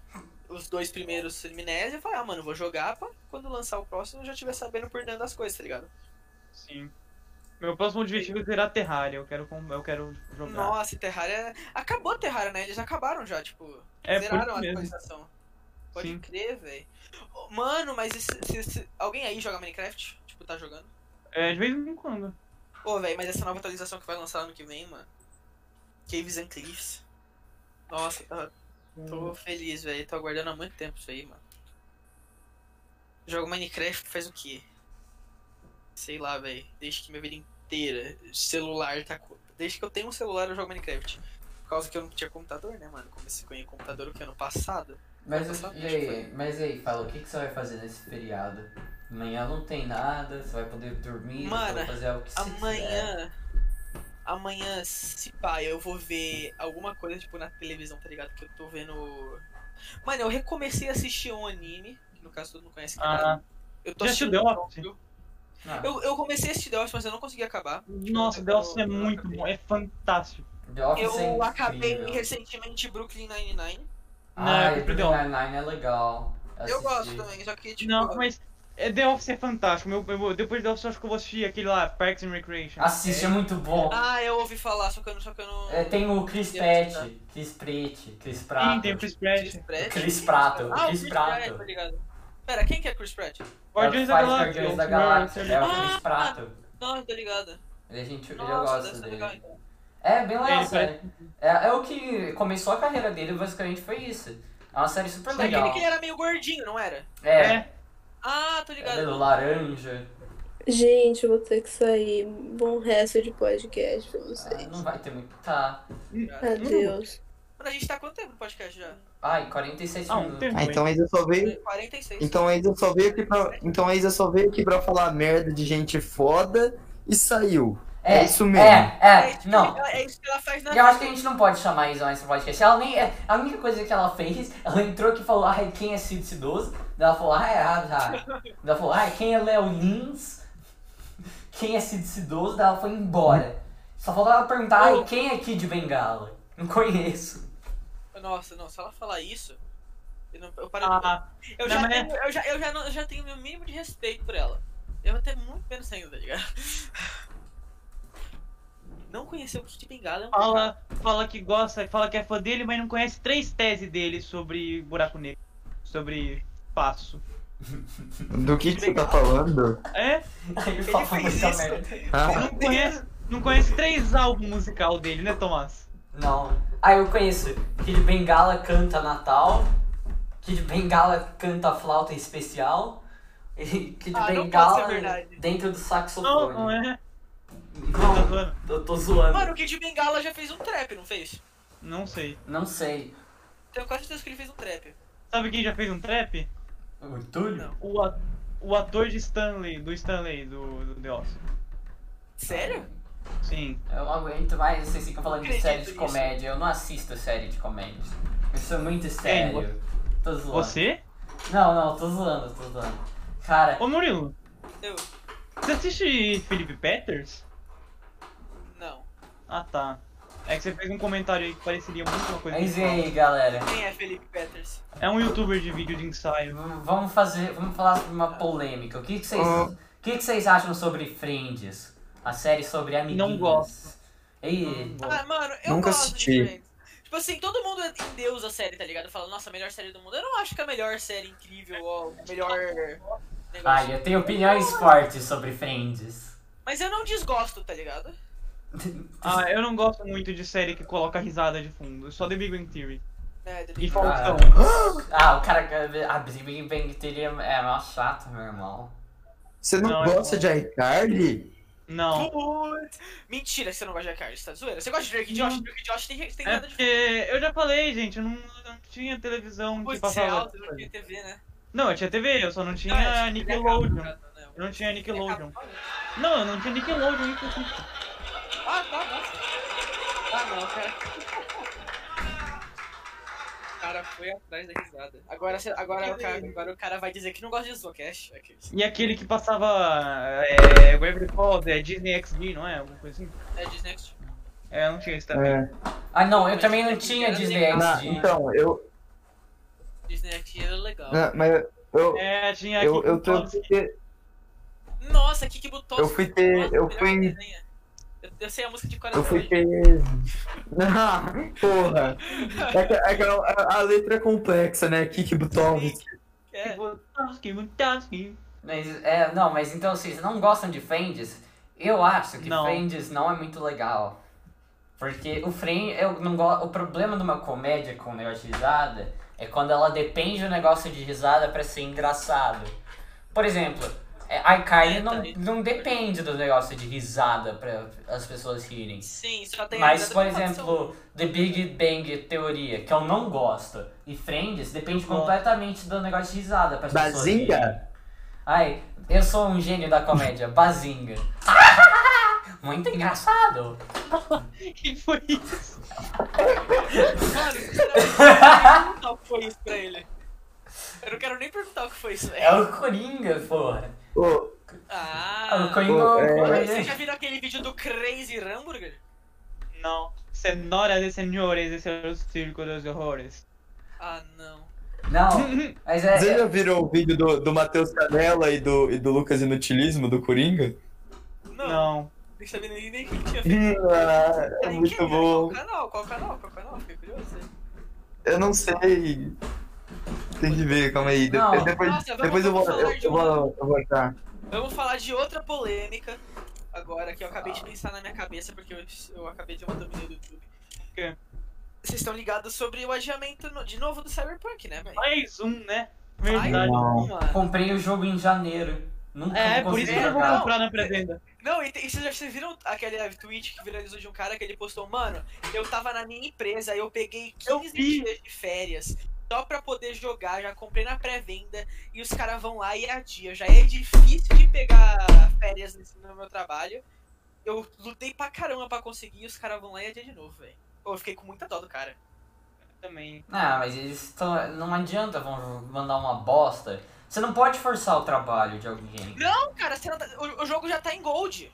S4: os dois primeiros Amnésia, eu falei, ah, mano, vou jogar pra quando lançar o próximo eu já tiver sabendo por dentro das coisas, tá ligado?
S3: Sim. Meu próximo objetivo é zerar Terraria, eu quero, com- eu quero jogar.
S4: Nossa, e Terraria. é, Acabou Terraria, né? Eles acabaram já, tipo.
S3: é por
S4: zeraram
S3: isso
S4: a
S3: mesmo.
S4: atualização. Pode
S3: Sim.
S4: crer, velho. Mano, mas esse- esse- esse- alguém aí joga Minecraft? Tipo, tá jogando?
S3: É, de vez em quando.
S4: Pô, velho, mas essa nova atualização que vai lançar ano que vem, mano. Caves and Cliffs. Nossa, tá- tô feliz, velho. Tô aguardando há muito tempo isso aí, mano. Jogo Minecraft faz o quê? Sei lá, velho. Desde que minha vida inteira, celular tá. co- Desde que eu tenho um celular, eu jogo Minecraft. Por causa que eu não tinha computador, né, mano? Comecei com o computador o que ano passado.
S1: Mas,
S4: Eu só
S1: e
S4: vejo,
S1: aí, mas e aí, fala, o que, que você vai fazer nesse feriado? Amanhã não tem nada, você vai poder dormir, você
S4: Mano,
S1: vai fazer algo que você quiser.
S4: Amanhã. Amanhã, se pá, eu vou ver alguma coisa, tipo, na televisão, tá ligado? Que eu tô vendo. Mano, eu recomecei a assistir um anime, que no caso todo mundo conhece que é
S3: Ah,
S4: nada. Eu tô
S3: já te
S4: assistindo.
S3: deu uma.
S1: Ah,
S4: Eu, eu comecei a assistir The Office, mas eu não consegui acabar.
S3: Nossa, The Office é muito bom, é fantástico.
S1: The Office é
S4: Eu acabei
S1: incrível.
S4: recentemente Brooklyn Nine-Nine.
S1: Ah,
S3: Não,
S1: e
S3: eu
S1: Brooklyn
S3: The Office.
S1: Nine-Nine é legal.
S4: Eu gosto
S1: assisti.
S4: também, só que, tipo.
S3: Não, mas é, The Office é fantástico. Meu, meu- depois de The Office, eu acho que eu vou assistir aquele lá, Parks and Recreation.
S1: Assiste, é muito bom.
S4: Ah, eu ouvi falar, só que eu não. Só que eu não...
S1: É, tem o Chris
S4: Eu-
S1: Pratt, Chris Pratt, Chris Pratt.
S3: Sim, tem o Chris
S4: Chris
S1: É
S3: Pratt.
S4: Pratt.
S1: Chris Pratt, o
S4: Ah, o
S1: Chris Pratt.
S4: tá ligado? Pera, quem que é Chris Pratt?
S1: É
S3: Guardiões da
S1: o Faz
S3: Galáxia.
S1: Guardiões da
S3: o
S1: Galáxia,
S3: Marvel.
S1: é o
S4: Ah!
S1: Chris Pratt.
S4: Não, tá ligado.
S1: Ele, a gente, ele, eu
S4: Nossa,
S1: gosto
S4: deve ser
S1: dele.
S4: legal então.
S1: É, bem legal,
S3: Ele
S1: sério. É, é o que começou a carreira dele, basicamente foi isso. É uma série super
S3: Sim,
S1: legal.
S4: Aquele que ele era meio gordinho, não era?
S1: É,
S4: Ah, tô
S1: é
S4: ligado.
S1: laranja.
S5: Gente, eu vou ter que sair. Bom resto de podcast pra
S1: Ah,
S5: vocês.
S1: não vai ter muito. Tá.
S5: Adeus.
S4: Mano, a gente tá há quanto tempo no podcast já? É,
S1: Ai, 47
S3: Ah, um
S1: minutos.
S3: tempo.
S2: Ah, então eles só veio
S4: 46.
S2: Então a Isa só veio aqui pra, então a Isa só veio aqui pra falar merda de gente foda e saiu. É isso mesmo.
S1: É, é,
S4: tipo,
S1: não.
S4: ela- É isso que ela faz na
S1: E eu acho que a gente não pode chamar a Isa mais pro podcast. Ela nem. é- A única coisa que ela fez, ela entrou aqui e falou, ai, quem é Cid Cidoso? Daí ela falou, ah, é errado, já. Daí ela falou, ai, quem é Léo Lins? Quem é Cid Cidoso? Daí ela foi embora. Só faltou ela perguntar, ai, quem é aqui de Bengala? Não conheço.
S4: Nossa, não, se ela falar isso. Eu, não, eu, paro de-
S3: Ah,
S4: eu,
S3: não,
S4: já,
S3: mas é-
S4: tenho, eu, já, eu, já não- eu já tenho o meu mínimo de respeito por ela. Eu vou ter muito menos ainda, tá ligado? Não conhecer o Kit Bengala é um
S3: fala, fala que gosta, fala que é fã dele, mas não conhece três teses dele sobre buraco negro. Sobre espaço.
S2: Do que, que você tá falando?
S3: É?
S1: Aí ele
S4: Ele
S1: falou
S4: fez
S1: muita
S4: isso.
S1: merda.
S2: Ah,
S3: Não conhece, não conhece três álbuns musical dele, né, Tomás?
S1: Não. Ah, eu conheço. Kid Bengala canta Natal. Kid Bengala canta flauta especial. E Kid
S4: Ah, não pode
S1: Bengala
S4: ser verdade.
S1: dentro do
S3: Não,
S1: saxofone.
S3: não é. Tá
S1: Não,
S3: zoando?
S1: eu tô zoando.
S4: Mano, o Kid Bengala já fez um trap, não fez?
S3: Não sei.
S1: Não sei.
S4: Tenho quase certeza que ele fez um trap.
S3: Sabe quem já fez um trap?
S1: O Túlio?
S4: Não.
S3: O, a- o ator de Stanley, do Stanley, do, do The Office.
S4: Sério?
S3: Sim.
S1: Eu não aguento mais, vocês ficam falando de
S4: Acredito
S1: série de
S4: nisso.
S1: comédia. Eu não assisto série de comédia. Eu sou muito sério. Tô zoando.
S3: Você?
S1: Não, não, tô zoando, tô zoando. Cara,
S3: Ô Murilo,
S4: Eu.
S3: você assiste Felipe Peters?
S4: Não.
S3: Ah tá. É que você fez um comentário aí que pareceria muito uma coisa.
S1: mas e
S3: que eu falo.
S1: aí, galera?
S4: Quem é Felipe Peters?
S3: É um youtuber de vídeo de ensaio.
S1: V- Vamos fazer. Vamos falar sobre uma polêmica. O que, que vocês.
S2: Ah.
S1: O que, que vocês acham sobre Friends? A série sobre amiguinhos.
S3: Não gosto.
S1: E,
S4: Ah, mano, eu
S2: Nunca
S4: gosto
S2: assisti.
S4: de Friends. Tipo assim, todo mundo endeusa a série, tá ligado? Fala, nossa, a melhor série do mundo. Eu não acho que é a melhor série incrível, ó, o melhor negócio.
S3: é.
S1: ai, eu tenho opiniões fortes sobre Friends.
S4: Mas eu não desgosto, tá ligado?
S3: Ah, eu não gosto muito de série que coloca risada de fundo. Só The Big Bang Theory.
S4: É, tá
S3: E
S4: ligado?
S3: Faustão.
S1: Ah, o cara. A Big Bang Theory é é mó chato, meu irmão.
S2: Você não,
S3: Não, é
S2: gosta
S3: bom.
S2: de iCarly?
S3: Não.
S4: Putz. Mentira, que você não gosta de iCarly, você tá zoeira. Você gosta de Drake e Josh?
S3: Não.
S4: Drake e Josh tem, tem
S3: É
S4: nada de
S3: porque eu já falei, gente, eu não, não tinha televisão que
S4: Putz, você é
S3: passava.
S4: alto, não tinha TV, né?
S3: Não, eu tinha TV, eu só não tinha
S4: Ah, é,
S3: Nickelodeon.
S4: é cabo, né?
S3: Eu não tinha
S4: É
S3: Nickelodeon.
S4: cabo, né?
S3: Não, eu não tinha Nickelodeon. isso assim.
S4: Ah, tá, nossa. Ah, não, cara. O cara foi atrás da risada. Agora, você- agora, o, cara, agora o cara vai dizer que não gosta de Slowcast. É que-
S3: E aquele que passava. É. Waverly Falls, é Disney XD, não é? Alguma coisa assim?
S4: É Disney Next.
S3: É, eu não tinha isso também.
S2: É.
S1: Ah, não, eu também não tinha Disney
S2: Na-
S1: XD.
S2: então, eu.
S4: Disney Next era legal.
S2: na- mas eu. Eu,
S3: É, tinha
S2: eu,
S3: aqui
S2: eu,
S3: com
S2: tô- ter-
S4: Nossa, Kiki Butoski.
S2: É. eu fui ter.
S4: Nossa,
S2: Eu
S4: melhor
S2: fui.
S4: desenho. Eu, eu sei a música de coração.
S2: Eu fui
S4: gente.
S2: ter. Não, porra. É que, é que a, a- a letra é complexa, né? Kiki Butovski.
S3: né?
S4: É.
S3: Butowski, Butowski.
S1: Mas, é, não, mas então vocês não gostam de Friends? Eu acho que
S3: Não.
S1: Friends não é muito legal. Porque o Friends, eu não go... o problema de uma comédia com um negócio de risada é quando ela depende do negócio de risada pra ser engraçado. Por exemplo, é, iCarly
S4: É,
S1: não,
S4: também.
S1: não depende do negócio de risada pra as pessoas rirem.
S4: Sim, só tem
S1: Mas,
S4: risada
S1: por
S4: de coração.
S1: um exemplo, The Big Bang Teoria, que eu não gosto, e Friends depende
S3: Bom.
S1: completamente do negócio de risada para pessoas.
S2: Bazinga?
S1: rirem. Ai, eu sou um gênio da comédia, Bazinga. Muito engraçado.
S3: Que foi isso?
S4: Mano, sinceramente, eu não quero nem perguntar o que foi isso pra ele. Eu não quero nem perguntar o que foi isso,
S1: É
S4: velho.
S1: o Coringa, porra.
S2: Ô,
S1: É
S4: Ah,
S1: o Coringa.
S2: Pô, é-
S4: Você já
S1: comediante.
S4: viram aquele vídeo do Crazy Hamburger?
S3: Não. Senhoras e senhores, esse é o Circo dos Horrores.
S4: Ah, não.
S1: Não, mas é.
S2: Vocês já viram o vídeo do, do Matheus Canella e do, e do Lucas Inutilismo, do Coringa?
S4: Não, não.
S3: Não.
S4: nem sabia nem nem quem tinha feito.
S2: Ah, é
S4: Nem
S2: muito
S4: quem
S2: bom.
S4: Qual canal? Qual canal? Qual canal? Fiquei curioso.
S2: Eu não sei. Tem que ver, calma aí. De-
S1: Não.
S2: eu- Depois,
S4: Nossa, vamos-
S2: depois eu vou.
S4: vamos
S2: Eu,
S4: falar de
S2: eu vou, eu vou entrar.
S4: Vamos falar de outra polêmica agora que eu acabei de pensar na minha cabeça porque eu, eu acabei de uma dominei do YouTube.
S3: O quê?
S4: Vocês estão ligados sobre o adiamento no- de novo do Cyberpunk, né, velho?
S3: Mais um, né?
S4: Mais
S3: Verdade.
S4: um, mano.
S1: Comprei o jogo em janeiro. Nunca
S3: É,
S4: assim,
S3: por
S1: consegui
S3: isso que eu vou
S1: jogar.
S3: comprar na pré-venda.
S4: Não, e, te- e vocês, já- vocês viram aquele eh, tweet que viralizou de um cara que ele postou, mano, eu tava na minha empresa, eu peguei
S3: Eu
S4: 15
S3: vi.
S4: dias de férias só pra poder jogar, já comprei na pré-venda e os caras vão lá e adia. Já é difícil de pegar férias nesse- no meu trabalho. Eu lutei pra caramba pra conseguir e os caras vão lá e adia de novo, velho. Pô, Eu fiquei com muita dó do cara.
S3: Também.
S1: Ah, mas eles tão, não adianta vão mandar uma bosta. Você não pode forçar o trabalho de alguém.
S4: Não, cara, você não tá- o, o jogo já tá em gold.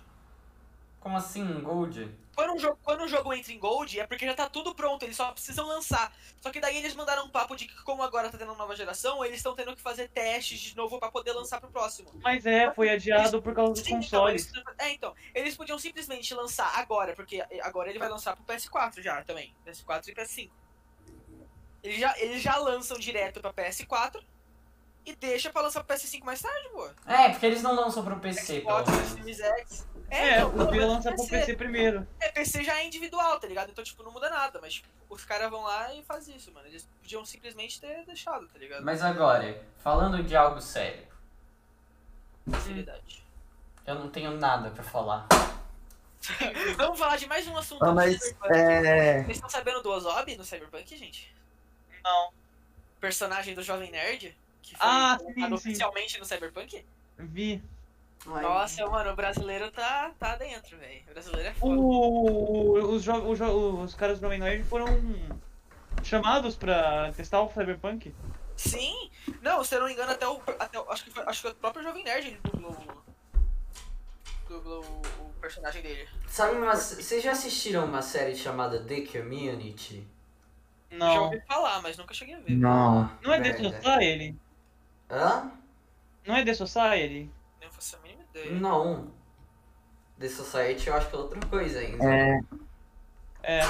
S1: Como assim, Gold?
S4: Quando o, jogo, quando o jogo entra em Gold, é porque já tá tudo pronto, eles só precisam lançar. Só que daí eles mandaram um papo de que, como agora tá tendo nova geração, eles estão tendo que fazer testes de novo pra poder lançar pro próximo.
S3: Mas é, foi adiado por causa dos
S4: Sim, então,
S3: consoles.
S4: eles, é, então, eles podiam simplesmente lançar agora, porque agora ele vai lançar pro PS4 já também. PS4 e PS5. Eles já, eles já lançam direto pra PS4 e deixa pra lançar pro PS5 mais tarde, pô.
S1: É, porque eles não lançam pro PC, pelo
S4: Xbox, né?
S1: menos.
S4: Series X.
S3: É,
S4: então,
S3: o
S4: pelo
S3: Bill
S4: menos
S3: lança pro PC primeiro.
S4: É, PC já é individual, tá ligado? Então, tipo, não muda nada, mas tipo, os caras vão lá e fazem isso, mano. Eles podiam simplesmente ter deixado, tá ligado?
S1: Mas agora, falando de algo sério,
S4: Facilidade.
S1: eu não tenho nada pra falar.
S4: Vamos falar de mais um assunto.
S2: Ah,
S4: do
S2: mas
S4: Cyberpunk.
S2: é.
S4: Vocês estão sabendo do Ozob no Cyberpunk, gente?
S3: Não.
S4: Personagem do Jovem Nerd? Que foi
S3: Ah,
S4: colocado
S3: sim, sim.
S4: oficialmente no Cyberpunk?
S3: Vi.
S4: Nossa, mano, o brasileiro tá, tá dentro, velho. O brasileiro
S3: Uh.
S4: é foda.
S3: O, os, jo- o jo- os caras do Jovem Nerd foram chamados pra testar o Cyberpunk.
S4: Sim! Não, se eu não me engano, até o. Até o acho, que foi, acho que o próprio Jovem Nerd ele dublou. o- Dublou o, o personagem dele.
S1: Sabe, uma, vocês já assistiram uma série chamada The Community?
S4: Já
S3: Não.
S4: ouvi falar, mas nunca cheguei a ver.
S2: Não.
S3: Não é The
S1: Merda.
S3: Society?
S1: Hã?
S3: Não é The Society?
S4: Nem faço a mínima ideia.
S1: Não. um. The Society eu acho que é outra coisa ainda.
S2: É,
S3: É.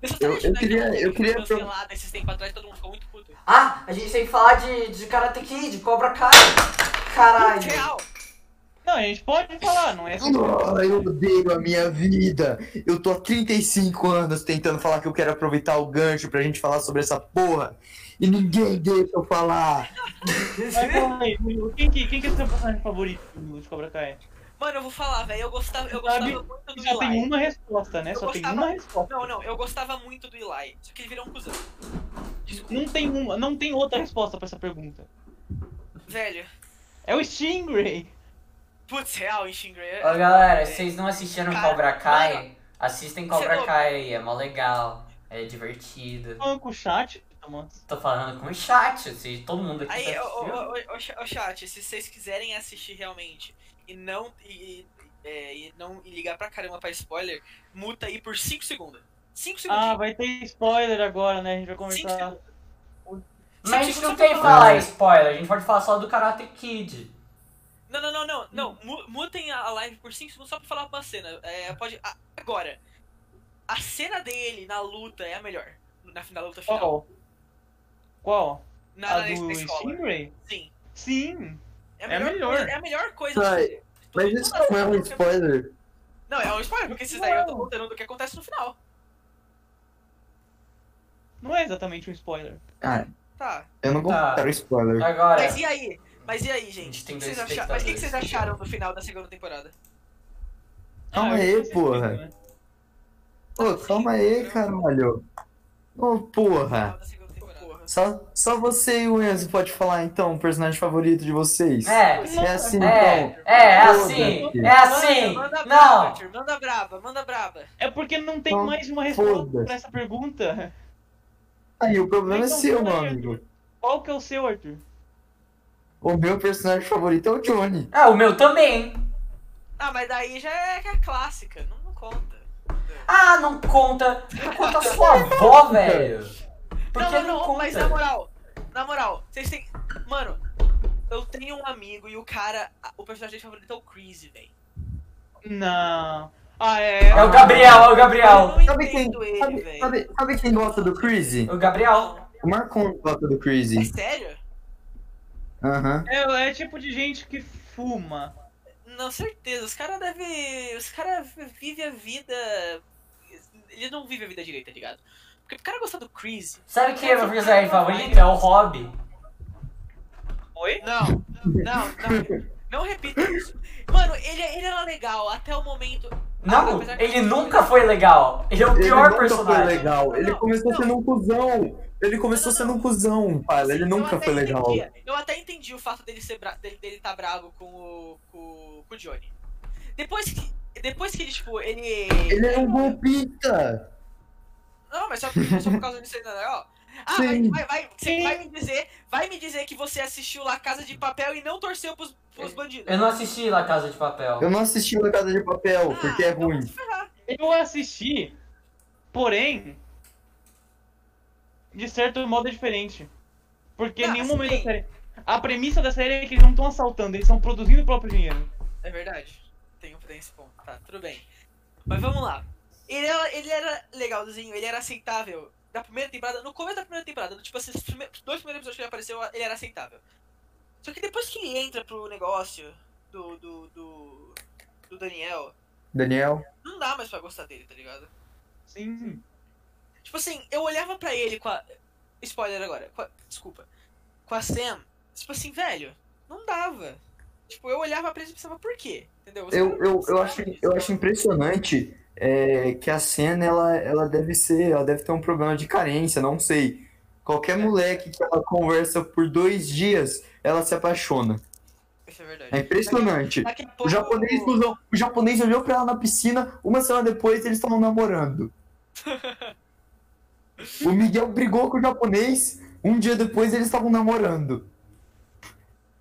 S4: Deixa
S2: Eu-
S4: te
S2: eu
S4: imaginar
S2: queria-
S4: que
S2: eu queria
S4: foi cancelada esses tempos atrás, todo mundo ficou muito puto.
S1: Ah, a gente tem que falar de, de Karate Kid, Cobra Kai. Caralho.
S4: Real!
S3: Não, Não, a gente pode falar, não é assim.
S2: Ah, eu odeio a minha vida. Eu tô há 35 anos tentando falar que eu quero aproveitar o gancho pra gente falar sobre essa porra. E ninguém deixa eu falar.
S3: Mas fala aí, Murilo, quem que, quem que é o seu personagem favorito Murilo, de Cobra Kai?
S4: Mano, eu vou falar, velho. Eu gostava, eu gostava
S3: Sabe,
S4: muito do
S3: Já tem
S4: Eli.
S3: uma resposta, né?
S4: Eu
S3: Só tem
S4: gostava-
S3: uma resposta.
S4: Não, não, eu gostava muito do Eli. Só que ele virou um cuzão.
S3: Não tem uma, não tem outra resposta pra essa pergunta.
S4: Velho.
S3: É o Stingray.
S4: Putz, real, É. Shingra.
S1: Ô galera, vocês não assistiram
S4: Cara,
S1: Cobra Kai?
S4: mano.
S1: Assistem
S4: Cê
S1: Cobra
S4: é
S1: Kai aí, é mó legal, é divertido.
S3: Falando com o chat, mano.
S1: Tô falando com o chat, assim, todo mundo aqui
S4: Aí,
S1: tá
S4: ô, ô,
S1: assistindo.
S4: ô, ô, cha- ô, chat, se vocês quiserem assistir realmente e não e, é, e não e ligar pra caramba pra spoiler, muta aí por 5 segundos. 5 segundos.
S3: Ah, vai ter spoiler agora, né? A gente vai
S4: Cinco
S3: conversar.
S4: segundos.
S1: Mas a gente
S4: Cinco
S1: não
S4: segundos.
S1: tem que falar spoiler, a gente pode falar só do Karate Kid.
S4: Não, não, não, não, não. Mu- Mutem a a live por 5 segundos só pra falar uma cena. É, pode. a- Agora. A cena dele na luta é a melhor. Na, na luta final.
S3: Qual? Qual?
S4: na,
S3: a
S4: na, na
S3: do
S4: escola.
S3: Stingray?
S4: Sim.
S3: Sim.
S4: É a
S3: É
S4: melhor,
S3: melhor.
S4: coisa- É a melhor coisa.
S2: Vai.
S4: de-
S2: Mas isso não é um spoiler.
S4: Não, é um spoiler, porque esses daí eu tô
S3: Não.
S4: contando do que acontece no final.
S3: Não é exatamente um spoiler.
S2: Cara,
S4: Tá.
S2: eu não vou
S1: Tá.
S2: contar o spoiler.
S1: Agora,
S4: Mas e aí? Mas e aí, gente?
S1: tem
S4: O que
S1: dois
S4: vocês acharam- Mas o que que vocês
S1: espectadores.
S4: acharam do final da segunda temporada?
S2: Calma
S3: Ah, eu
S2: aí,
S3: esqueci,
S2: porra.
S3: né?
S2: Ô, calma aí, caralho. Ô,
S4: Final
S1: Ah.
S2: porra.
S4: da segunda temporada. Porra.
S2: Só, só você e o Enzo pode falar, então, o personagem favorito de vocês.
S1: é,
S2: É assim, então.
S1: é, é, é assim,
S2: Foda-se.
S1: é assim,
S4: Manda braba,
S1: não.
S4: Arthur, manda braba, manda braba.
S3: É porque não tem
S2: Então,
S3: mais de uma resposta
S2: foda-se.
S3: pra essa pergunta.
S2: Aí, o problema é
S3: Então,
S2: seu,
S3: fala
S2: meu
S3: aí,
S2: amigo.
S3: Arthur. Qual que é o seu, Arthur?
S2: O meu personagem favorito é o Johnny.
S1: Ah, o meu também.
S4: Ah, mas daí já é que é clássica, não, não conta.
S1: Ah, não conta, não conta a sua avó, velho. Por
S4: não,
S1: que
S4: não, não,
S1: conta?
S4: mas na moral, na moral, vocês têm. Mano, eu tenho um amigo e o cara, o personagem favorito é o Crazy, velho.
S3: Não. Ah,
S1: É o Gabriel, é o Gabriel,
S4: Eu não
S2: Sabe quem,
S4: entendo ele,
S2: sabe,
S4: velho.
S2: sabe- sabe quem gosta do Crazy?
S1: é o Gabriel.
S4: Não.
S2: O Marcon gosta do
S4: É
S2: Crazy.
S4: sério?
S2: Aham.
S3: É, é tipo de gente que fuma.
S4: Não, certeza. Os caras devem. Os caras vivem a vida. Eles não vivem a vida direita, tá ligado? Porque o cara gosta do Crazy.
S1: Sabe quem é meu personagem favorito? É o Rob.
S4: Ah,
S3: Oi?
S4: Não, não, não. Não repita isso. Mano, ele, é, ele era legal até o momento.
S1: Não, ele nunca foi legal. Ele é o
S2: Ele
S1: pior
S2: nunca
S1: personagem.
S2: foi legal. Ele
S4: Não,
S2: começou
S4: não.
S2: sendo um cuzão. Ele começou
S4: Não, não,
S2: sendo um cuzão, cara. Ele
S4: Eu
S2: nunca
S4: até
S2: foi legal.
S4: entendia. Eu até entendi o fato dele ser bra... dele, dele tá bravo com o. com, com o Johnny. Depois que. Depois que ele, tipo, ele.
S2: Ele é um golpista.
S4: Não, mas só, só por causa disso ainda, né? Ó. Ah,
S2: Sim.
S4: vai, vai, vai,
S3: Sim.
S4: você vai me dizer, vai me dizer que você assistiu lá Casa de Papel e não torceu pros, pros bandidos.
S2: É,
S1: Eu não assisti La Casa de Papel.
S2: Eu não assisti La Casa de Papel,
S4: Ah,
S2: porque é
S4: então
S2: ruim.
S4: vai se ferrar.
S3: Eu assisti, porém, de certo modo é diferente. Porque em
S4: Ah,
S3: nenhum momento da
S4: sim.
S3: série. A premissa da série é que eles não estão assaltando, eles estão produzindo o próprio dinheiro.
S4: É verdade. Tem, tem esse ponto. Tá, tudo bem. Mas vamos lá. Ele era, ele era legalzinho, ele era aceitável. Na primeira temporada, no começo da primeira temporada, no, tipo assim, os prime- os dois primeiros episódios que ele apareceu, ele era aceitável. Só que depois que ele entra pro negócio do. do. do, do Daniel,
S2: Daniel.
S4: não dá mais pra gostar dele, tá ligado?
S3: Sim.
S4: Tipo assim, eu olhava pra ele com a. Spoiler agora, com a- desculpa. Com a Sam, tipo assim, velho, não dava. Tipo, eu olhava pra ele e pensava, por quê? Entendeu? Os
S2: Eu,
S4: caras
S2: eu, eu,
S4: precisavam
S2: acho,
S4: disso.
S2: eu acho impressionante é, que a cena ela, ela deve ser. Ela deve ter um problema de carência, não sei. Qualquer moleque que ela conversa por dois dias, ela se apaixona.
S4: Isso é
S2: É
S4: verdade.
S2: impressionante.
S4: Daqui a pouco.
S2: O japonês, cuzão, o japonês olhou pra ela na piscina, uma semana depois eles estavam namorando. o Miguel brigou com o japonês, um dia depois eles estavam namorando.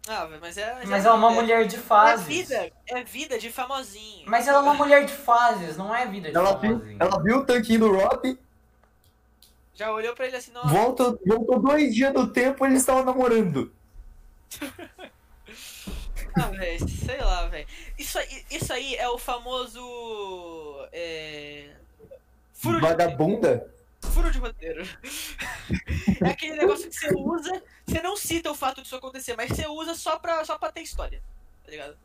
S4: Ah, velho, mas é.
S1: Mas ela é uma
S4: vida.
S1: mulher de
S4: É
S1: fases.
S4: vida, é vida de famosinho.
S1: Mas ela é uma mulher de fases, não é vida de
S2: Ela viu,
S1: famosinho.
S2: ela viu o tanquinho do Rob,
S4: Já olhou pra ele assim, nossa.
S2: volta, voltou dois dias do tempo eles estavam namorando.
S4: Ah, velho, sei lá, velho. Isso, aí- isso aí é o famoso. É. Furo de,
S2: Vagabunda?
S4: furo de roteiro. é aquele negócio que você usa, você não cita o fato disso acontecer, mas você usa só pra, só pra ter história, tá ligado?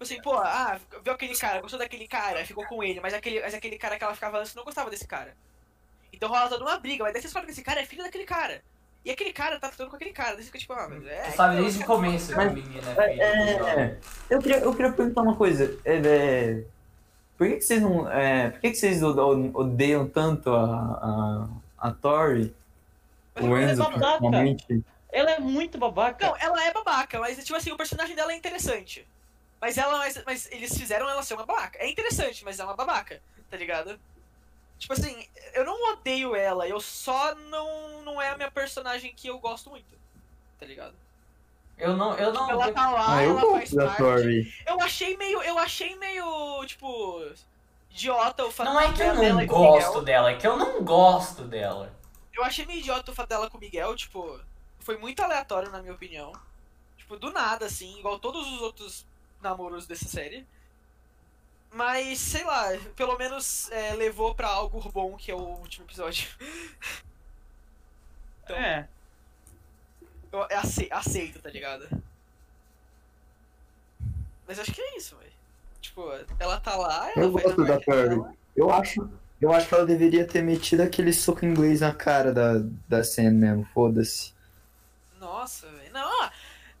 S4: Assim, pô, ah, viu aquele cara, gostou daquele cara, ficou com ele, mas aquele, mas aquele cara que ela ficava antes não gostava desse cara. Então rola toda uma briga, mas daí você descobre que esse cara é filho daquele cara. E aquele cara tá tratando com aquele cara, daí você fica tipo, ah, mas é.
S1: Tu sabe
S4: então,
S1: desde o
S4: cara-
S1: começo que a menina é filha
S2: É, eu, queria, eu queria perguntar uma coisa. É, é, por que, que vocês não. é, por que, que vocês o- o- odeiam tanto a, a, a Tori?
S4: Mas
S2: O
S4: ela é
S2: Enzo,
S4: babaca.
S3: babaca.
S2: principalmente?
S3: Ela é muito babaca.
S4: Não, ela é babaca, mas tipo assim, o personagem dela é interessante. Mas ela, mas, mas eles fizeram ela ser uma babaca. É interessante, mas ela é uma babaca, tá ligado? Tipo assim, eu não odeio ela, eu só não, não é a minha personagem que eu gosto muito. Tá ligado?
S1: Eu não, eu não.
S4: Ela tá lá,
S2: Ah, eu
S4: ela faz
S2: gosto da
S4: parte.
S2: Tori.
S4: Eu achei meio, eu achei meio, tipo, idiota o fato
S1: Não é que eu
S4: dela dela
S1: não
S4: e com o Miguel.
S1: gosto dela, é que eu não gosto dela.
S4: Eu achei meio idiota o fato dela com o Miguel, tipo, foi muito aleatório na minha opinião. Tipo, do nada, assim, igual todos os outros namoros dessa série. Mas, sei lá, pelo menos é, levou pra algo bom, que é o último episódio. Então,
S3: É.
S4: eu é ace- aceito, tá ligado? Mas acho que é isso, velho. Tipo, ela tá lá, ela
S2: Eu
S4: faz a
S2: gosto da
S4: parte
S2: Tori.
S4: dela.
S2: Eu acho, eu acho que ela deveria ter metido aquele soco inglês na cara da, da Sam mesmo. Foda-se.
S4: Nossa, velho. Não, ó.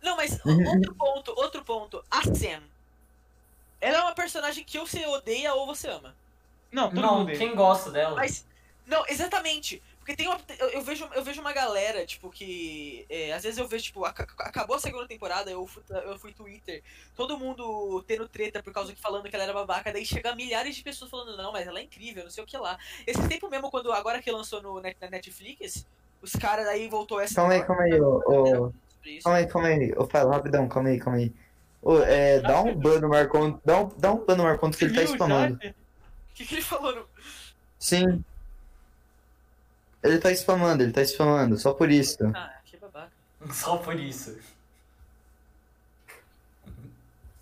S4: não, mas
S2: Uhum.
S4: o- outro ponto, outro ponto. A Sam. Ela é uma personagem que ou você odeia ou você ama.
S3: Não, Tá todo
S1: não,
S3: mundo odeia.
S1: quem gosta dela?
S4: Mas, não, exatamente. Porque tem uma. Eu, eu vejo, eu vejo uma galera, tipo, que. é, às vezes eu vejo, tipo, aca- acabou a segunda temporada, eu fui, eu fui Twitter, todo mundo tendo treta por causa que falando que ela era babaca, daí chega milhares de pessoas falando, não, mas ela é incrível, não sei o que lá. Esse tempo mesmo, quando agora que lançou no, net- na Netflix, os caras aí voltou essa.
S2: Calma aí, calma aí, ô. ô-
S4: sobre isso.
S2: calma aí, calma aí. Ô, Fábio, rapidão, calma aí, calma aí. Ô, é, dá um ban no Marconto. Dá um, dá um ban no Marconto que ele tá
S3: Viu,
S2: spamando.
S3: Jorge?
S4: O que, que ele falou no,
S2: Sim. Ele tá spamando, ele tá spamando, só por isso.
S4: Ah, que babaca.
S1: Só por isso.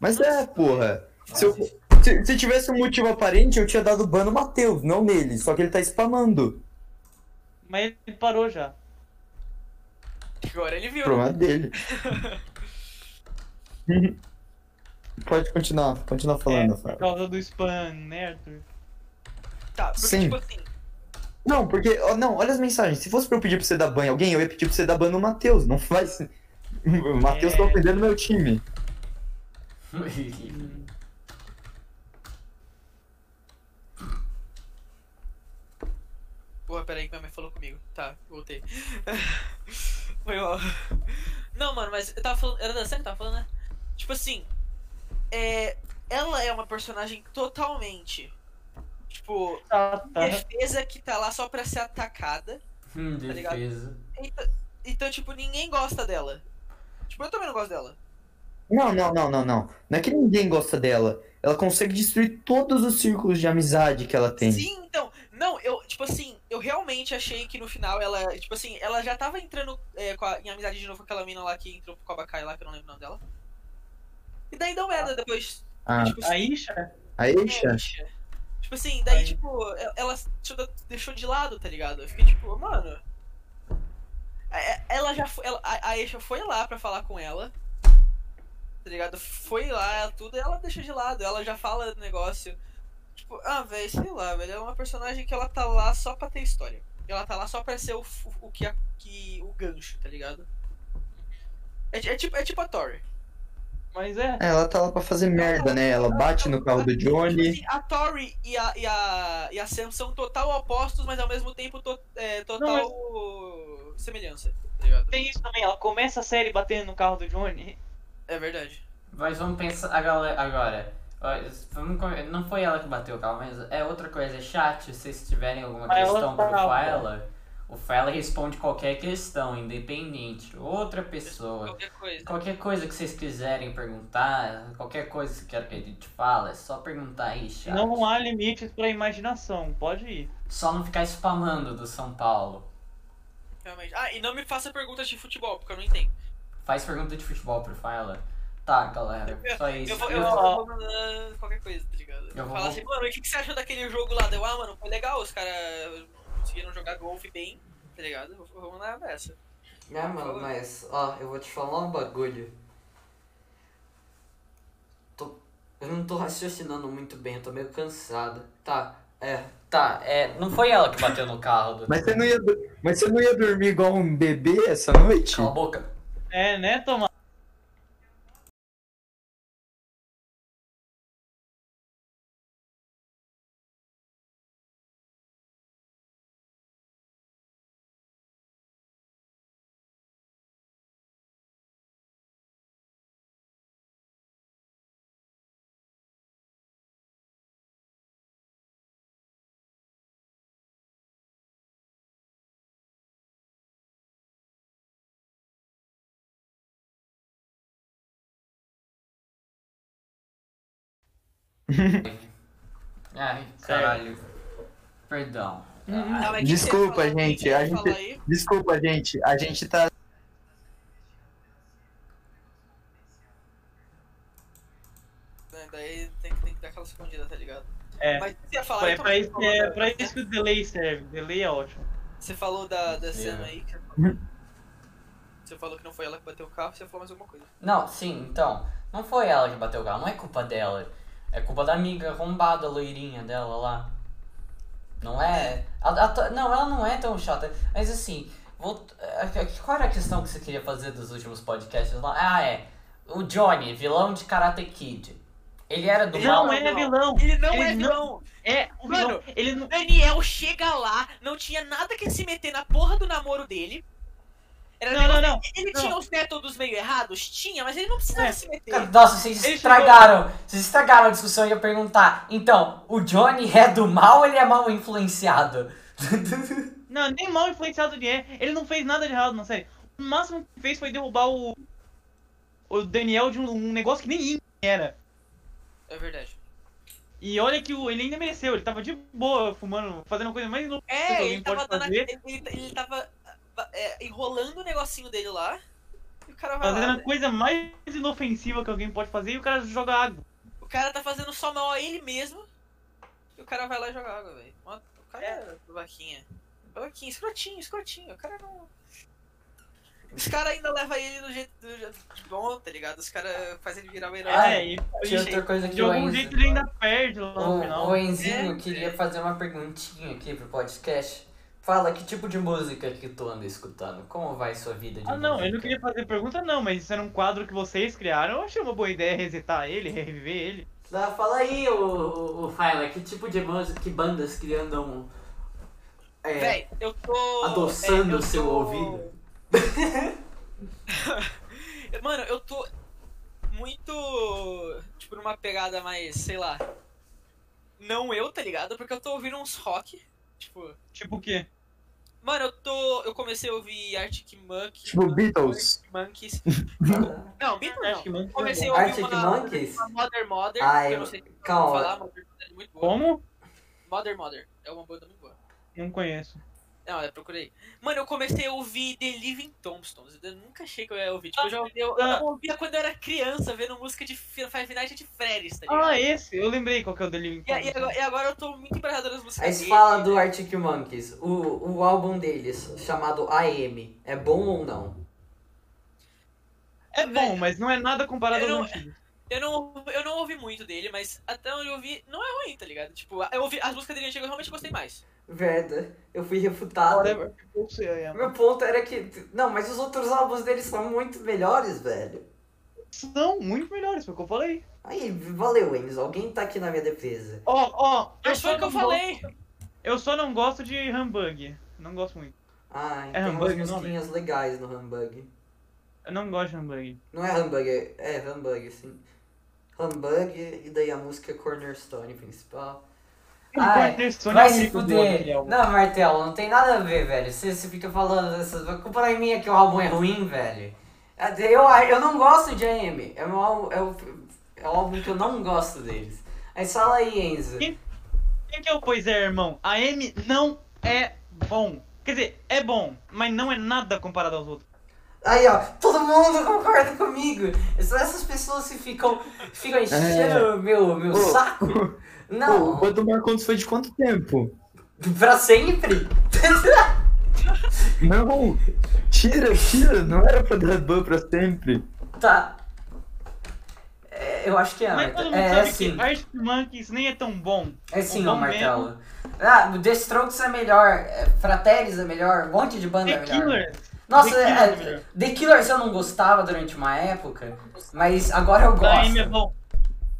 S2: Mas é, porra. Se, eu- se- se tivesse um motivo aparente, eu tinha dado ban no Matheus, não nele. Só que ele tá spamando.
S3: Mas ele parou já.
S4: Agora ele viu.
S2: Problema dele. Pode continuar, continuar falando,
S3: é, por
S2: Fábio.
S3: causa do spam, né, Arthur?
S4: Tá, porque
S2: Sim.
S4: tipo assim,
S2: Não, porque. ó, não, olha as mensagens. Se fosse pra eu pedir pra você dar ban em alguém, eu ia pedir pra você dar ban no Matheus. Não faz. O Matheus tá
S3: É.
S2: ofendendo meu time.
S4: porra, peraí que minha mãe falou comigo. Tá, voltei. Foi mal. Não, mano, mas eu tava falando. Era da Sam que tava falando, né? Tipo assim, é, ela é uma personagem totalmente. Tipo,
S3: Tá, tá.
S4: defesa que tá lá só pra ser atacada.
S1: Hum,
S4: Tá ligado?
S1: defesa.
S4: Então, então, tipo, ninguém gosta dela. Tipo, eu também não gosto dela.
S2: Não, não, não, não, não. Não é que ninguém gosta dela. Ela consegue destruir todos os círculos de amizade que ela tem.
S4: Sim, então. Não, eu, tipo assim, eu realmente achei que no final ela, tipo assim, ela já tava entrando é, com a- em amizade de novo com aquela mina lá que entrou com a Bakai lá, que eu não lembro o nome dela. E daí deu merda depois.
S2: Ah,
S4: tipo,
S3: A Isha?
S2: a
S3: É.
S2: Eisha?
S4: Poxa. Tipo assim, daí,
S3: Aí.
S4: tipo, e- ela deixou- deixou de lado, tá ligado? Eu fiquei tipo, mano. É- Ela já foi. ela- a a Aisha foi lá pra falar com ela. Tá ligado? Foi lá, tudo, e ela deixa de lado. Ela já fala do negócio. Tipo, ah, velho, sei lá, velho. Ela é uma personagem que ela tá lá só pra ter história. Ela tá lá só pra ser o, f- o, que, a- que. o gancho, tá ligado? É, ti- é tipo, é tipo a Tori.
S3: Mas é.
S2: É, Ela tá lá pra fazer merda, né? Ela bate no carro do Johnny.
S4: Tipo assim, a Tori e a, e, a, e a Sam são total opostos, mas ao mesmo tempo to- é, total semelhança, tá ligado?
S3: Tem isso também, ela começa a série batendo no carro do Johnny.
S4: É verdade.
S1: Mas vamos pensar a galera- agora. Ó, isso- vamos com- Não foi ela que bateu o carro, mas é outra coisa. É chat, se vocês tiverem alguma
S4: Ah,
S3: Mas ela
S1: questão pro
S3: tava.
S1: Fala, o Fala responde qualquer questão, independente. Outra pessoa.
S4: Qualquer coisa.
S1: Qualquer coisa que vocês quiserem perguntar, qualquer coisa que quer que a gente fale, é só perguntar aí, chat.
S3: Não há limites pra imaginação, pode ir.
S1: Só não ficar spamando do São Paulo.
S4: Realmente. Ah, e não me faça perguntas de futebol, porque eu não entendo.
S1: Faz pergunta de futebol pro Fala. Tá, galera. Só isso.
S4: Eu vou,
S2: é.
S4: eu,
S1: Eu-
S4: vou- eu vou mandar qualquer coisa, tá ligado? Eu
S1: vou-
S4: Falar assim, mano, o que, que você achou daquele jogo lá? Deu, ah, mano, foi legal, os caras conseguiram jogar golfe bem, tá ligado? Eu vou- eu vou mandar dessa.
S1: É, mano, mas, ó, eu vou te falar um bagulho. Tô não tô raciocinando muito bem, eu tô meio cansado. Tá, é, tá, é. Não foi ela que bateu no carro do.
S2: Mas você não ia, du- mas você não ia dormir igual um bebê essa noite?
S1: Cala a boca.
S3: É, né, Tomás?
S1: Ai, caralho. Perdão.
S3: Ah,
S4: Não, mas quem
S2: Desculpa,
S4: quer falar? Quem
S2: gente,
S4: quer
S2: a gente-
S4: falar aí?
S2: Desculpa, gente. A gente tá.
S4: Né, Daí tem que, tem que dar aquela escondida, tá ligado?
S3: É.
S4: Mas você ia falar
S3: É
S4: então,
S3: pra,
S4: você
S3: isso,
S4: falou
S3: é
S4: da-
S3: pra isso que o delay serve. Delay é ótimo.
S4: Você falou da, da
S1: É.
S4: cena aí que você falou que não foi ela que bateu o carro, você falou mais alguma coisa.
S1: Não, sim, então. Não foi ela que bateu o carro, não é culpa dela. É culpa da amiga arrombada, loirinha dela lá. Não é. a- a to- não, ela não é tão chata. Mas assim, volt- a- a- qual era a questão que você queria fazer dos últimos podcasts lá? Ah, é. O Johnny, vilão de Karate Kid. Ele era do mal.
S3: Não é
S4: não.
S3: vilão.
S4: Ele não
S3: Ele
S4: é
S3: não-
S4: vilão!
S3: É o vilão. Ele não.
S4: Daniel chega lá, não tinha nada que se meter na porra do namoro dele. Era
S3: Não,
S4: negócio-
S3: não, não.
S4: Ele
S3: não.
S4: tinha os métodos meio errados? Tinha, mas ele não precisava
S3: É.
S4: se meter.
S1: Cara, Nossa, vocês
S3: Ele
S1: estragaram. Vocês estragaram a discussão. Eu ia perguntar. Então, o Johnny é do mal ou ele é mal influenciado?
S3: Não, nem mal influenciado ele é. Ele não fez nada de errado na série. O máximo que fez foi derrubar o. O Daniel de um, um negócio que nem era.
S4: É verdade.
S3: E olha que o, ele ainda mereceu, ele tava de boa fumando, fazendo coisa mais louca. que
S4: É,
S3: alguém
S4: ele tava,
S3: pode
S4: dando a-
S3: fazer.
S4: ele, ele- ele tava é, enrolando o negocinho dele lá. E o
S1: Ah.
S4: cara vai
S3: Fazendo
S4: lá.
S3: a coisa mais inofensiva que alguém pode fazer e o cara joga água.
S4: O cara tá fazendo só mal a ele mesmo. E o cara vai lá jogar água, velho. Mó- O cara é vaquinha. Vaquinha, escrotinho, escrotinho. O cara não. Os caras ainda levam ele do jeito, do jeito bom, tá ligado? Os caras fazem ele virar o herói.
S1: Ah,
S3: É, e,
S1: Tinha
S3: e
S1: outra coisa que
S3: de
S1: o
S3: algum
S1: Enzo-
S3: jeito ele ainda perde lá no
S1: O,
S3: final.
S1: o
S3: né?
S1: Enzinho
S4: É,
S1: Um queria fazer uma perguntinha aqui pro podcast. Fala que tipo de música que tu anda escutando? Como vai sua vida de
S3: Ah não, eu não
S1: música?
S3: queria fazer pergunta não, mas isso era um quadro que vocês criaram, eu achei uma boa ideia resetar ele, reviver ele.
S1: Ah, fala aí, o, o, o Faila, que tipo de música, que bandas que andam é,
S4: Véi, eu tô.
S1: adoçando
S4: é, eu
S1: o seu
S4: tô-
S1: ouvido?
S4: Mano, eu tô muito. Tipo, numa pegada mais, sei lá. Não eu, tá ligado? Porque eu tô ouvindo uns rock. Tipo.
S3: Tipo o quê?
S4: Mano, eu tô. Eu comecei a ouvir Arctic Monkey.
S2: Tipo Beatles.
S4: Arctic Monkeys. Não, Beatles não.
S3: Acho que mano,
S4: Comecei a ouvir
S1: Arctic
S4: uma,
S1: Monkeys?
S4: uma Mother Mother.
S1: Ah,
S4: que eu
S1: eu-
S4: não sei se eu vou
S1: calma.
S4: falar, Mother Mother é muito boa.
S3: Como?
S4: Mother Mother é uma banda muito boa.
S3: Não conheço.
S4: Não, eu procurei. Mano, eu comecei a ouvir The Living Tombstones. Eu nunca achei que eu ia ouvir. Tipo, eu já ouvi, eu, eu ouvia quando eu era criança, vendo música de Fi- Five Nights at Freddy's, tá ligado?
S3: Ah, esse, eu lembrei qual que é o Deliving
S4: E, e agora, e agora eu tô muito embarrado nas músicas
S1: Aí se
S4: dele.
S1: fala
S3: né?
S1: do Arctic Monkeys, o, o álbum deles, chamado AM, é bom ou não?
S3: É bom, mas não é nada comparado
S4: Eu não-
S3: ao antigo.
S4: Eu não, eu não ouvi muito dele, mas até onde eu ouvi, não é ruim, tá ligado? Tipo, eu ouvi as músicas dele antigas, eu realmente gostei mais.
S1: Verda, eu fui refutado. Meu ponto era que. Não, mas os outros álbuns deles são muito melhores, velho.
S3: São muito melhores, foi o que eu falei.
S1: Aí, valeu, Enzo. Alguém tá aqui na minha defesa.
S3: Ó, ó,
S4: Mas foi o que eu
S3: não gosto-
S4: falei.
S3: Eu só não gosto de Humbug. Não gosto muito.
S1: Ah,
S3: É
S1: tem
S3: Humbug o
S1: umas
S3: nome?
S1: musiquinhas legais no Humbug.
S3: Eu não gosto de Humbug.
S1: Não é Humbug, é, é Humbug, sim. Humbug, e daí a música é Cornerstone principal. Ah, é.
S3: Cornerstone
S1: Vai
S3: é
S1: se
S3: muito bom
S1: fuder.
S3: aquele álbum.
S1: Não, Martelo, não tem nada a ver, velho. Você você fica falando dessas... A culpa não é minha que o álbum é ruim, velho. É, Eu, eu não gosto de AM. É um álbum, é o, é o álbum que eu não gosto deles. Aí fala aí, Enzo.
S3: Quem- Quem que é o Pois é, irmão? A M não é bom. Quer dizer, é bom, mas não é nada comparado aos outros.
S1: Aí, ó, todo mundo concorda comigo. São essas pessoas que ficam, ficam enchendo o meu, meu
S2: Ô.
S1: saco.
S2: Pô,
S1: Não,
S2: o do Marcondes foi de quanto tempo?
S1: pra sempre.
S2: Não! Tira, tira! Não era pra dar ban pra sempre.
S1: Tá. É, eu acho que é,
S3: Mas
S1: Martelo.
S3: todo mundo
S1: É, é
S3: sabe
S1: sim.
S3: que Arctic Monkeys nem é tão bom.
S1: É sim,
S3: o
S1: ô
S3: bom
S1: Martelo. Ah, The Strokes é melhor, é, Fratellis é melhor, um monte de banda é
S3: The
S1: melhor.
S3: Killers.
S1: Nossa,
S3: The Killers é
S1: é,
S3: melhor.
S1: The Killers eu não gostava durante uma época, mas agora eu
S3: Da Amy é
S1: gosto.
S3: bom.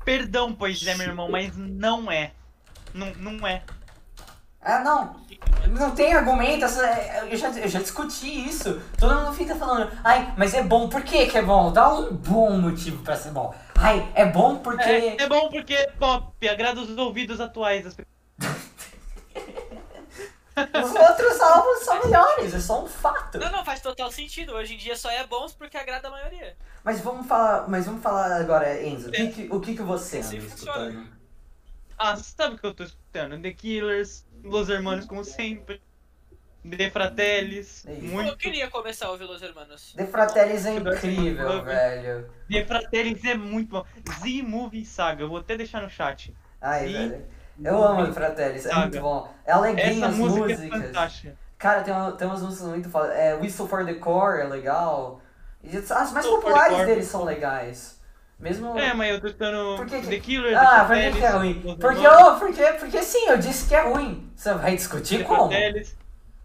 S3: Perdão, pois é, meu irmão, mas não é. Não, não é.
S1: Ah, não. Não tem argumento, essa- é, eu, já, eu já discuti isso. Todo mundo fica falando, ai, mas é bom, por que que é bom? Dá um bom motivo pra ser bom. Ai, é bom porque...
S3: É, é bom porque é pop, agrada os ouvidos atuais das pessoas. É.
S1: Os outros álbuns são melhores, é só um fato.
S4: Não, não, faz total sentido. Hoje em dia só é bons porque agrada a maioria.
S1: Mas vamos falar, mas vamos falar agora, Enzo. O que, que- o que, que você anda
S4: Sim, Assim funciona.
S1: escutando?
S3: Ah, sabe o que eu tô escutando? The Killers, Los Hermanos como sempre, The Fratellis,
S1: É isso.
S4: Eu
S3: muito.
S4: queria começar a ouvir Los Hermanos.
S1: The Fratellis é
S3: Eu gosto
S1: incrível,
S3: muito.
S1: velho.
S3: The Fratellis é muito bom. Z-Movie Saga, eu vou até deixar no chat.
S1: Ai,
S3: Sim.
S1: velho. Eu amo The Fratellis, é
S3: Saga.
S1: muito bom. É alegrinha
S3: Essa
S1: as
S3: música é
S1: músicas.
S3: fantástica.
S1: Cara, tem, uma- tem umas músicas muito foda. É, Whistle for the Core é legal. E As mais
S3: Whistle for the
S1: populares
S3: Core.
S1: deles são legais. Mesmo.
S3: É, mas eu tô escutando
S1: Por que que-
S3: The Killers,
S1: Ah,
S3: The
S1: por que
S3: Fratellis,
S1: que é ruim?
S3: Los
S1: Porque,
S3: Hermanos,
S1: oh, porque, porque sim, eu disse que é ruim. Você vai discutir
S3: The
S1: como?
S3: Fratellis,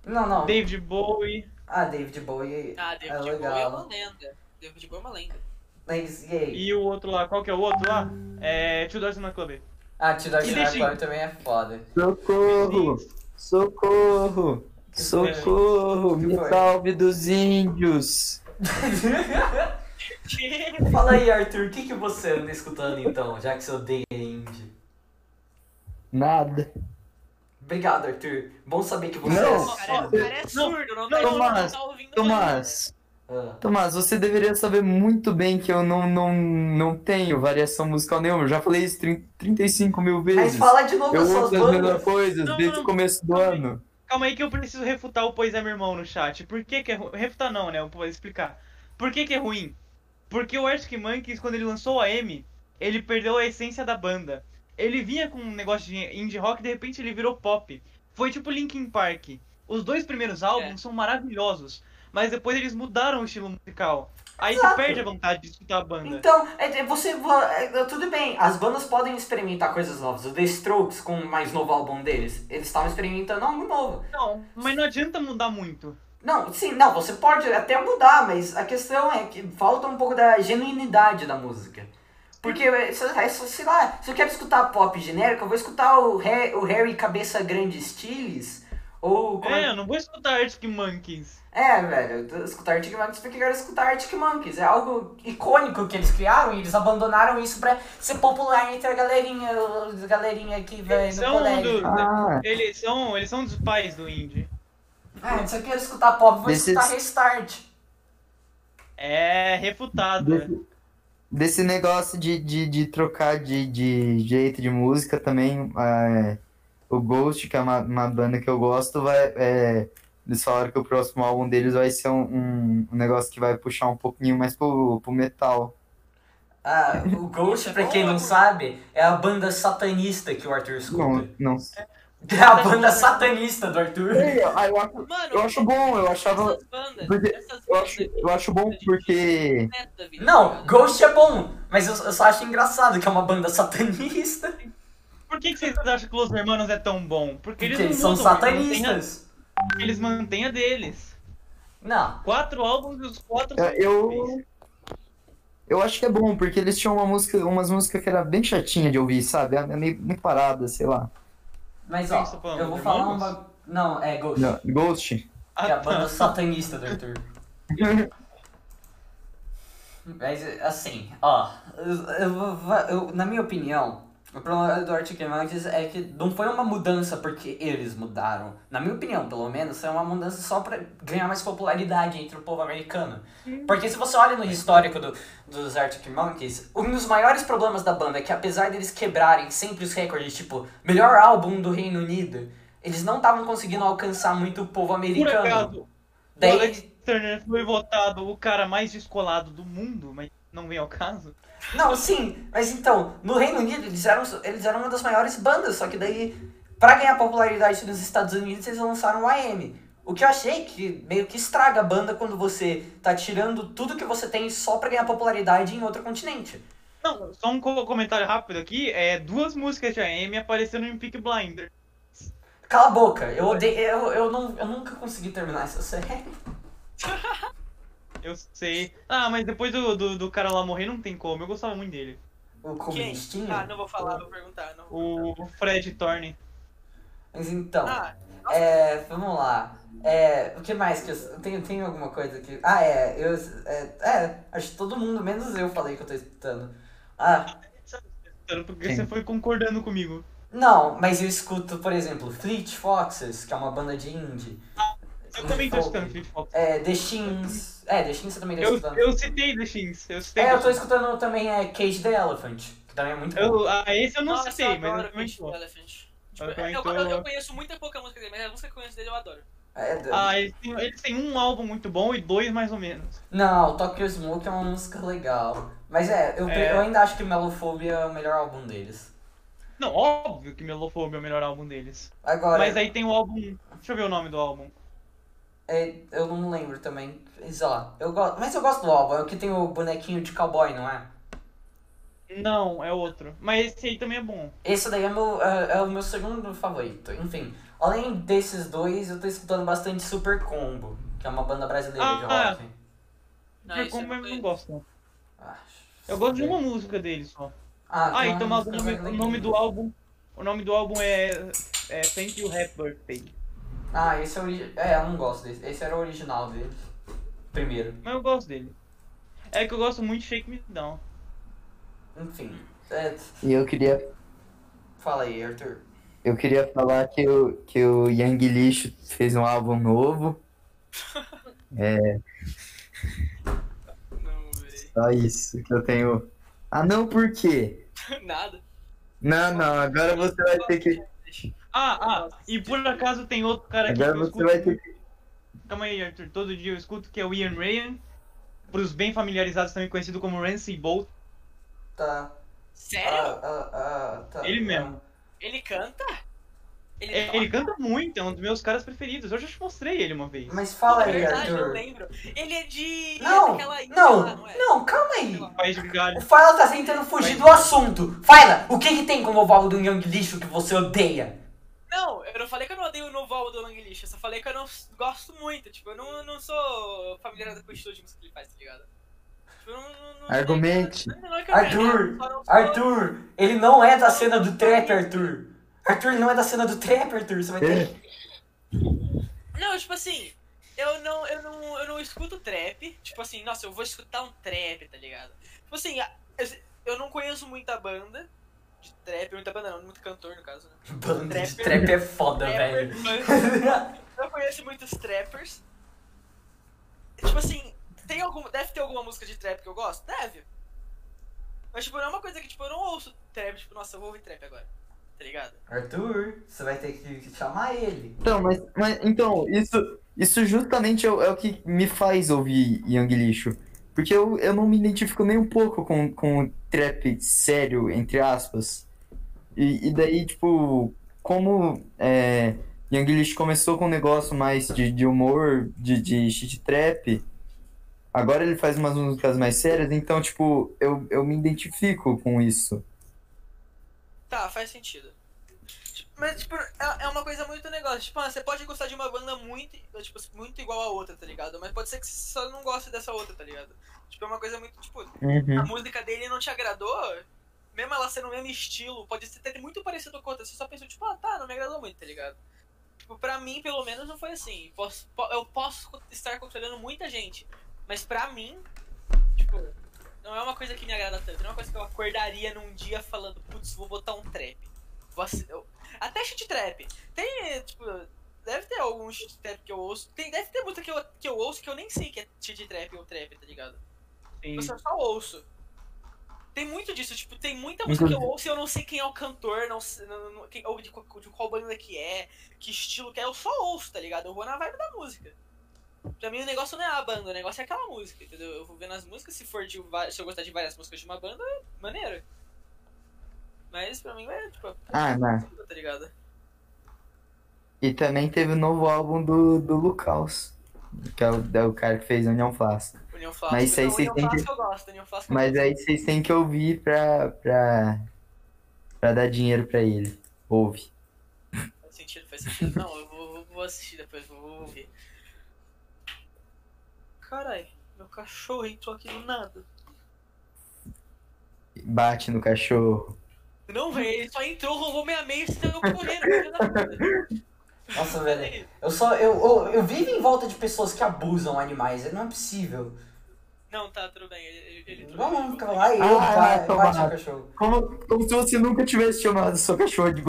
S1: Não, não.
S3: é David Bowie.
S1: Ah, David Bowie.
S4: Ah,
S1: é
S4: David Bowie é uma
S1: legal.
S4: lenda. David Bowie é uma lenda.
S1: Mas e aí?
S3: E o outro lá, qual que é o outro lá? É. Two Doors in a Club.
S1: Ah, te dar
S3: E
S1: tirar
S3: deixa-
S1: agora também é foda.
S2: Socorro! Socorro! Socorro! Me salve dos índios!
S1: Fala aí, Arthur, o que, que você anda escutando então, já que você odeia indie?
S2: Nada.
S1: Obrigado, Arthur. Bom saber que você
S2: Não.
S1: é
S4: Pô, cara, o
S1: surdo.
S4: cara é surdo, não, tá,
S3: não,
S2: Tomás,
S4: não tá ouvindo
S2: Tomás,
S1: Ah,
S2: Tomás, você deveria saber muito bem que eu não, não, não tenho variação musical nenhuma. Eu já falei isso 30, 35 mil
S1: Mas
S2: vezes.
S1: fala de novo
S2: Eu
S1: as suas
S2: ouço as mesmas
S1: bandas.
S2: coisas
S3: Não,
S2: desde
S3: não,
S2: o começo do
S3: não.
S2: ano.
S3: Calma aí que eu preciso refutar o Pois é Meu Irmão no chat. Por que que é ruim? Refutar não, né? Eu vou explicar. Por que que é ruim? Porque o Arctic Monkeys, quando ele lançou a M, ele perdeu a essência da banda. Ele vinha com um negócio de indie rock e de repente ele virou pop. Foi tipo Linkin Park. Os dois primeiros álbuns são maravilhosos, mas depois eles mudaram o estilo musical. Aí
S1: Exato.
S3: tu perde a vontade de escutar a banda.
S1: Então, é, é, você. va- é, tudo bem, as bandas podem experimentar coisas novas. O The Strokes, com o mais novo álbum deles, eles estavam experimentando algo novo.
S3: Não, mas não adianta mudar muito.
S1: Não, sim, não, você pode até mudar, mas a questão é que falta um pouco da genuinidade da música. Porque, eh, sei lá, se- sei lá, se eu quero escutar pop genérico, eu vou escutar o, Harry, o Harry Cabeça Grande Stiles, ou... como
S3: É,
S1: é,
S3: eu não vou escutar Arctic Monkeys.
S1: é, velho, eu tô- escutar Arctic Monkeys porque eu quero escutar Arctic Monkeys. É algo icônico que eles criaram e eles abandonaram isso pra ser popular entre a galerinha, a galerinha que vai no
S3: São um
S1: colégio.
S3: do-
S2: Ah,
S3: Eles são, eles são dos pais do indie.
S1: Ah, se eu quero escutar pop, vou
S2: Desses-
S1: escutar Restart.
S3: É, refutada.
S2: desse, desse negócio de, de, de trocar de, de jeito de música também. é, o Ghost, que é uma, uma banda que eu gosto, vai. é, eles falaram que o próximo álbum deles vai ser um, um- um negócio que vai puxar um pouquinho mais pro, pro metal.
S1: Ah, o Ghost, pra quem não sabe, é a banda satanista que o Arthur escuta.
S2: Não, não
S1: É a banda satanista do Arthur.
S2: sei. ah, eu, acho,
S4: nada. Mano,
S2: eu acho bom, eu achava.
S4: essas bandas,
S2: porque-
S4: essas
S2: Eu
S4: bandas
S2: acho, eu acho bom porque.
S4: neto da vida.
S1: Não, Ghost é bom, mas eu, eu só acho engraçado que é uma banda satanista.
S3: Por que, que vocês acham que Los Hermanos é tão bom? Porque
S1: Porque
S3: eles,
S1: eles
S3: não
S1: são
S3: mudam, eles mantêm
S1: satanistas.
S3: a- Eles mantêm a deles.
S1: Não.
S3: Quatro álbuns e os quatro.
S2: É,
S3: são
S2: Eu.
S3: incríveis.
S2: Eu acho que é bom, porque eles tinham uma música, umas músicas que era bem chatinha de ouvir, sabe? É meio muito parada, sei lá.
S1: Mas
S3: Quem você
S1: ó,
S3: tá falando,
S1: eu vou
S3: dos
S1: falar
S3: irmãos?
S1: uma. Não, é Ghost.
S2: Não, Ghost.
S3: Ah,
S1: Que é a
S3: tá.
S1: banda satanista do Arthur. Mas, assim, ó, eu- eu vou- va- eu- na minha opinião, o problema do Arctic Monkeys é que não foi uma mudança porque eles mudaram. Na minha opinião, pelo menos, foi uma mudança só pra ganhar mais popularidade entre o povo americano. Porque se você olha no histórico do, dos Arctic Monkeys, um dos maiores problemas da banda é que apesar deles quebrarem sempre os recordes, tipo, melhor álbum do Reino Unido, eles não estavam conseguindo alcançar muito o povo
S3: Por
S1: americano.
S3: acaso, o
S1: Daí,
S3: Alex Turner foi votado o cara mais descolado do mundo, mas não vem ao caso.
S1: Não, sim, mas então, no Reino Unido eles eram, eles eram uma das maiores bandas, só que daí, pra ganhar popularidade nos Estados Unidos, eles lançaram o AM. O que eu achei que meio que estraga a banda quando você tá tirando tudo que você tem só pra ganhar popularidade em outro continente.
S3: Não, só um co- comentário rápido aqui. É, duas músicas de AM aparecendo em Peak Blinder.
S1: Cala a boca, eu odeio. Eu, eu, não, eu nunca consegui terminar essa série.
S3: Eu sei. Ah, mas depois do, do, do cara lá morrer, não tem como. Eu gostava muito dele.
S1: O
S4: Quem?
S1: comunistinho?
S4: Ah, não vou falar, vou perguntar. Não vou
S3: O Fred Thorne.
S1: Mas então.
S4: perguntar.
S1: É, vamos lá. É, o que mais que eu. Tem, tem alguma coisa que. Ah, é, eu. É, é, acho que todo mundo, menos eu, falei que eu tô escutando. Ah,
S3: Porque
S2: Sim.
S3: você foi concordando comigo.
S1: não, mas eu escuto, por exemplo, Fleet Foxes, que é uma banda de indie.
S3: Eu também tô
S1: Folk.
S3: escutando Fleet Fox.
S1: É, The Shins. É, The Shins eu também tô
S3: Eu,
S1: escutando.
S3: eu citei The Shins. Eu citei
S1: é,
S3: The
S1: eu tô
S3: Shins.
S1: escutando também é, Cage the Elephant, que também é muito bom.
S3: Eu- ah, esse eu não
S4: Nossa,
S3: citei,
S4: eu
S3: mas
S4: adoro
S3: eu também
S4: Pink
S3: tô.
S4: Elephant. Tipo,
S3: Eu também
S4: eu,
S3: tô-
S4: eu- eu conheço muita pouca música dele, mas a música que eu conheço dele eu adoro.
S1: É, d-
S3: Ah, eles têm, eles têm um álbum muito bom e dois mais ou menos.
S1: Não, Tokyo Smoke é uma música legal. Mas é, eu, pre-
S3: É.
S1: eu ainda acho que Melofobia é o melhor álbum deles.
S3: Não, óbvio que Melofobia é o melhor álbum deles.
S1: Agora,
S3: Mas aí tem o álbum. Deixa eu ver o nome do álbum.
S1: é, eu não lembro também. Mas, ó, eu gosto, mas eu gosto do álbum, é o que tem o bonequinho de cowboy, não é?
S3: Não, é outro. Mas esse aí também é bom.
S1: Esse daí é, meu, é, é o meu segundo favorito. Enfim, além desses dois, eu tô escutando bastante Super Combo, que é uma banda brasileira de
S3: Ah,
S1: rock.
S4: Não,
S3: Super
S4: isso eu
S3: Combo eu
S4: não
S3: é não
S4: conheço.
S3: gosto. não.
S1: Ah,
S3: Eu gosto de um.
S1: super.
S3: uma música dele só.
S1: Ah,
S3: Ah,
S1: tem
S3: então
S1: uma
S3: mas
S1: música
S3: o nome,
S1: mais
S3: o
S1: legal.
S3: nome do álbum. O nome do álbum é, é Thank You Happy Birthday.
S1: Ah, esse é o ori- É, eu não gosto desse. Esse era o original dele. Primeiro.
S3: Mas eu gosto dele. É que eu gosto muito de Shake Me Down.
S1: Enfim. É,
S2: E eu queria
S1: fala aí, Arthur.
S2: Eu queria falar que o, que o Yang Lixo fez um álbum novo.
S4: Não, véi.
S2: Só isso que eu tenho. Ah, não, por quê?
S4: Nada.
S2: Não, não, agora você vai ter que.
S3: Ah, ah, e por acaso tem outro cara aqui
S2: Agora
S3: que eu
S2: você
S3: escuto.
S2: vai ter que.
S3: Calma aí, Arthur. Todo dia eu escuto que é o Ian Ryan. Para os bem familiarizados, também conhecido como Rancy Bolt.
S1: Tá.
S4: Sério?
S1: Ah, ah, ah, tá.
S3: É? Ele mesmo.
S4: Ele canta? Ele,
S3: É, Ele canta muito, é um dos meus caras preferidos. Eu já te mostrei ele uma vez.
S1: Mas fala
S4: É
S1: aí,
S4: verdade, eu
S1: Arthur.
S4: lembro. Ele é de. ele é
S1: Não,
S4: daquela ilha lá,
S1: não,
S4: não é?
S1: não, calma aí.
S4: Sei lá.
S3: País de
S1: O
S3: galho.
S1: Fala tá tentando fugir do assunto. Fala, o que que tem como o álbum do Young Lixo que você odeia?
S4: Não, eu não falei que eu não odeio o novo álbum do Langlish, eu só falei que eu não s- gosto muito. Tipo, eu não, não sou familiarizado com o estilo de música que ele faz, tá ligado? Tipo, eu não, não, não
S2: Argumente.
S4: Não, não é que eu
S1: Arthur,
S4: não gosto, eu só não sou-
S1: Arthur, ele não é da cena do trap, Arthur. Arthur, ele não é da cena do trap, Arthur. Você vai ter que-
S4: Não, tipo assim, eu não, eu não, eu não escuto trap. Tipo assim, nossa, eu vou escutar um trap, tá ligado? Tipo assim, a- eu não conheço muita banda de trap, muita banda não, muito cantor no caso, né?
S1: Banda de
S4: Trapper.
S1: trap é foda,
S4: Trapper,
S1: velho.
S4: mas- eu conheço muitos trappers. Tipo assim, tem algum, deve ter alguma música de trap que eu gosto? Deve. Mas tipo, não é uma coisa que tipo, eu não ouço trap, tipo, nossa, eu vou ouvir trap agora. Tá ligado?
S1: Arthur, você vai ter que chamar ele.
S2: Então, mas, mas então, isso, isso justamente é, o- é o que me faz ouvir Yang Lixo. Porque eu, eu não me identifico nem um pouco com, com o trap sério, entre aspas. E, e daí, tipo, como é, Yang Lixo começou com um negócio mais de, de humor, de, de shit trap, agora ele faz umas músicas mais sérias, então, tipo, eu, eu me identifico com isso.
S4: Tá, faz sentido. Tipo, Mas, tipo, é é uma coisa muito negócio. Tipo, ah, você pode gostar de uma banda muito, tipo, muito igual a outra, tá ligado? Mas pode ser que você só não goste dessa outra, tá ligado? Tipo, é uma coisa muito, tipo,
S2: Uhum.
S4: a música dele não te agradou, mesmo ela sendo o mesmo estilo, pode ser até muito parecido com outra, você só pensou, tipo, ah, tá, não me agradou muito, tá ligado? Tipo, pra mim, pelo menos, não foi assim. Posso- po- eu posso co- estar controlando muita gente, mas pra mim, tipo, não é uma coisa que me agrada tanto. Não é uma coisa que eu acordaria num dia falando, putz, vou botar um trap. Vou assi- eu- Até shit trap. Tem, tipo, deve ter algum shit trap que eu ouço. Tem, deve ter muita que eu, que eu ouço que eu nem sei que é shit trap ou trap, tá ligado?
S3: Tem-
S4: Você só ouço. Tem muito disso, tipo, tem muita música que eu ouço e eu não sei quem é o cantor, não, sei- não, não- quem, ou de, qual- de qual banda que é, que estilo que é, eu só ouço, tá ligado? Eu vou na vibe da música. Pra mim o negócio não é a banda, o negócio é aquela música, entendeu? Eu vou vendo as músicas, se for de va- se eu gostar de várias músicas de uma banda, é maneiro. Mas pra mim é, tipo,
S2: Ah, não.
S4: tá ligado?
S2: E também teve o novo álbum do, do Lucaus, que é o, é o cara que fez União Flasca.
S4: O União Flasco.
S2: Mas isso aí
S4: Não,
S2: vocês
S4: União
S2: têm que-
S4: Flasco eu gosto, União Flasco eu
S2: Mas
S4: gosto.
S2: aí vocês têm que ouvir pra, pra, pra dar dinheiro pra ele. Ouve.
S4: Faz sentido, faz sentido. Não, eu vou, vou- vou assistir depois, vou, vou ouvir. Caralho, meu cachorro entrou aqui do nada.
S2: Bate no cachorro.
S4: Não, velho, ele só entrou, roubou minha meia e saiu correndo. filho da puta.
S1: Nossa, velho. Eu só. Eu, eu, eu vivo em volta de pessoas que abusam animais. Não é possível.
S4: Não, tá, tudo bem. Ele, ele, ele
S1: Vamos, cara, lá e
S2: Ah,
S1: eu
S2: ah,
S1: ba-
S2: toma.
S1: bate no cachorro.
S2: Como, como se você nunca tivesse chamado seu cachorro de.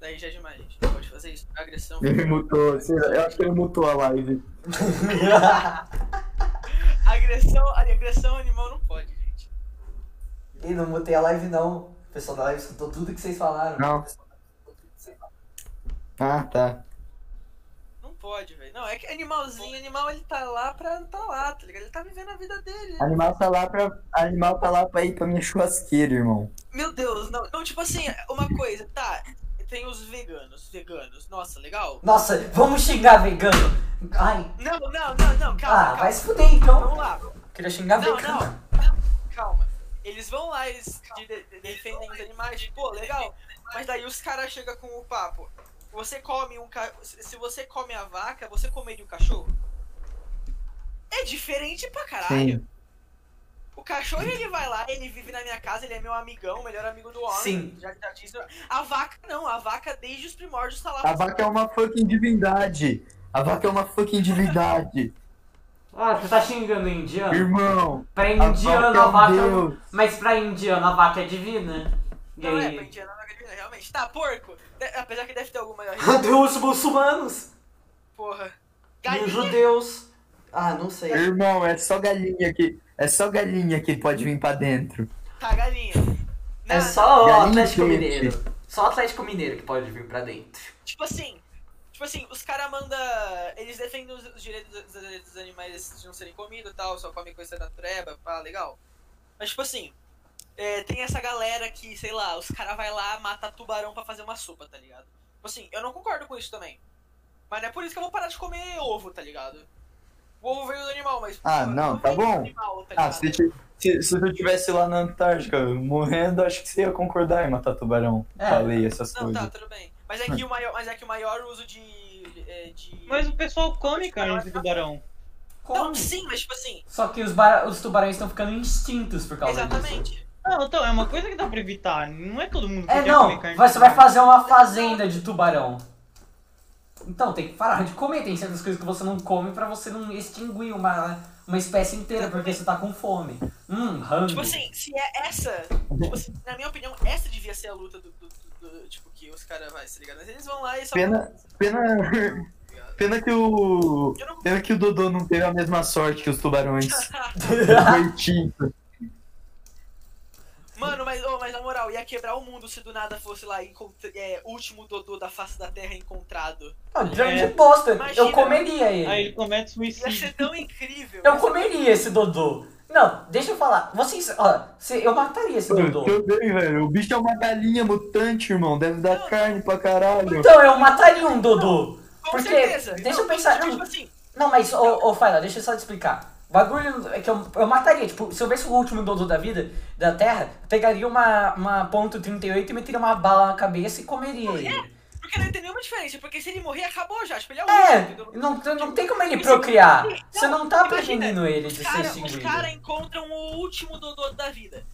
S4: Daí já é demais, gente. Não pode fazer isso. Agressão.
S2: Ele mutou. sei lá, Eu acho que ele mutou a live.
S4: Agressão, agressão animal não pode, gente.
S1: Ih, não mutei a live não. O pessoal da live escutou tudo que vocês falaram.
S2: Não. Ah, tá.
S4: Não pode, velho. Não, é que animalzinho, animal ele tá lá pra. tá lá, tá ligado? Ele tá vivendo a vida dele.
S2: Animal tá lá pra. Animal tá lá pra ir pra minha churrasqueira, irmão.
S4: Meu Deus, não. Não, tipo assim, uma coisa, tá. Tem os veganos, veganos. Nossa, legal.
S1: Nossa, vamos xingar vegano. Ai,
S4: Não, não, não, não, calma.
S1: ah,
S4: calma.
S1: vai se fuder então.
S4: Vamos lá,
S1: Queria xingar
S4: Não,
S1: vegano.
S4: calma. Eles vão lá, eles de- de- defendem os animais, pô, legal. Mas daí os caras chegam com o papo. Você come um ca... Se se você come a vaca, você comeria o cachorro? É diferente pra caralho.
S2: Sim.
S4: O cachorro ele vai lá, ele vive na minha casa, ele é meu amigão, o melhor amigo do homem.
S1: Sim.
S4: Já, já disse. A vaca não, a vaca desde os primórdios tá lá.
S2: A vaca é uma fucking divindade. A vaca é uma fucking divindade.
S6: Ah, você tá xingando o indiano?
S2: Irmão.
S6: Pra
S2: A
S6: indiano a
S2: vaca
S6: vaca.
S2: é um deus.
S6: Mas pra indiano a vaca é divina? E
S4: Não é, pra
S6: aí?
S4: indiana, não é divina, realmente. Tá, porco. De- apesar que deve ter alguma.
S6: Deus muçulmanos!
S4: Porra.
S1: E os
S4: Galinha
S1: judeus. Ah, não sei.
S2: Irmão, é só galinha que. É só galinha que pode vir pra dentro.
S4: Tá, galinha.
S1: É
S4: Na-
S1: só o
S2: Galinha
S1: Atlético
S2: quente.
S1: Mineiro. Só o Atlético Mineiro que pode vir pra dentro.
S4: Tipo assim. Tipo assim, os caras mandam. Eles defendem os, os direitos dos, dos- dos animais de não serem comidos e tal, só comem coisa da treva, pá, legal. Mas tipo assim. é, tem essa galera que, sei lá, os caras vai lá matar tubarão pra fazer uma sopa, tá ligado? Tipo assim, eu não concordo com isso também. Mas não é por isso que eu vou parar de comer ovo, tá ligado? O ovo veio do animal, mas.
S2: Ah, não, tá
S4: veio do
S2: bom.
S4: animal, tá
S2: Ah,
S4: ligado?
S2: se, ti- se, se eu estivesse lá na Antártica morrendo, acho que você ia concordar em matar tubarão.
S1: É.
S2: Falei essas
S4: Não,
S2: coisas.
S4: tá, tudo bem. Mas é que o maior, mas é que o maior uso de. é, de...
S3: Mas o pessoal come carne de tubarão.
S4: Não,
S1: Como?
S4: sim, mas tipo assim.
S6: Só que os, bara- os tubarões estão ficando extintos por causa disso.
S4: Exatamente.
S3: Não, então, é uma coisa que dá pra evitar. Não é todo mundo que
S6: É,
S3: quer
S6: não,
S3: comer carne
S6: você
S3: de
S6: vai
S3: tubarão.
S6: fazer uma fazenda de tubarão. Então, tem que parar de comer. Tem certas coisas que você não come pra você não extinguir uma, uma espécie inteira, porque você tá com fome. Hum, rango.
S4: Tipo assim, se é essa. Tipo assim, na minha opinião, essa devia ser a luta do. do- do- do- tipo, que os caras vai, se ligado? Mas eles vão lá e só.
S2: Pena- Pena, pena que o.
S4: Eu não-
S2: Pena que o Dodô não teve a mesma sorte que os tubarões. Foi extinto.
S4: Mano, mas, ô, mas na moral, ia quebrar o mundo se do nada fosse lá encontra... é, último Dodô da face da Terra encontrado.
S6: um
S1: Não, grande
S3: É.
S1: bosta.
S4: Imagina.
S1: Eu comeria ele.
S3: Aí ele comete
S4: Ia ser
S3: suicídio.
S4: tão incrível.
S1: Eu comeria esse Dodô. Não, deixa eu falar. Vocês, ó, cê- eu mataria esse Dodô.
S2: Eu dei, velho. O bicho é uma galinha mutante, irmão. Deve dar carne pra caralho.
S1: Então, eu mataria um Dodô.
S4: Com
S1: Porque-
S4: certeza.
S1: deixa eu
S4: Não,
S1: pensar,
S4: Tipo
S1: não.
S4: assim,
S1: Não, mas, ô, ô Faila, deixa eu só te explicar. O bagulho é que eu, eu mataria, tipo, se eu visse o último Dodô da vida, da Terra, eu pegaria uma, uma ponto .38 e meteria uma bala na cabeça e comeria ele.
S4: porque não tem nenhuma diferença. Porque se ele morrer, acabou já. Tipo, ele é o último
S1: É,
S4: Dodô.
S1: não, não tem como ele procriar. Você não tá
S4: imagina,
S1: prevenindo ele
S4: Os
S1: de ser
S4: cara, os
S1: extinguido.
S4: cara encontram o último Dodô da vida.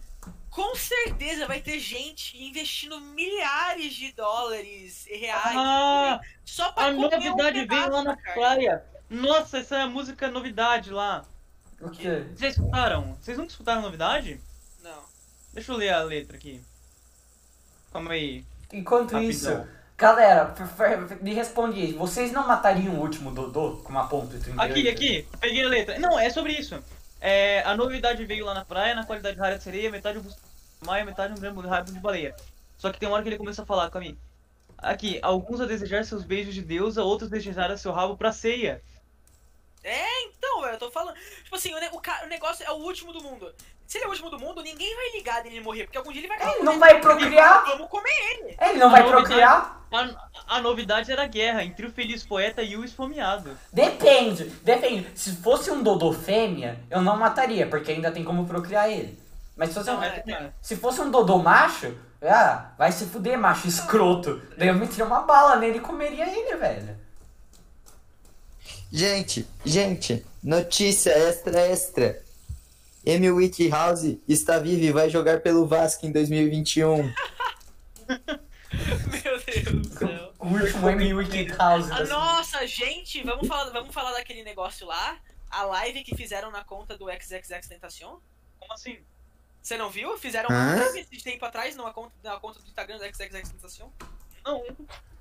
S4: Com certeza vai ter gente investindo milhares de dólares e reais
S3: Ah,
S4: só pra
S3: a
S4: comer um
S3: novidade veio
S4: pedaço,
S3: lá na
S4: cara.
S3: praia. Nossa, essa é a música novidade lá.
S1: O quê?
S3: Vocês escutaram? Vocês nunca escutaram a novidade?
S4: Não.
S3: Deixa eu ler a letra aqui. Calma aí.
S1: Enquanto
S3: Rapidão.
S1: isso, galera, por favor, me responde aí. Vocês não matariam o último Dodô com uma ponto 38?
S3: Aqui, aqui, peguei a letra. Não, é sobre isso. É, a novidade veio lá na praia, na qualidade rara de sereia, metade um busto de maia, metade um gramo rápido de baleia. Só que tem uma hora que ele começa a falar, Cami. Aqui, alguns a desejar seus beijos de deusa, outros desejaram seu rabo pra ceia.
S4: Então, não, velho. Eu tô falando. Tipo assim, o, ne- o ca- o negócio é o último do mundo. Se ele é o último do mundo, ninguém vai ligar dele morrer, porque algum dia ele vai acabar
S6: Ele
S4: morrendo.
S6: não vai procriar?
S4: Vamos comer
S6: Ele não vai
S3: Não, não,
S6: procriar?
S3: A, a novidade era a guerra entre o feliz poeta e o esfomeado.
S6: Depende, depende. Se fosse um Dodô fêmea, eu não mataria, porque ainda tem como procriar ele. Mas se fosse, um,
S4: Não, é-
S6: se fosse um Dodô macho, ah, vai se fuder, macho escroto. Daí eu meteria uma bala nele e comeria ele, velho.
S2: Gente, gente, notícia extra extra. Amy Wickhouse está viva e vai jogar pelo Vasco em 2021.
S4: Meu Deus do céu.
S6: O último M8000.
S4: Ah, nossa, gente, vamos falar, vamos falar daquele negócio lá. A live que fizeram na conta do XXX Tentacion.
S3: Como assim?
S4: Você não viu? Fizeram um
S2: Hã?
S4: uma live esse tempo atrás numa conta, na conta do Instagram do XXX Tentacion.
S3: Não,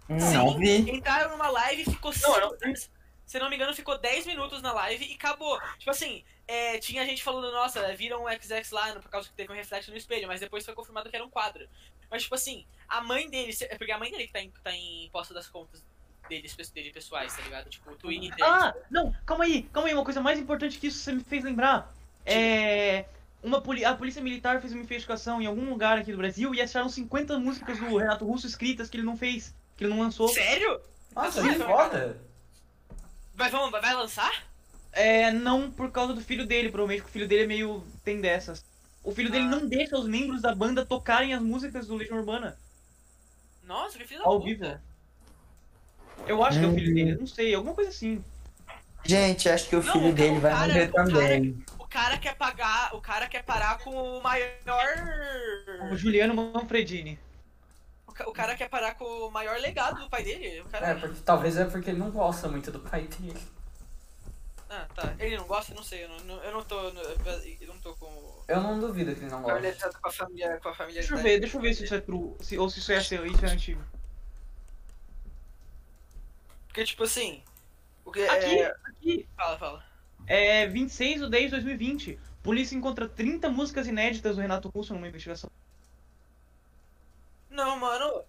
S2: Hum, Não vi.
S4: Entraram numa live e ficou.
S3: Não, eu
S4: cinco- Se eu não me engano, ficou 10 minutos na live e acabou. Tipo assim, é, tinha gente falando, nossa, viram o XX lá por causa que teve um reflexo no espelho, mas depois foi confirmado que era um quadro. Mas, tipo assim, a mãe dele. é Porque a mãe dele que tá em, tá em posse das contas deles, dele pessoais, tá ligado? Tipo, o Twitter.
S3: Ah, não, calma aí, calma aí, uma coisa mais importante que isso você me fez lembrar. É. Uma poli a polícia militar fez uma investigação em algum lugar aqui do Brasil e acharam 50 músicas do Renato Russo escritas que ele não fez, que ele não lançou.
S4: Sério?
S6: Nossa, que foda.
S4: Mas vamos, vai lançar?
S3: É, não por causa do filho dele, provavelmente, porque o filho dele é meio. tem dessas. O filho dele
S4: Ah.
S3: não deixa os membros da banda tocarem as músicas do Legião Urbana
S4: Nossa, que filho da
S3: ao
S4: puta.
S3: vivo. Eu acho que é o filho dele, não sei, alguma coisa assim.
S2: Gente, acho que o
S4: Não,
S2: filho
S4: o
S2: dele vai
S4: cara-
S2: morrer
S4: o cara-
S2: também.
S4: O cara quer pagar. O cara quer parar com o maior.
S3: O Juliano Manfredini.
S4: O ca- o cara quer parar com o maior legado do pai dele. O cara.
S6: É, porque, talvez é porque ele não gosta muito do pai dele.
S4: Ah, tá. Ele não gosta? Não sei. Eu não, não- eu não tô. Eu não tô com.
S6: Eu não duvido que ele não goste.
S4: familiarizado com a família. Com a família
S3: Deixa eu ver, deixa eu ver se isso é true, se- ou se isso é seu, isso é antigo.
S4: Porque, tipo assim. O que
S3: Aqui,
S4: é.
S3: aqui,
S4: Fala, fala.
S3: é 26 de 10 de 2020. Polícia encontra 30 músicas inéditas do Renato Russo numa investigação.
S4: Não, mano.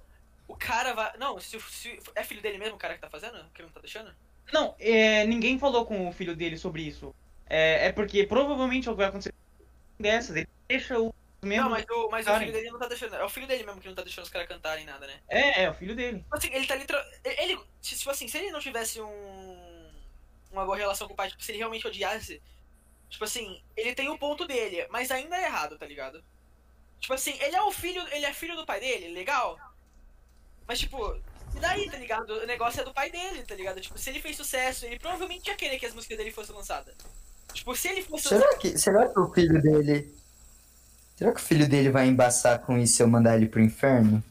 S4: O cara vai. Não, se, se é filho dele mesmo o cara que tá fazendo? Que ele não tá deixando?
S3: Não, é, ninguém falou com o filho dele sobre isso. É, é porque provavelmente algo vai acontecer dessas. Ele deixa o membro.
S4: Não, mas, o, mas o
S3: Karen.
S4: filho dele não tá deixando. É o filho dele mesmo que não tá deixando os caras cantarem nada, né?
S3: É, é o filho dele.
S4: Tipo assim, ele tá literal. Ele, tipo assim, se ele não tivesse um. Uma boa relação com o pai, tipo, se ele realmente odiasse. Tipo assim, ele tem o ponto dele, mas ainda é errado, tá ligado? Tipo assim, ele é o filho. Ele é filho do pai dele, legal. Mas tipo, e daí, tá ligado? O negócio é do pai dele, tá ligado? Tipo, se ele fez sucesso, ele provavelmente ia querer que as músicas dele fossem lançadas. Tipo, se ele fosse
S2: Será que, será que o filho dele. Será que o filho dele vai embaçar com isso se eu mandar ele pro inferno?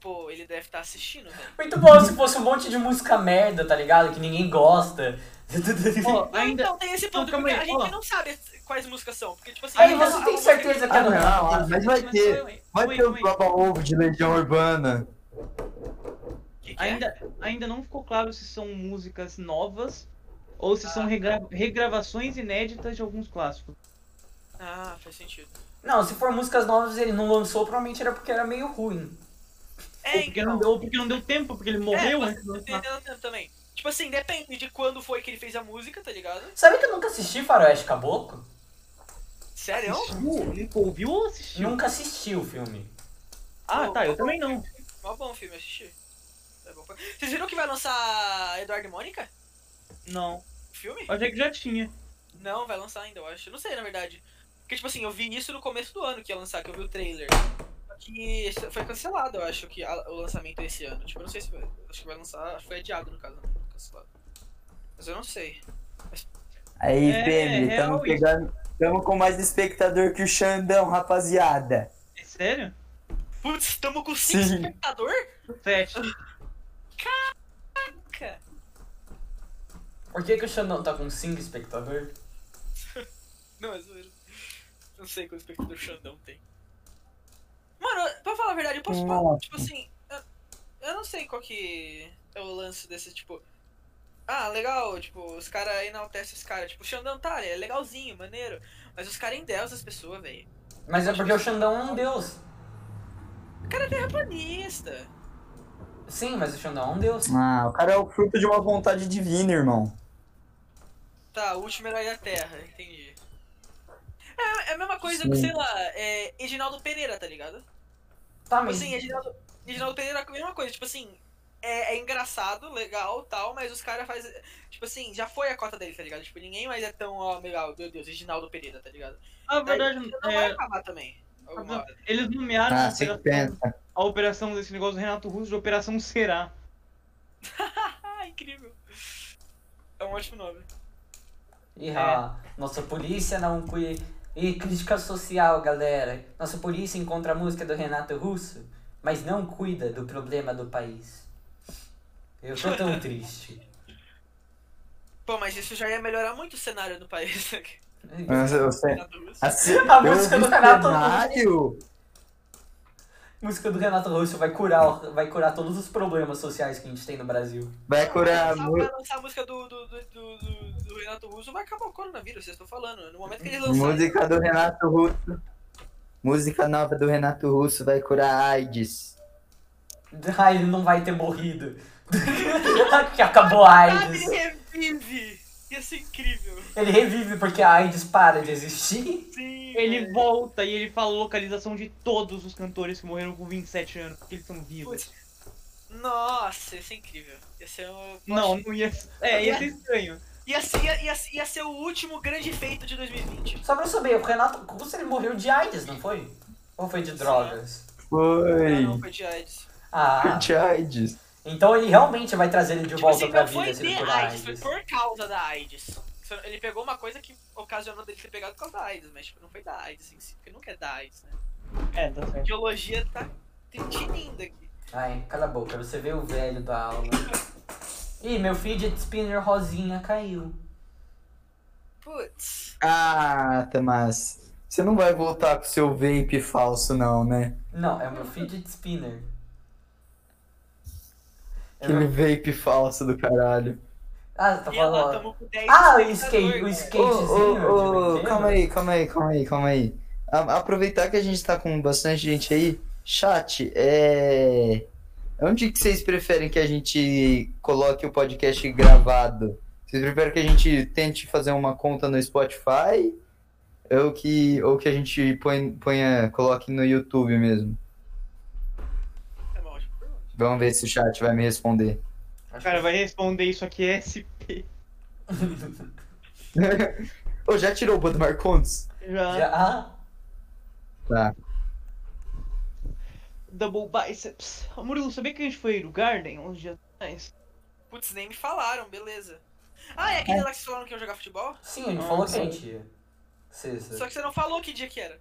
S4: Pô, ele deve estar assistindo, velho.
S6: Muito bom se fosse um monte de música merda, tá ligado? Que ninguém gosta.
S3: Ó,
S4: Não,
S3: ainda.
S4: Então, tem esse ponto,
S3: calma
S4: porque
S3: aí,
S4: a gente
S3: ó.
S4: não sabe quais músicas são. Porque, tipo assim,
S6: Aí
S4: ainda-
S6: você
S4: a
S6: tem
S4: música-
S6: certeza que
S2: Ah,
S6: é do
S2: não, ah, mas vai
S3: Mas
S2: ter.
S3: calma aí,
S2: Vai
S3: calma aí,
S2: ter um o
S3: calma aí.
S2: Baba Ovo de Legião Urbana.
S4: Que que é?
S3: Ainda, ainda não ficou claro se são músicas novas ou se são regra- regravações inéditas de alguns clássicos.
S4: Ah, faz sentido.
S6: Não, se for músicas novas ele não lançou, provavelmente era porque era meio ruim.
S4: É,
S3: ou, porque não deu, ou porque não deu tempo, porque ele morreu
S4: É,
S3: antes de
S4: Tem
S3: lançar.
S4: tanto tempo também. Tipo assim, depende de quando foi que ele fez a música, tá ligado?
S6: Sabe que eu nunca assisti Faroeste Caboclo?
S4: Sério?
S3: Assistiu? Nunca ouviu ou assistiu?
S6: Nunca assisti o filme.
S3: Ah, tá, eu também não.
S4: Mó bom o filme, assisti. É bom pra- Vocês viram que vai lançar Eduardo e Mônica?
S3: Não.
S4: O filme?
S3: Eu achei que já tinha.
S4: Não, vai lançar ainda, eu acho. Não sei, na verdade. Porque, tipo assim, eu vi isso no começo do ano que ia lançar, que eu vi o trailer. Só que isso foi cancelado, eu acho, que a- o lançamento esse ano. Tipo, eu não sei se vai. Acho que vai lançar. Acho que foi adiado, no caso, não cancelado. Mas eu não sei.
S2: Aí,
S3: É,
S2: Pemi,
S3: é
S2: estamos
S3: real isso.
S2: pegando. Estamos com mais espectador que o Xandão, rapaziada.
S3: É sério?
S4: Putz, tamo com 5
S2: Sim.
S4: espectador?
S3: Sete.
S4: Cara.
S6: Por que, que o Xandão tá com 5 espectador?
S4: Não, é zoeira. Não sei quanto espectador Xandão tem. Mano, pra falar a verdade, eu posso.
S2: Nossa.
S4: Tipo assim, eu, eu não sei qual que é o lance desse, tipo. Ah, legal, tipo, os caras enaltecem os caras. Tipo, o Xandão tá, ele é legalzinho, maneiro. Mas os caras endeusam as pessoas, velho.
S6: Mas é porque o Xandão é um deus.
S4: O cara é terraplanista.
S6: Sim, mas o Xandão é um deus.
S2: Ah, o cara é o fruto de uma vontade divina, irmão.
S4: Tá, o último herói da Terra, entendi. É, é a mesma coisa que,
S2: Sim.
S4: sei lá, é Edinaldo Pereira, tá ligado?
S1: Tá,
S4: Tipo
S1: mas.
S4: assim, Edinaldo, Edinaldo Pereira é a mesma coisa, tipo assim, é, é engraçado, legal tal, mas os caras fazem. Tipo assim, já foi a cota dele, tá ligado? Tipo, ninguém mais é tão, ó, legal, meu Deus, Edinaldo Pereira, tá ligado?
S3: Ah,
S4: Daí,
S3: verdade,
S4: Não vai
S3: é,
S4: acabar também. Alguma hora.
S3: eles nomearam a
S2: Ah, você que
S3: operação,
S2: pensa.
S3: a operação desse negócio do Renato Russo de Operação Será.
S4: Ah, incrível. É um ótimo nome.
S1: Ih, ah, nossa polícia não cuida. E crítica social, galera. Nossa polícia encontra a música do Renato Russo, mas não cuida do problema do país. Eu tô tão triste.
S4: Pô, mas isso já ia melhorar muito o cenário do país. né?
S2: Nossa, ah,
S3: É.
S2: você-
S4: Renato Russo.
S2: Assim,
S1: A música
S2: eu
S1: do
S2: vi
S1: Renato Russo.
S2: cenário.
S1: A música do Renato Russo vai curar, vai curar todos os problemas sociais que a gente tem no Brasil.
S2: Vai
S3: é
S2: curar a
S4: Vai lançar-
S2: mu-
S4: vai lançar a música do, do, do, do- do- do Renato Russo, vai acabar o coronavírus, vocês estão falando. No momento que eles lançarem.
S2: música do Renato Russo. Música nova do Renato Russo vai curar a AIDS.
S1: Ai, Ah, ele não vai ter morrido. que acabou
S3: é
S1: a
S4: Ah, ele
S1: AIDS.
S4: revive! Ia ser incrível.
S1: Ele revive porque a AIDS para de existir.
S4: Sim.
S1: É.
S3: Ele volta e ele fala a localização de todos os cantores que morreram com 27 anos, porque eles são vivos.
S4: Nossa, ia ser incrível. Ia ser um.
S3: Não, não ia. É, ia ser estranho.
S4: Ia ser, ia, ia, ia ser o último grande feito de 2020.
S1: Só pra eu saber, o Renato Russo ele morreu de AIDS, não foi? Ou foi de drogas?
S4: Não,
S2: Foi.
S4: não, foi de AIDS.
S1: Ah,
S2: De AIDS.
S1: então ele realmente vai trazer ele de
S4: Tipo
S1: volta
S4: assim,
S1: pra
S4: não foi
S1: vida se
S4: de
S1: ele curar a
S4: AIDS, foi
S1: AIDS.
S4: por causa da AIDS. Ele pegou uma coisa que ocasionou dele ter pegado por causa da AIDS, mas tipo, não foi da AIDS em si, porque não é da AIDS, né?
S3: É, tá certo.
S4: Biologia tá tinindo aqui.
S1: Ai, cala a boca, você vê o velho da aula. Ih, meu fidget spinner rosinha caiu.
S4: Putz.
S2: Ah, Tamás. Você não vai voltar com seu vape falso, não, né?
S1: Não, é o meu fidget spinner. É
S2: Aquele
S1: meu-
S2: vape falso do caralho.
S1: Ah, você tá
S4: E ela
S1: falando.
S4: tamo com né? 10
S1: Ah, o
S4: espectador,
S1: skate, o
S4: cara.
S2: Ô,
S1: skatezinho. tipo,
S2: ô,
S1: de
S2: ô,
S1: brinquedo?
S2: calma aí, calma aí, calma aí, calma aí. A- aproveitar que a gente tá com bastante gente aí, chat, é. Onde que vocês preferem que a gente coloque o podcast gravado? Vocês preferem que a gente tente fazer uma conta no Spotify? Ou que, ou que a gente põe- ponha, coloque no YouTube mesmo?
S4: É uma ótima pergunta.
S2: Vamos ver se o chat vai me responder.
S1: Acho
S3: Cara,
S1: que-
S3: vai responder isso aqui é SP.
S2: Ô, já tirou o Bodo Marcondes?
S3: Já.
S1: Já- ah,
S2: Tá.
S3: Double biceps. Ô, Murilo, sabia que a gente foi no Garden uns dias atrás?
S4: Putz, nem me falaram, beleza. Ah, é aquele lá que vocês falaram que ia jogar futebol?
S1: Sim, ele
S3: Ah,
S1: falou que a
S3: sim.
S1: gente ia. Sexta.
S4: Só que você não falou que dia que era.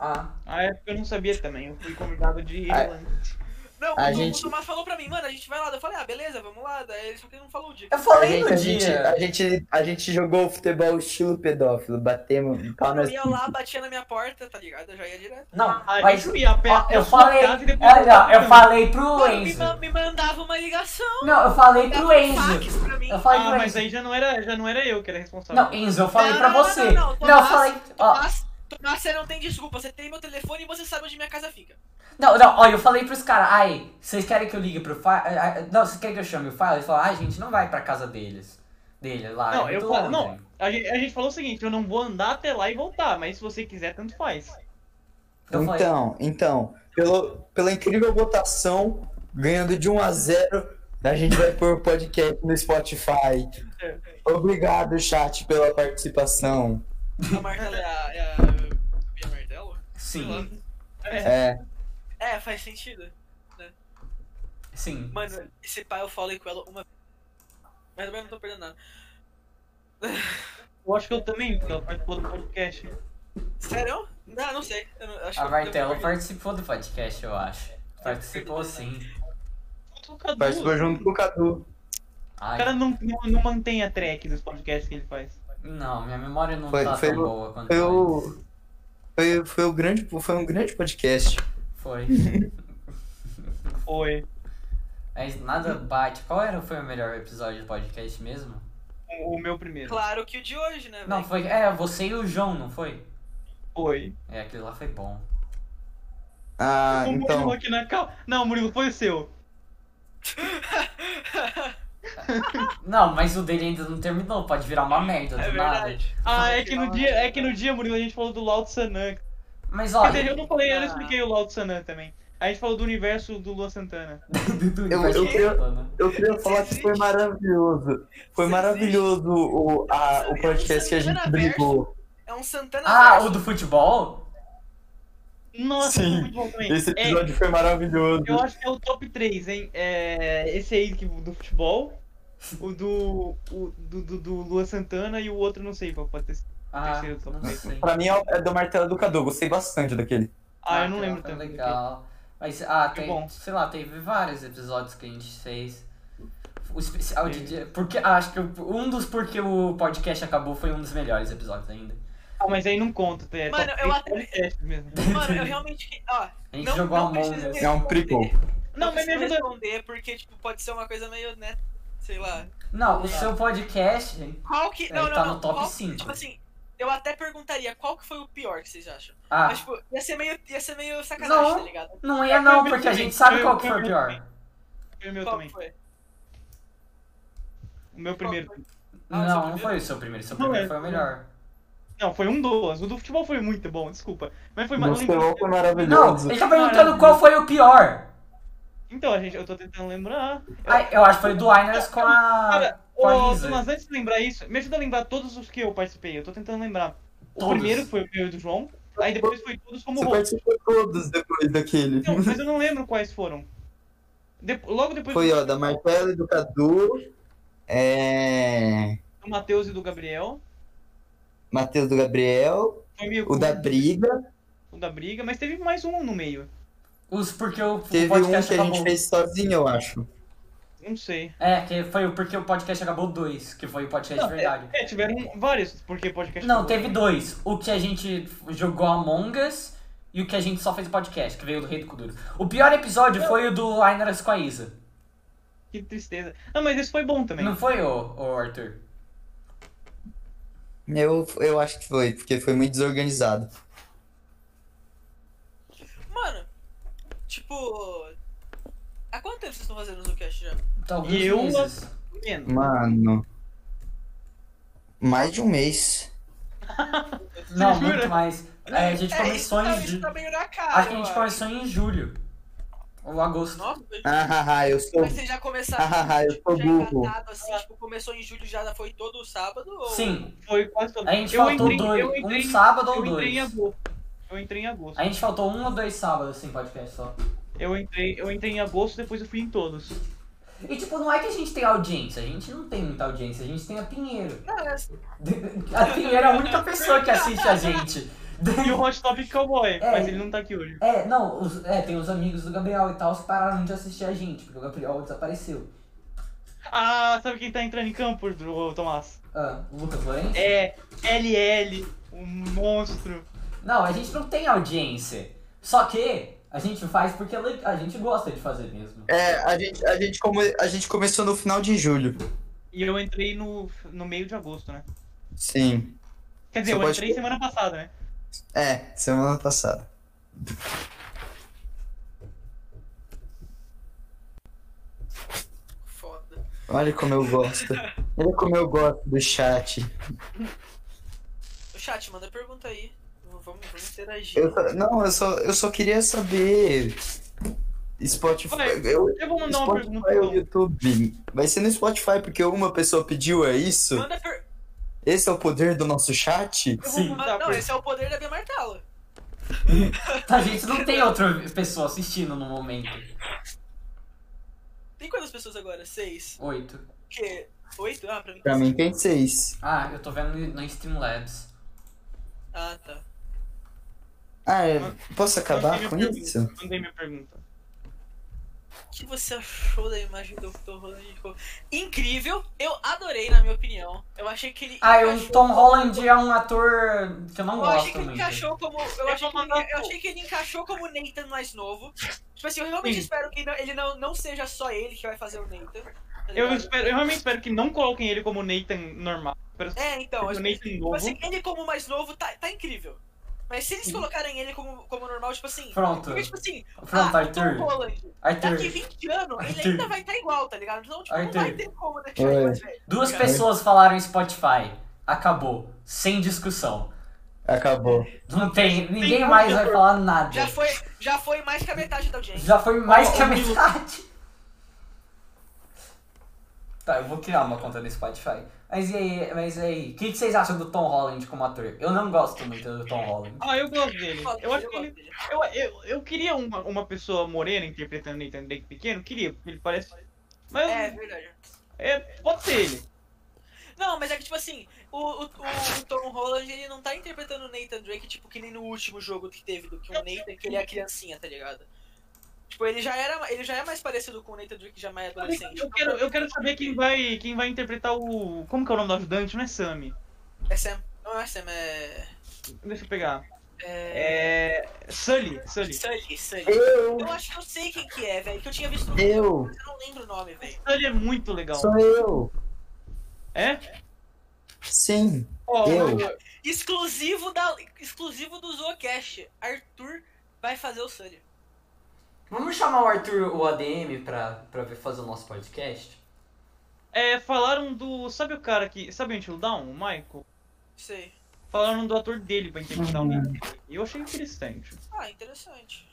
S1: Ah,
S3: Ah, é porque eu não sabia também. Eu fui convidado de
S2: Ah.
S3: Irlanda.
S4: Não,
S2: A
S4: o,
S2: gente-
S4: o Tomás falou pra mim, mano, a gente vai lá. Eu falei, ah, beleza, vamos lá. Daí ele só que ele não falou o dia.
S1: eu
S2: A
S1: falei
S2: gente,
S1: no
S2: a, gente,
S1: Tá
S2: tá-
S1: dia.
S2: a, gente, a gente jogou futebol estilo pedófilo, batemos pau
S4: Eu
S2: nas
S4: ia lá, batia na minha porta, tá ligado? Eu já ia direto.
S1: Não,
S3: Ah, a
S1: mas
S3: gente ia a pé
S1: Ó,
S3: até
S1: eu
S3: a sua
S1: falei.
S3: casa e depois
S1: é, não, eu
S3: voltava.
S1: falei pro
S4: Mano, me,
S1: Enzo.
S4: ma- me mandava uma ligação,
S1: Não, eu falei
S4: dava
S1: pro
S4: um
S1: Enzo.
S4: fax pra mim.
S1: Eu falei
S3: Ah,
S1: pro
S3: mas
S1: Enzo.
S3: aí tá. já não era, já não era eu que era responsável.
S1: Não, Enzo, eu falei
S4: Não,
S1: pra
S4: não, não,
S1: você.
S4: não, não,
S1: eu
S4: Tomás,
S1: falei. Ó,
S4: Tomás, Tomás, você não tem desculpa. Você tem meu telefone e você sabe onde minha casa fica.
S1: não, não, ó, eu falei pros caras. Ai, vocês querem que eu ligue pro File? Não, vocês querem que eu chame o File? Ele falou, ai, gente, não vai pra casa deles. Dele lá.
S3: Não,
S1: é
S3: eu
S1: muito
S3: falo-
S1: longe."
S3: A gente, a gente falou o seguinte, eu não vou andar até lá e voltar, mas se você quiser, tanto faz.
S1: Eu falei,
S2: Então, então, pelo, pela incrível votação, ganhando de 1 a 0, a gente vai pôr o podcast no Spotify. Obrigado, chat, pela participação.
S4: A Martela é a... É a... Bia Martelo? Hum.
S1: Sim,
S2: É,
S4: É, faz sentido.
S1: sim.
S4: Mano, esse pai eu falei com ela uma Mas também não tô perdendo nada.
S3: Eu acho que eu também, porque ela participou do podcast.
S4: Sério? Não, não sei. Eu não- acho
S1: A
S4: que eu-
S1: Martelo
S4: eu-
S1: participou do podcast, eu acho. Participou sim.
S3: O Cadu,
S2: participou junto com o Cadu.
S3: um O
S1: Ai,
S3: cara não, não, não mantém a track dos podcasts que ele faz.
S1: não, minha memória não
S2: Foi-
S1: tá
S2: foi
S1: tão
S2: o-
S1: boa quanto
S2: Foi
S1: antes.
S2: o, foi, foi o grande, foi um grande podcast.
S1: Foi.
S3: Foi
S1: Mas nada bate. Qual era foi o melhor episódio do podcast mesmo?
S3: o, o meu primeiro.
S4: Claro que o de hoje, né,
S1: Não,
S4: velho?
S1: foi. É, você e o João, não foi?
S3: Foi.
S1: É, aquele lá foi bom.
S2: Ah,
S3: o Murilo
S2: então,
S3: aqui na cal... Não, Murilo, foi o seu.
S1: Não, mas o dele ainda não terminou, pode virar uma merda do
S4: É
S1: nada.
S4: verdade.
S3: Ah, é que no dia, é que no dia, Murilo, a gente falou do Lao Tsanan.
S1: Mas
S3: Quer dizer,
S1: olha,
S3: eu não falei, eu não
S4: Ah.
S3: expliquei o Lao Tsanan também. A gente falou do universo do Luan Santana.
S1: do, do
S2: Eu-
S1: universo
S2: eu- eu-
S1: Santana.
S2: Eu queria falar que foi maravilhoso. Foi
S4: Você
S2: maravilhoso o, a, o
S4: Você
S2: podcast que a gente
S4: existe na
S2: brigou.
S4: É um Santana
S1: Ah,
S4: verso.
S1: o do futebol?
S3: Nossa,
S2: Sim,
S3: foi muito bom também.
S2: Esse
S3: É,
S2: episódio foi maravilhoso.
S3: eu acho que é o top 3, hein? É, esse aí que- do futebol, o do, o do, do, do Luan Santana e o outro não sei qual pode ter sido.
S1: Ah,
S3: Terceiro top
S1: não
S3: três.
S1: sei.
S2: Pra mim é o- é do martelo educador, gostei bastante daquele.
S3: Ah, eu não
S1: tá,
S3: lembro
S1: tá
S3: também.
S1: Legal. Mas, ah,
S3: Que
S1: tem,
S3: bom.
S1: sei lá, teve vários episódios que a gente fez. O especial de dia. Porque, ah, acho que o- um dos porque o podcast acabou foi um dos melhores episódios ainda.
S3: Ah, mas aí não conta, é
S4: Mano,
S3: top
S4: eu
S3: três
S4: até-
S3: podcast mesmo.
S4: Mano, eu realmente. que- Ó,
S1: A gente
S4: não,
S1: jogou
S4: não
S1: Among
S4: precisa
S1: Us.
S2: É um prequel.
S3: Não, mas é me ajuda.
S4: precisa responder, porque, tipo, pode ser uma coisa meio, né? Sei lá.
S1: Não, o seu podcast.
S4: Qual que.
S1: É,
S4: Não,
S1: ele
S4: não,
S1: tá
S4: não.
S1: no top
S4: qual-
S1: cinco.
S4: Tipo assim, eu até perguntaria qual que foi o pior que vocês acham.
S1: Ah,
S4: Mas, tipo, ia ser meio, ia ser meio sacanagem,
S1: Não.
S4: tá ligado?
S1: não é não, porque a gente sabe qual que foi o pior.
S3: O meu
S4: qual
S3: também.
S4: foi?
S3: O meu primeiro.
S4: Ah, o seu
S1: Não, não
S4: primeiro?
S1: foi o seu primeiro. Seu
S3: Não
S1: primeiro
S3: é.
S1: foi o melhor.
S3: Não, foi um dois. O do futebol foi muito bom, desculpa. Mas foi
S2: No
S3: mais.
S2: futebol foi
S1: Não,
S2: maravilhoso.
S1: ele tá perguntando qual foi o pior.
S3: Então, a gente, eu tô tentando lembrar.
S1: Ah, eu acho que foi do Einers com a.
S3: Cara,
S1: Com a
S3: ô,
S1: Isa.
S3: Thomas, antes de lembrar isso, me ajuda a lembrar todos os que eu participei. Eu tô tentando lembrar. O
S1: Todos.
S3: primeiro foi o meu e do João. Aí depois foi todos como
S2: Você
S3: rosto.
S2: participou todos depois daquele.
S3: Não, mas eu não lembro quais foram. De- Logo depois
S2: Foi,
S3: do-
S2: ó, da Martela Educador, é...
S3: do Matheus e do Gabriel.
S2: Matheus do Gabriel,
S3: Foi meio
S2: o da
S3: curto,
S2: Briga.
S3: o da briga, mas teve mais um no meio.
S1: Os porque o, o
S2: Teve um que a
S1: podcast
S2: gente
S1: acabou.
S2: fez sozinho, eu acho.
S3: Não sei.
S1: É, que foi o porque o podcast acabou dois, que foi o podcast de verdade.
S3: É, tiveram vários, porque podcast.
S1: Não,
S3: acabou.
S1: teve dois. O que a gente jogou Among Us e o que a gente só fez podcast, que veio do Rei do Kuduro. O pior episódio foi o do Ainaras com a Isa.
S3: Que tristeza. Ah, mas esse foi bom também.
S1: Não foi, o, Arthur?
S2: Eu, eu acho que foi, porque foi muito desorganizado.
S4: Mano, tipo. Há quanto tempo vocês estão fazendo o Zucast já?
S1: Talvez
S3: E eu-
S1: meses.
S3: Menos.
S2: Mano, mais de um mês.
S1: Não,
S3: jura?
S1: muito mais. É, a gente começou
S4: isso, tá-
S1: em
S4: isso tá
S1: julho.
S4: meio na cara.
S1: Acho que a
S4: eu
S1: gente começou em julho. Ou agosto.
S4: Nossa,
S2: Ah, ah, ah, eu sou...
S4: mas vocês já começaram. tipo,
S2: Ah, eu sou
S4: já
S2: burro.
S4: engatado, assim, tipo, começou em julho já foi todo sábado? Ou...
S1: Sim,
S3: Foi quase todo.
S1: a gente
S3: eu
S1: faltou
S3: entrei, Eu
S1: dois.
S3: entrei,
S1: Um sábado
S3: eu
S1: ou
S3: entrei em
S1: dois.
S3: agosto. Eu entrei em agosto.
S1: A gente faltou um ou dois sábados sem podcast só.
S3: Eu entrei, eu entrei em agosto, depois eu fui em todos.
S1: E tipo, não é que a gente tem audiência, a gente não tem muita audiência, a gente tem a Pinheiro.
S4: Não, é-
S1: A Pinheiro é a única pessoa que assiste a gente.
S3: E o Hot Topic Cowboy,
S1: É.
S3: mas ele não tá aqui hoje.
S1: É, não, os- é, tem os amigos do Gabriel e tal que pararam de assistir a gente, porque o Gabriel desapareceu.
S3: Ah, sabe quem tá entrando em campo, ô, Tomás?
S1: Ah, o Lucas Lourenço?
S3: É LL, o monstro.
S1: Não, a gente não tem audiência. Só que a gente faz porque é le- a gente gosta de fazer mesmo.
S2: É, a gente, a, gente come- a gente começou no final de julho.
S3: E eu entrei no, no meio de agosto, né?
S2: Sim.
S3: Quer dizer,
S2: Você
S3: eu
S2: pode-
S3: entrei semana passada, né?
S2: É, semana passada.
S4: Foda.
S2: Olha como eu gosto. Olha como eu gosto do chat.
S4: O chat, manda pergunta aí. Vamos, vamos interagir.
S2: Eu só- não, eu só, eu só queria saber. Spotify.
S3: Vai,
S2: eu,
S3: Eu vou mandar uma
S2: Spotify
S3: pergunta.
S2: ou
S3: então.
S2: YouTube. Vai ser no Spotify, porque uma pessoa pediu, é isso?
S4: Manda per...
S2: Esse é o poder do nosso chat?
S3: Eu vou mandar
S4: Mano,
S3: uma
S4: Não,
S3: pergunta.
S4: esse é o poder da Bia Martala.
S1: A gente não tem outra pessoa assistindo no momento.
S4: Tem quantas pessoas agora? Seis.
S1: Oito.
S4: O quê? Oito? Ah, pra mim.
S2: Pra mim é tem seis.
S1: Ah, eu tô vendo no Streamlabs.
S4: Ah, tá.
S2: Ah, é- posso
S3: Mandei
S2: acabar
S3: minha
S2: com
S3: pergunta,
S2: isso?
S3: Mandei minha pergunta.
S4: O que você achou da imagem do Tom Holland? Incrível! Eu adorei, na minha opinião. Eu achei que ele.
S1: Ah, e o
S4: encaixou-
S1: Tom Holland é um ator que eu não
S4: Eu
S1: gosto
S4: achei que ele
S1: muito.
S4: encaixou como. Eu achei, que
S3: mandar-
S4: ele, eu achei que ele encaixou como Nathan mais novo. Tipo assim, eu realmente
S3: Sim.
S4: espero que não- ele não, não seja só ele que vai fazer o Nathan. tá
S3: Eu,
S4: ligado?
S3: espero, eu realmente espero que não coloquem ele como Nathan normal. Espero que
S4: É, então. eu
S3: seja o
S4: espero-
S3: Nathan
S4: tipo
S3: novo.
S4: assim, ele como mais novo tá, tá incrível. Mas se eles colocarem ele como, como normal, tipo assim.
S1: Pronto.
S4: Porque, tipo assim,
S1: Pronto,
S4: ah,
S1: Arthur.
S4: Tom Holland,
S1: Arthur,
S4: daqui 20 anos,
S1: Arthur.
S4: ele ainda vai estar igual, tá ligado? Então, tipo,
S1: Arthur.
S4: não vai ter como deixar ele
S2: Oi.
S4: mais velho.
S1: duas
S4: Cara.
S1: pessoas falaram Spotify. Acabou. Sem discussão.
S2: Acabou.
S1: Não tem. Ninguém
S3: Tem
S1: mais
S3: muita
S1: vai falar nada.
S4: Já foi, já foi mais que a metade da audiência.
S1: Já foi mais
S3: Ó,
S1: que a
S3: o Milo-
S1: metade. Tá, eu vou criar uma conta no Spotify. Mas e aí, mas e aí? O que, que vocês acham do Tom Holland como ator? Eu não gosto muito do Tom Holland.
S3: Ah, eu gosto dele.
S4: Foda,
S3: Eu acho que
S4: gosto
S3: ele.
S4: dele.
S3: Eu, eu, eu queria uma, uma pessoa morena interpretando Nathan Drake pequeno, queria, porque ele parece. Mas
S4: É, verdade.
S3: é, pode ser ele.
S4: Não, mas é que, tipo assim, o, o, o- o Tom Holland, ele não tá interpretando o Nathan Drake, tipo, que nem no último jogo que teve do que o Nathan, que ele é a criancinha, tá ligado? Tipo, ele já, era, ele já é mais parecido com o Nathan Drake, já é mais adolescente.
S3: Eu quero, eu quero saber quem vai, quem vai interpretar o. Como que é o nome do ajudante? Não é Sammy.
S4: É Sam. Não é Sam, é...
S3: Deixa eu pegar.
S4: É...
S3: É. Sully. Sully.
S4: Sully, Sully.
S2: Eu!
S4: Eu acho que eu sei quem que é, velho, que eu tinha visto no
S2: Eu!
S3: Então.
S4: mas eu não lembro o nome, velho.
S3: Sully é muito legal.
S2: Sou eu!
S3: É?
S2: Sim!
S3: Ó,
S2: Eu.
S4: Exclusivo, da, exclusivo do Zoocast, Arthur vai fazer o Sully.
S1: Vamos chamar o Arthur, o ADM, pra, pra ver- fazer o nosso podcast?
S3: É, falaram do. Sabe o cara que. Sabe o Until Down, o um, Michael?
S4: Sei.
S3: Falaram do ator dele pra interpretar o Nathan Drake. E eu achei interessante. um
S4: Ah, interessante.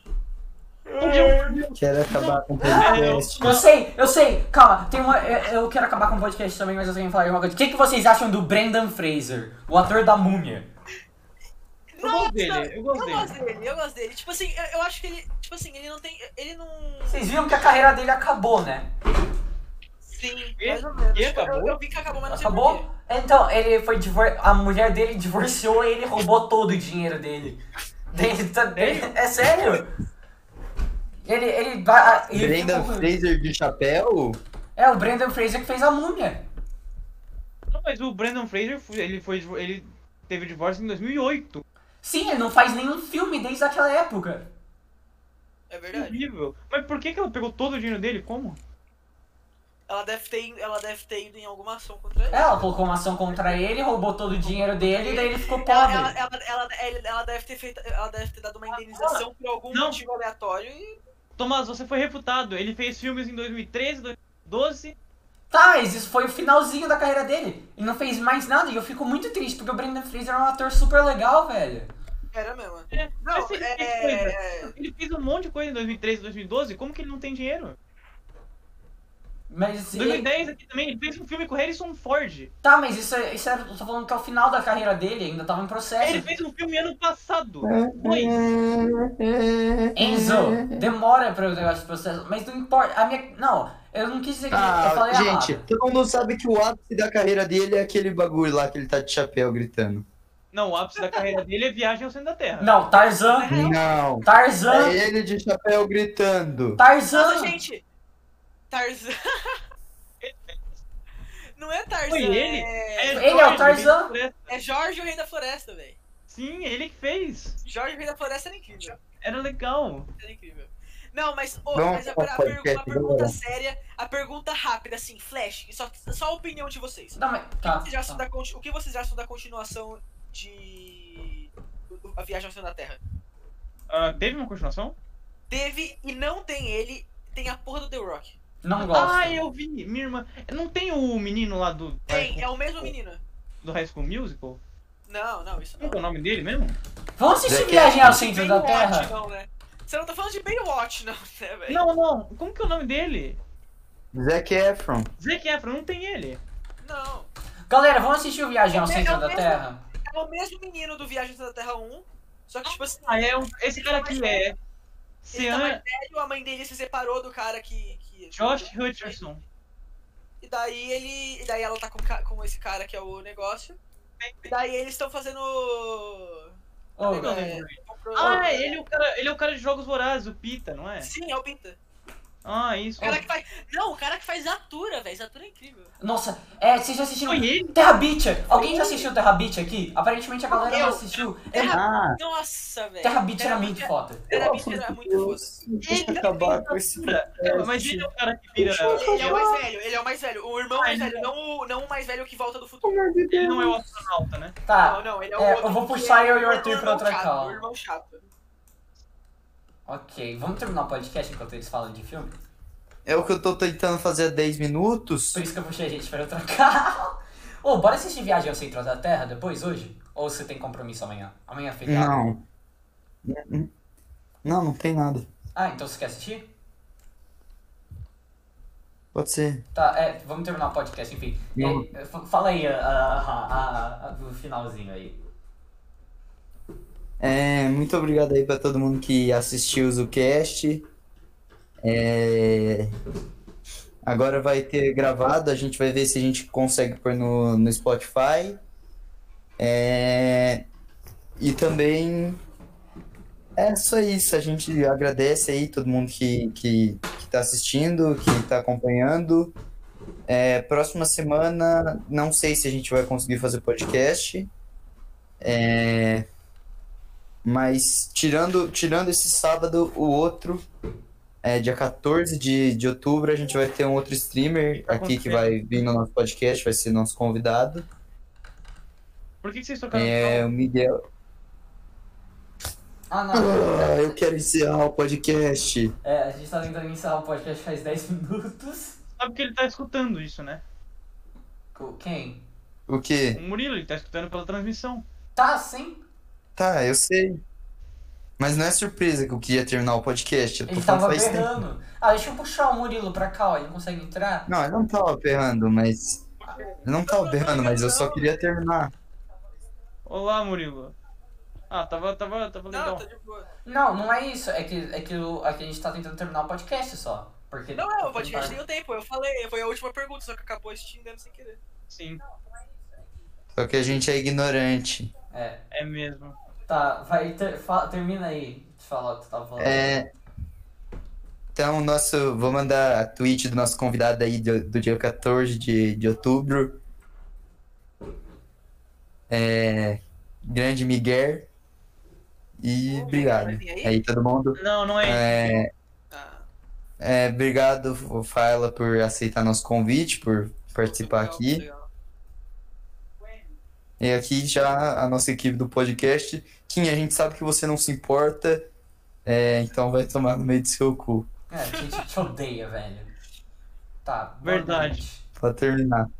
S3: né?
S2: Quero acabar com o
S3: Ah, é.
S2: podcast.
S1: Eu sei, eu sei, calma, tem uma, eu, eu quero acabar com o podcast também, mas eu tenho que falar de uma coisa. O que, que vocês acham do Brendan Fraser, o ator da múmia?
S3: Eu gosto dele, eu gosto
S4: Eu
S3: dele.
S4: gosto dele, eu gosto dele. Tipo assim, eu, eu acho que ele. Tipo assim, ele não tem. Ele não.
S1: Vocês viram que a carreira dele acabou, né?
S4: Sim,
S3: E-
S4: mais ou menos.
S3: e
S4: Tipo,
S3: acabou?
S4: Eu, eu vi que acabou, mas não sei
S1: Acabou?
S4: porquê.
S1: Então, ele foi divor... a mulher dele divorciou e ele roubou todo o dinheiro dele. Dele tá-
S3: Sério?
S1: É sério? Ele. ele, ba- ele
S2: Brenda
S3: é?
S2: Fraser de chapéu?
S1: É o Brendan Fraser que fez a múmia.
S3: Não, mas o Brandon Fraser, foi- ele foi. Ele teve divórcio em 2008.
S1: Sim, ele não faz nenhum filme desde aquela época.
S4: É verdade.
S3: Horrível. Mas por que, que ela pegou todo o dinheiro dele? Como?
S4: Ela deve, ter, ido- ela deve ter ido em alguma ação contra ele.
S1: É, Ela colocou uma ação contra ele, roubou todo o dinheiro dele e daí ele ficou
S2: É,
S4: Ela,
S1: pobre.
S4: ela, ela, ela, ela- ela deve ter feito. Ela deve ter dado uma indenização por algum
S3: Não.
S4: motivo aleatório e.
S3: Tomás, você foi refutado. Ele fez filmes em 2013, 2012.
S1: Tá, mas isso foi o finalzinho da carreira dele. E não fez mais nada. E eu fico muito triste, porque o Brendan Fraser é um ator super legal, velho.
S4: Era mesmo.
S3: É,
S4: Não,
S3: mas ele, fez coisa.
S4: é.
S3: ele fez um monte de coisa em 2013, 2012. Como que ele não tem dinheiro?
S1: Mas. ele-
S3: 2010 aqui também, ele fez um filme com Harrison Ford.
S1: Tá, mas isso, é- isso era, eu tô falando que é o final da carreira dele, ainda tava em processo.
S3: Ele fez um filme ano passado.
S2: É.
S3: Dois.
S1: Enzo,
S2: Uhum.
S1: demora pra eu pegar esse processo, mas não importa. A minha. Não, eu não quis dizer que eu
S2: Ah,
S1: falei
S2: gente,
S1: errado.
S2: todo mundo sabe que o ápice da carreira dele é aquele bagulho lá que ele tá de chapéu gritando.
S3: Não, o ápice da carreira dele é Viagem ao Centro da Terra.
S1: Não, Tarzan,
S2: Não!
S1: Tarzan,
S2: É ele de chapéu gritando.
S4: Nossa,
S1: Tarzan.
S4: gente! Tarzan. Não é Tarzan.
S3: Foi ele?
S4: É...
S1: Ele é o
S3: Jorge,
S1: Tarzan?
S3: o Rei da Floresta.
S4: é Jorge o Rei da Floresta, velho.
S3: Sim, ele que fez.
S4: Jorge o Rei da Floresta era incrível.
S3: Era legal.
S4: Era incrível. Não, mas, ô,
S2: Vamos
S4: mas
S2: pro
S4: agora a, per-
S2: podcast,
S4: a pergunta
S2: vamos
S4: séria, a pergunta rápida, assim, flash, e só, só a opinião de vocês.
S1: Não, mas. Tá.
S4: O que vocês acham
S1: tá.
S4: da conti- o que vocês acham da continuação de do- A Viagem ao Céu da Terra?
S3: Ah, teve uma continuação?
S4: Teve e não tem ele, tem a porra do The Rock.
S1: Não gosto.
S3: Ah, eu vi. Minha irmã. Não tem o menino lá do,
S4: Tem, é o mesmo menino.
S3: do High School Musical?
S4: Não, não, isso
S3: Como
S4: não.
S3: que é o nome dele mesmo?
S1: Vamos assistir
S2: Jack-
S1: Viagem ao Centro da
S4: Baywatch,
S1: Terra?
S4: não, né? Você não tá falando de Baywatch, não, né, velho?
S3: Não, não. Como que é o nome dele?
S2: Zac Efron.
S3: Zac Efron, não tem ele.
S4: Não.
S1: Galera, vamos assistir o Viagem ao
S4: É o
S1: Centro da
S4: mesmo-
S1: Terra?
S4: É o mesmo menino do Viagem da Terra 1, só que, tipo assim,
S3: Ah, é. um- Esse cara aqui é.
S4: ele tá mais
S3: Sean
S4: velho, a mãe dele se separou do cara que... que
S3: Josh Hutcherson.
S4: E daí ele. E daí ela tá com, ca- com esse cara que é o negócio. E daí eles estão fazendo.
S1: Ô,
S4: É,
S3: Ah, ele é, o cara, ele é o cara de Jogos Vorazes, o Pita, não é?
S4: Sim, é o Pinta.
S3: Ah, isso.
S4: O cara que faz. Não, o cara que faz Zatura, velho. Zatura é incrível.
S1: Nossa, é, vocês já assistiram
S3: Foi ele?
S1: Terra Beacher? Alguém já assistiu Terra Beacher aqui? Aparentemente a galera não
S4: Eu.
S1: assistiu. É,
S2: Ah,
S4: Nossa, velho.
S1: Terra Beacher era muito
S4: Beat-
S1: foda.
S4: Terra Beat era muito foda.
S2: Deixa eu acabar com esse
S3: É, Mas ele é um- o cara que vira.
S4: Ele é o mais velho, ele é o mais velho. O irmão mais velho, não o, não o mais velho que volta do futuro.
S3: Ele não é o astronauta, né?
S1: Tá,
S4: Não, não, ele é o
S1: É,
S4: outro
S1: eu vou
S4: que
S1: puxar
S4: é
S1: eu e o
S4: o
S1: Arthur pra
S4: irmão
S1: outra
S4: chato,
S1: call.
S4: O irmão chato.
S1: ok. Vamos terminar o podcast enquanto eles falam de filme?
S2: É o que eu tô tentando fazer há 10 minutos.
S1: Por isso que eu puxei a gente pra outra cara. Ô, bora assistir Viagem ao Centro da Terra depois, hoje? Ou você tem compromisso amanhã? Amanhã é feriado?
S2: Não. Não, não tem nada.
S1: Ah, então você quer assistir?
S2: Pode ser.
S1: Tá, é, vamos terminar o podcast, enfim.
S2: Não.
S1: É, f- fala aí ah, a- a- a- a- o finalzinho aí.
S2: É, muito obrigado aí pra todo mundo que assistiu o Zucast. É, Agora vai ter gravado, a gente vai ver se a gente consegue pôr no, no Spotify. É, E também é só isso. A gente agradece aí todo mundo que, que, que tá assistindo, que tá acompanhando. É, próxima semana, não sei se a gente vai conseguir fazer podcast. É, mas tirando, tirando esse sábado, o outro, é, dia 14 de, de outubro, a gente vai ter um outro streamer
S3: Tá
S2: aqui que
S3: acontecendo.
S2: vai vir no nosso podcast, vai ser nosso convidado.
S3: Por que, que vocês tocaram
S2: É o Miguel.
S1: Ah, não.
S2: Ah, eu quero encerrar o podcast.
S1: É, a gente tá tentando encerrar o podcast faz 10 minutos.
S3: no final? Sabe que ele tá escutando isso, né?
S1: Co- Quem?
S2: O quê?
S3: O Murilo, ele tá escutando pela transmissão.
S1: Tá, sim.
S2: Tá, eu sei. Mas não é surpresa que eu queria terminar o podcast. Eu tô
S1: Ele
S2: falando
S1: tava
S2: faz tempo.
S1: berrando. Ah, deixa eu puxar o Murilo pra cá, ó. Ele consegue entrar?
S2: Não, eu não tava berrando, mas. Eu não tava berrando, mas eu só queria terminar.
S3: Olá, Murilo. Ah, tava, tava, tava
S4: Não,
S3: legal.
S4: tá de boa.
S1: Não, não é isso. É que, é que, o- é que a gente tá tentando terminar o podcast só. Porque
S4: Não é, o podcast tem o tempo, eu falei, foi a última pergunta, só que acabou extinguindo sem querer.
S3: Sim,
S2: Só que a gente é ignorante.
S1: É.
S3: é mesmo.
S1: Tá, vai. Ter, fa- termina aí de falar o que tu tava falando.
S2: É. Então, nosso. Vou mandar a tweet do nosso convidado aí do, do dia 14 de, de outubro. É. Grande Miguel. E
S4: Ô,
S2: obrigado.
S4: vai vir aí?
S2: Aí todo mundo.
S3: Não, não é.
S2: É.
S4: Ah,
S2: É, obrigado, Faila, por aceitar nosso convite, por participar
S4: legal,
S2: aqui.
S4: legal.
S2: E aqui já a nossa equipe do podcast. Kim, a gente sabe que você não se importa, é, então vai tomar no meio do seu cu,
S1: É, a gente te odeia, velho. Tá. boa
S3: Verdade.
S1: noite.
S2: pra terminar.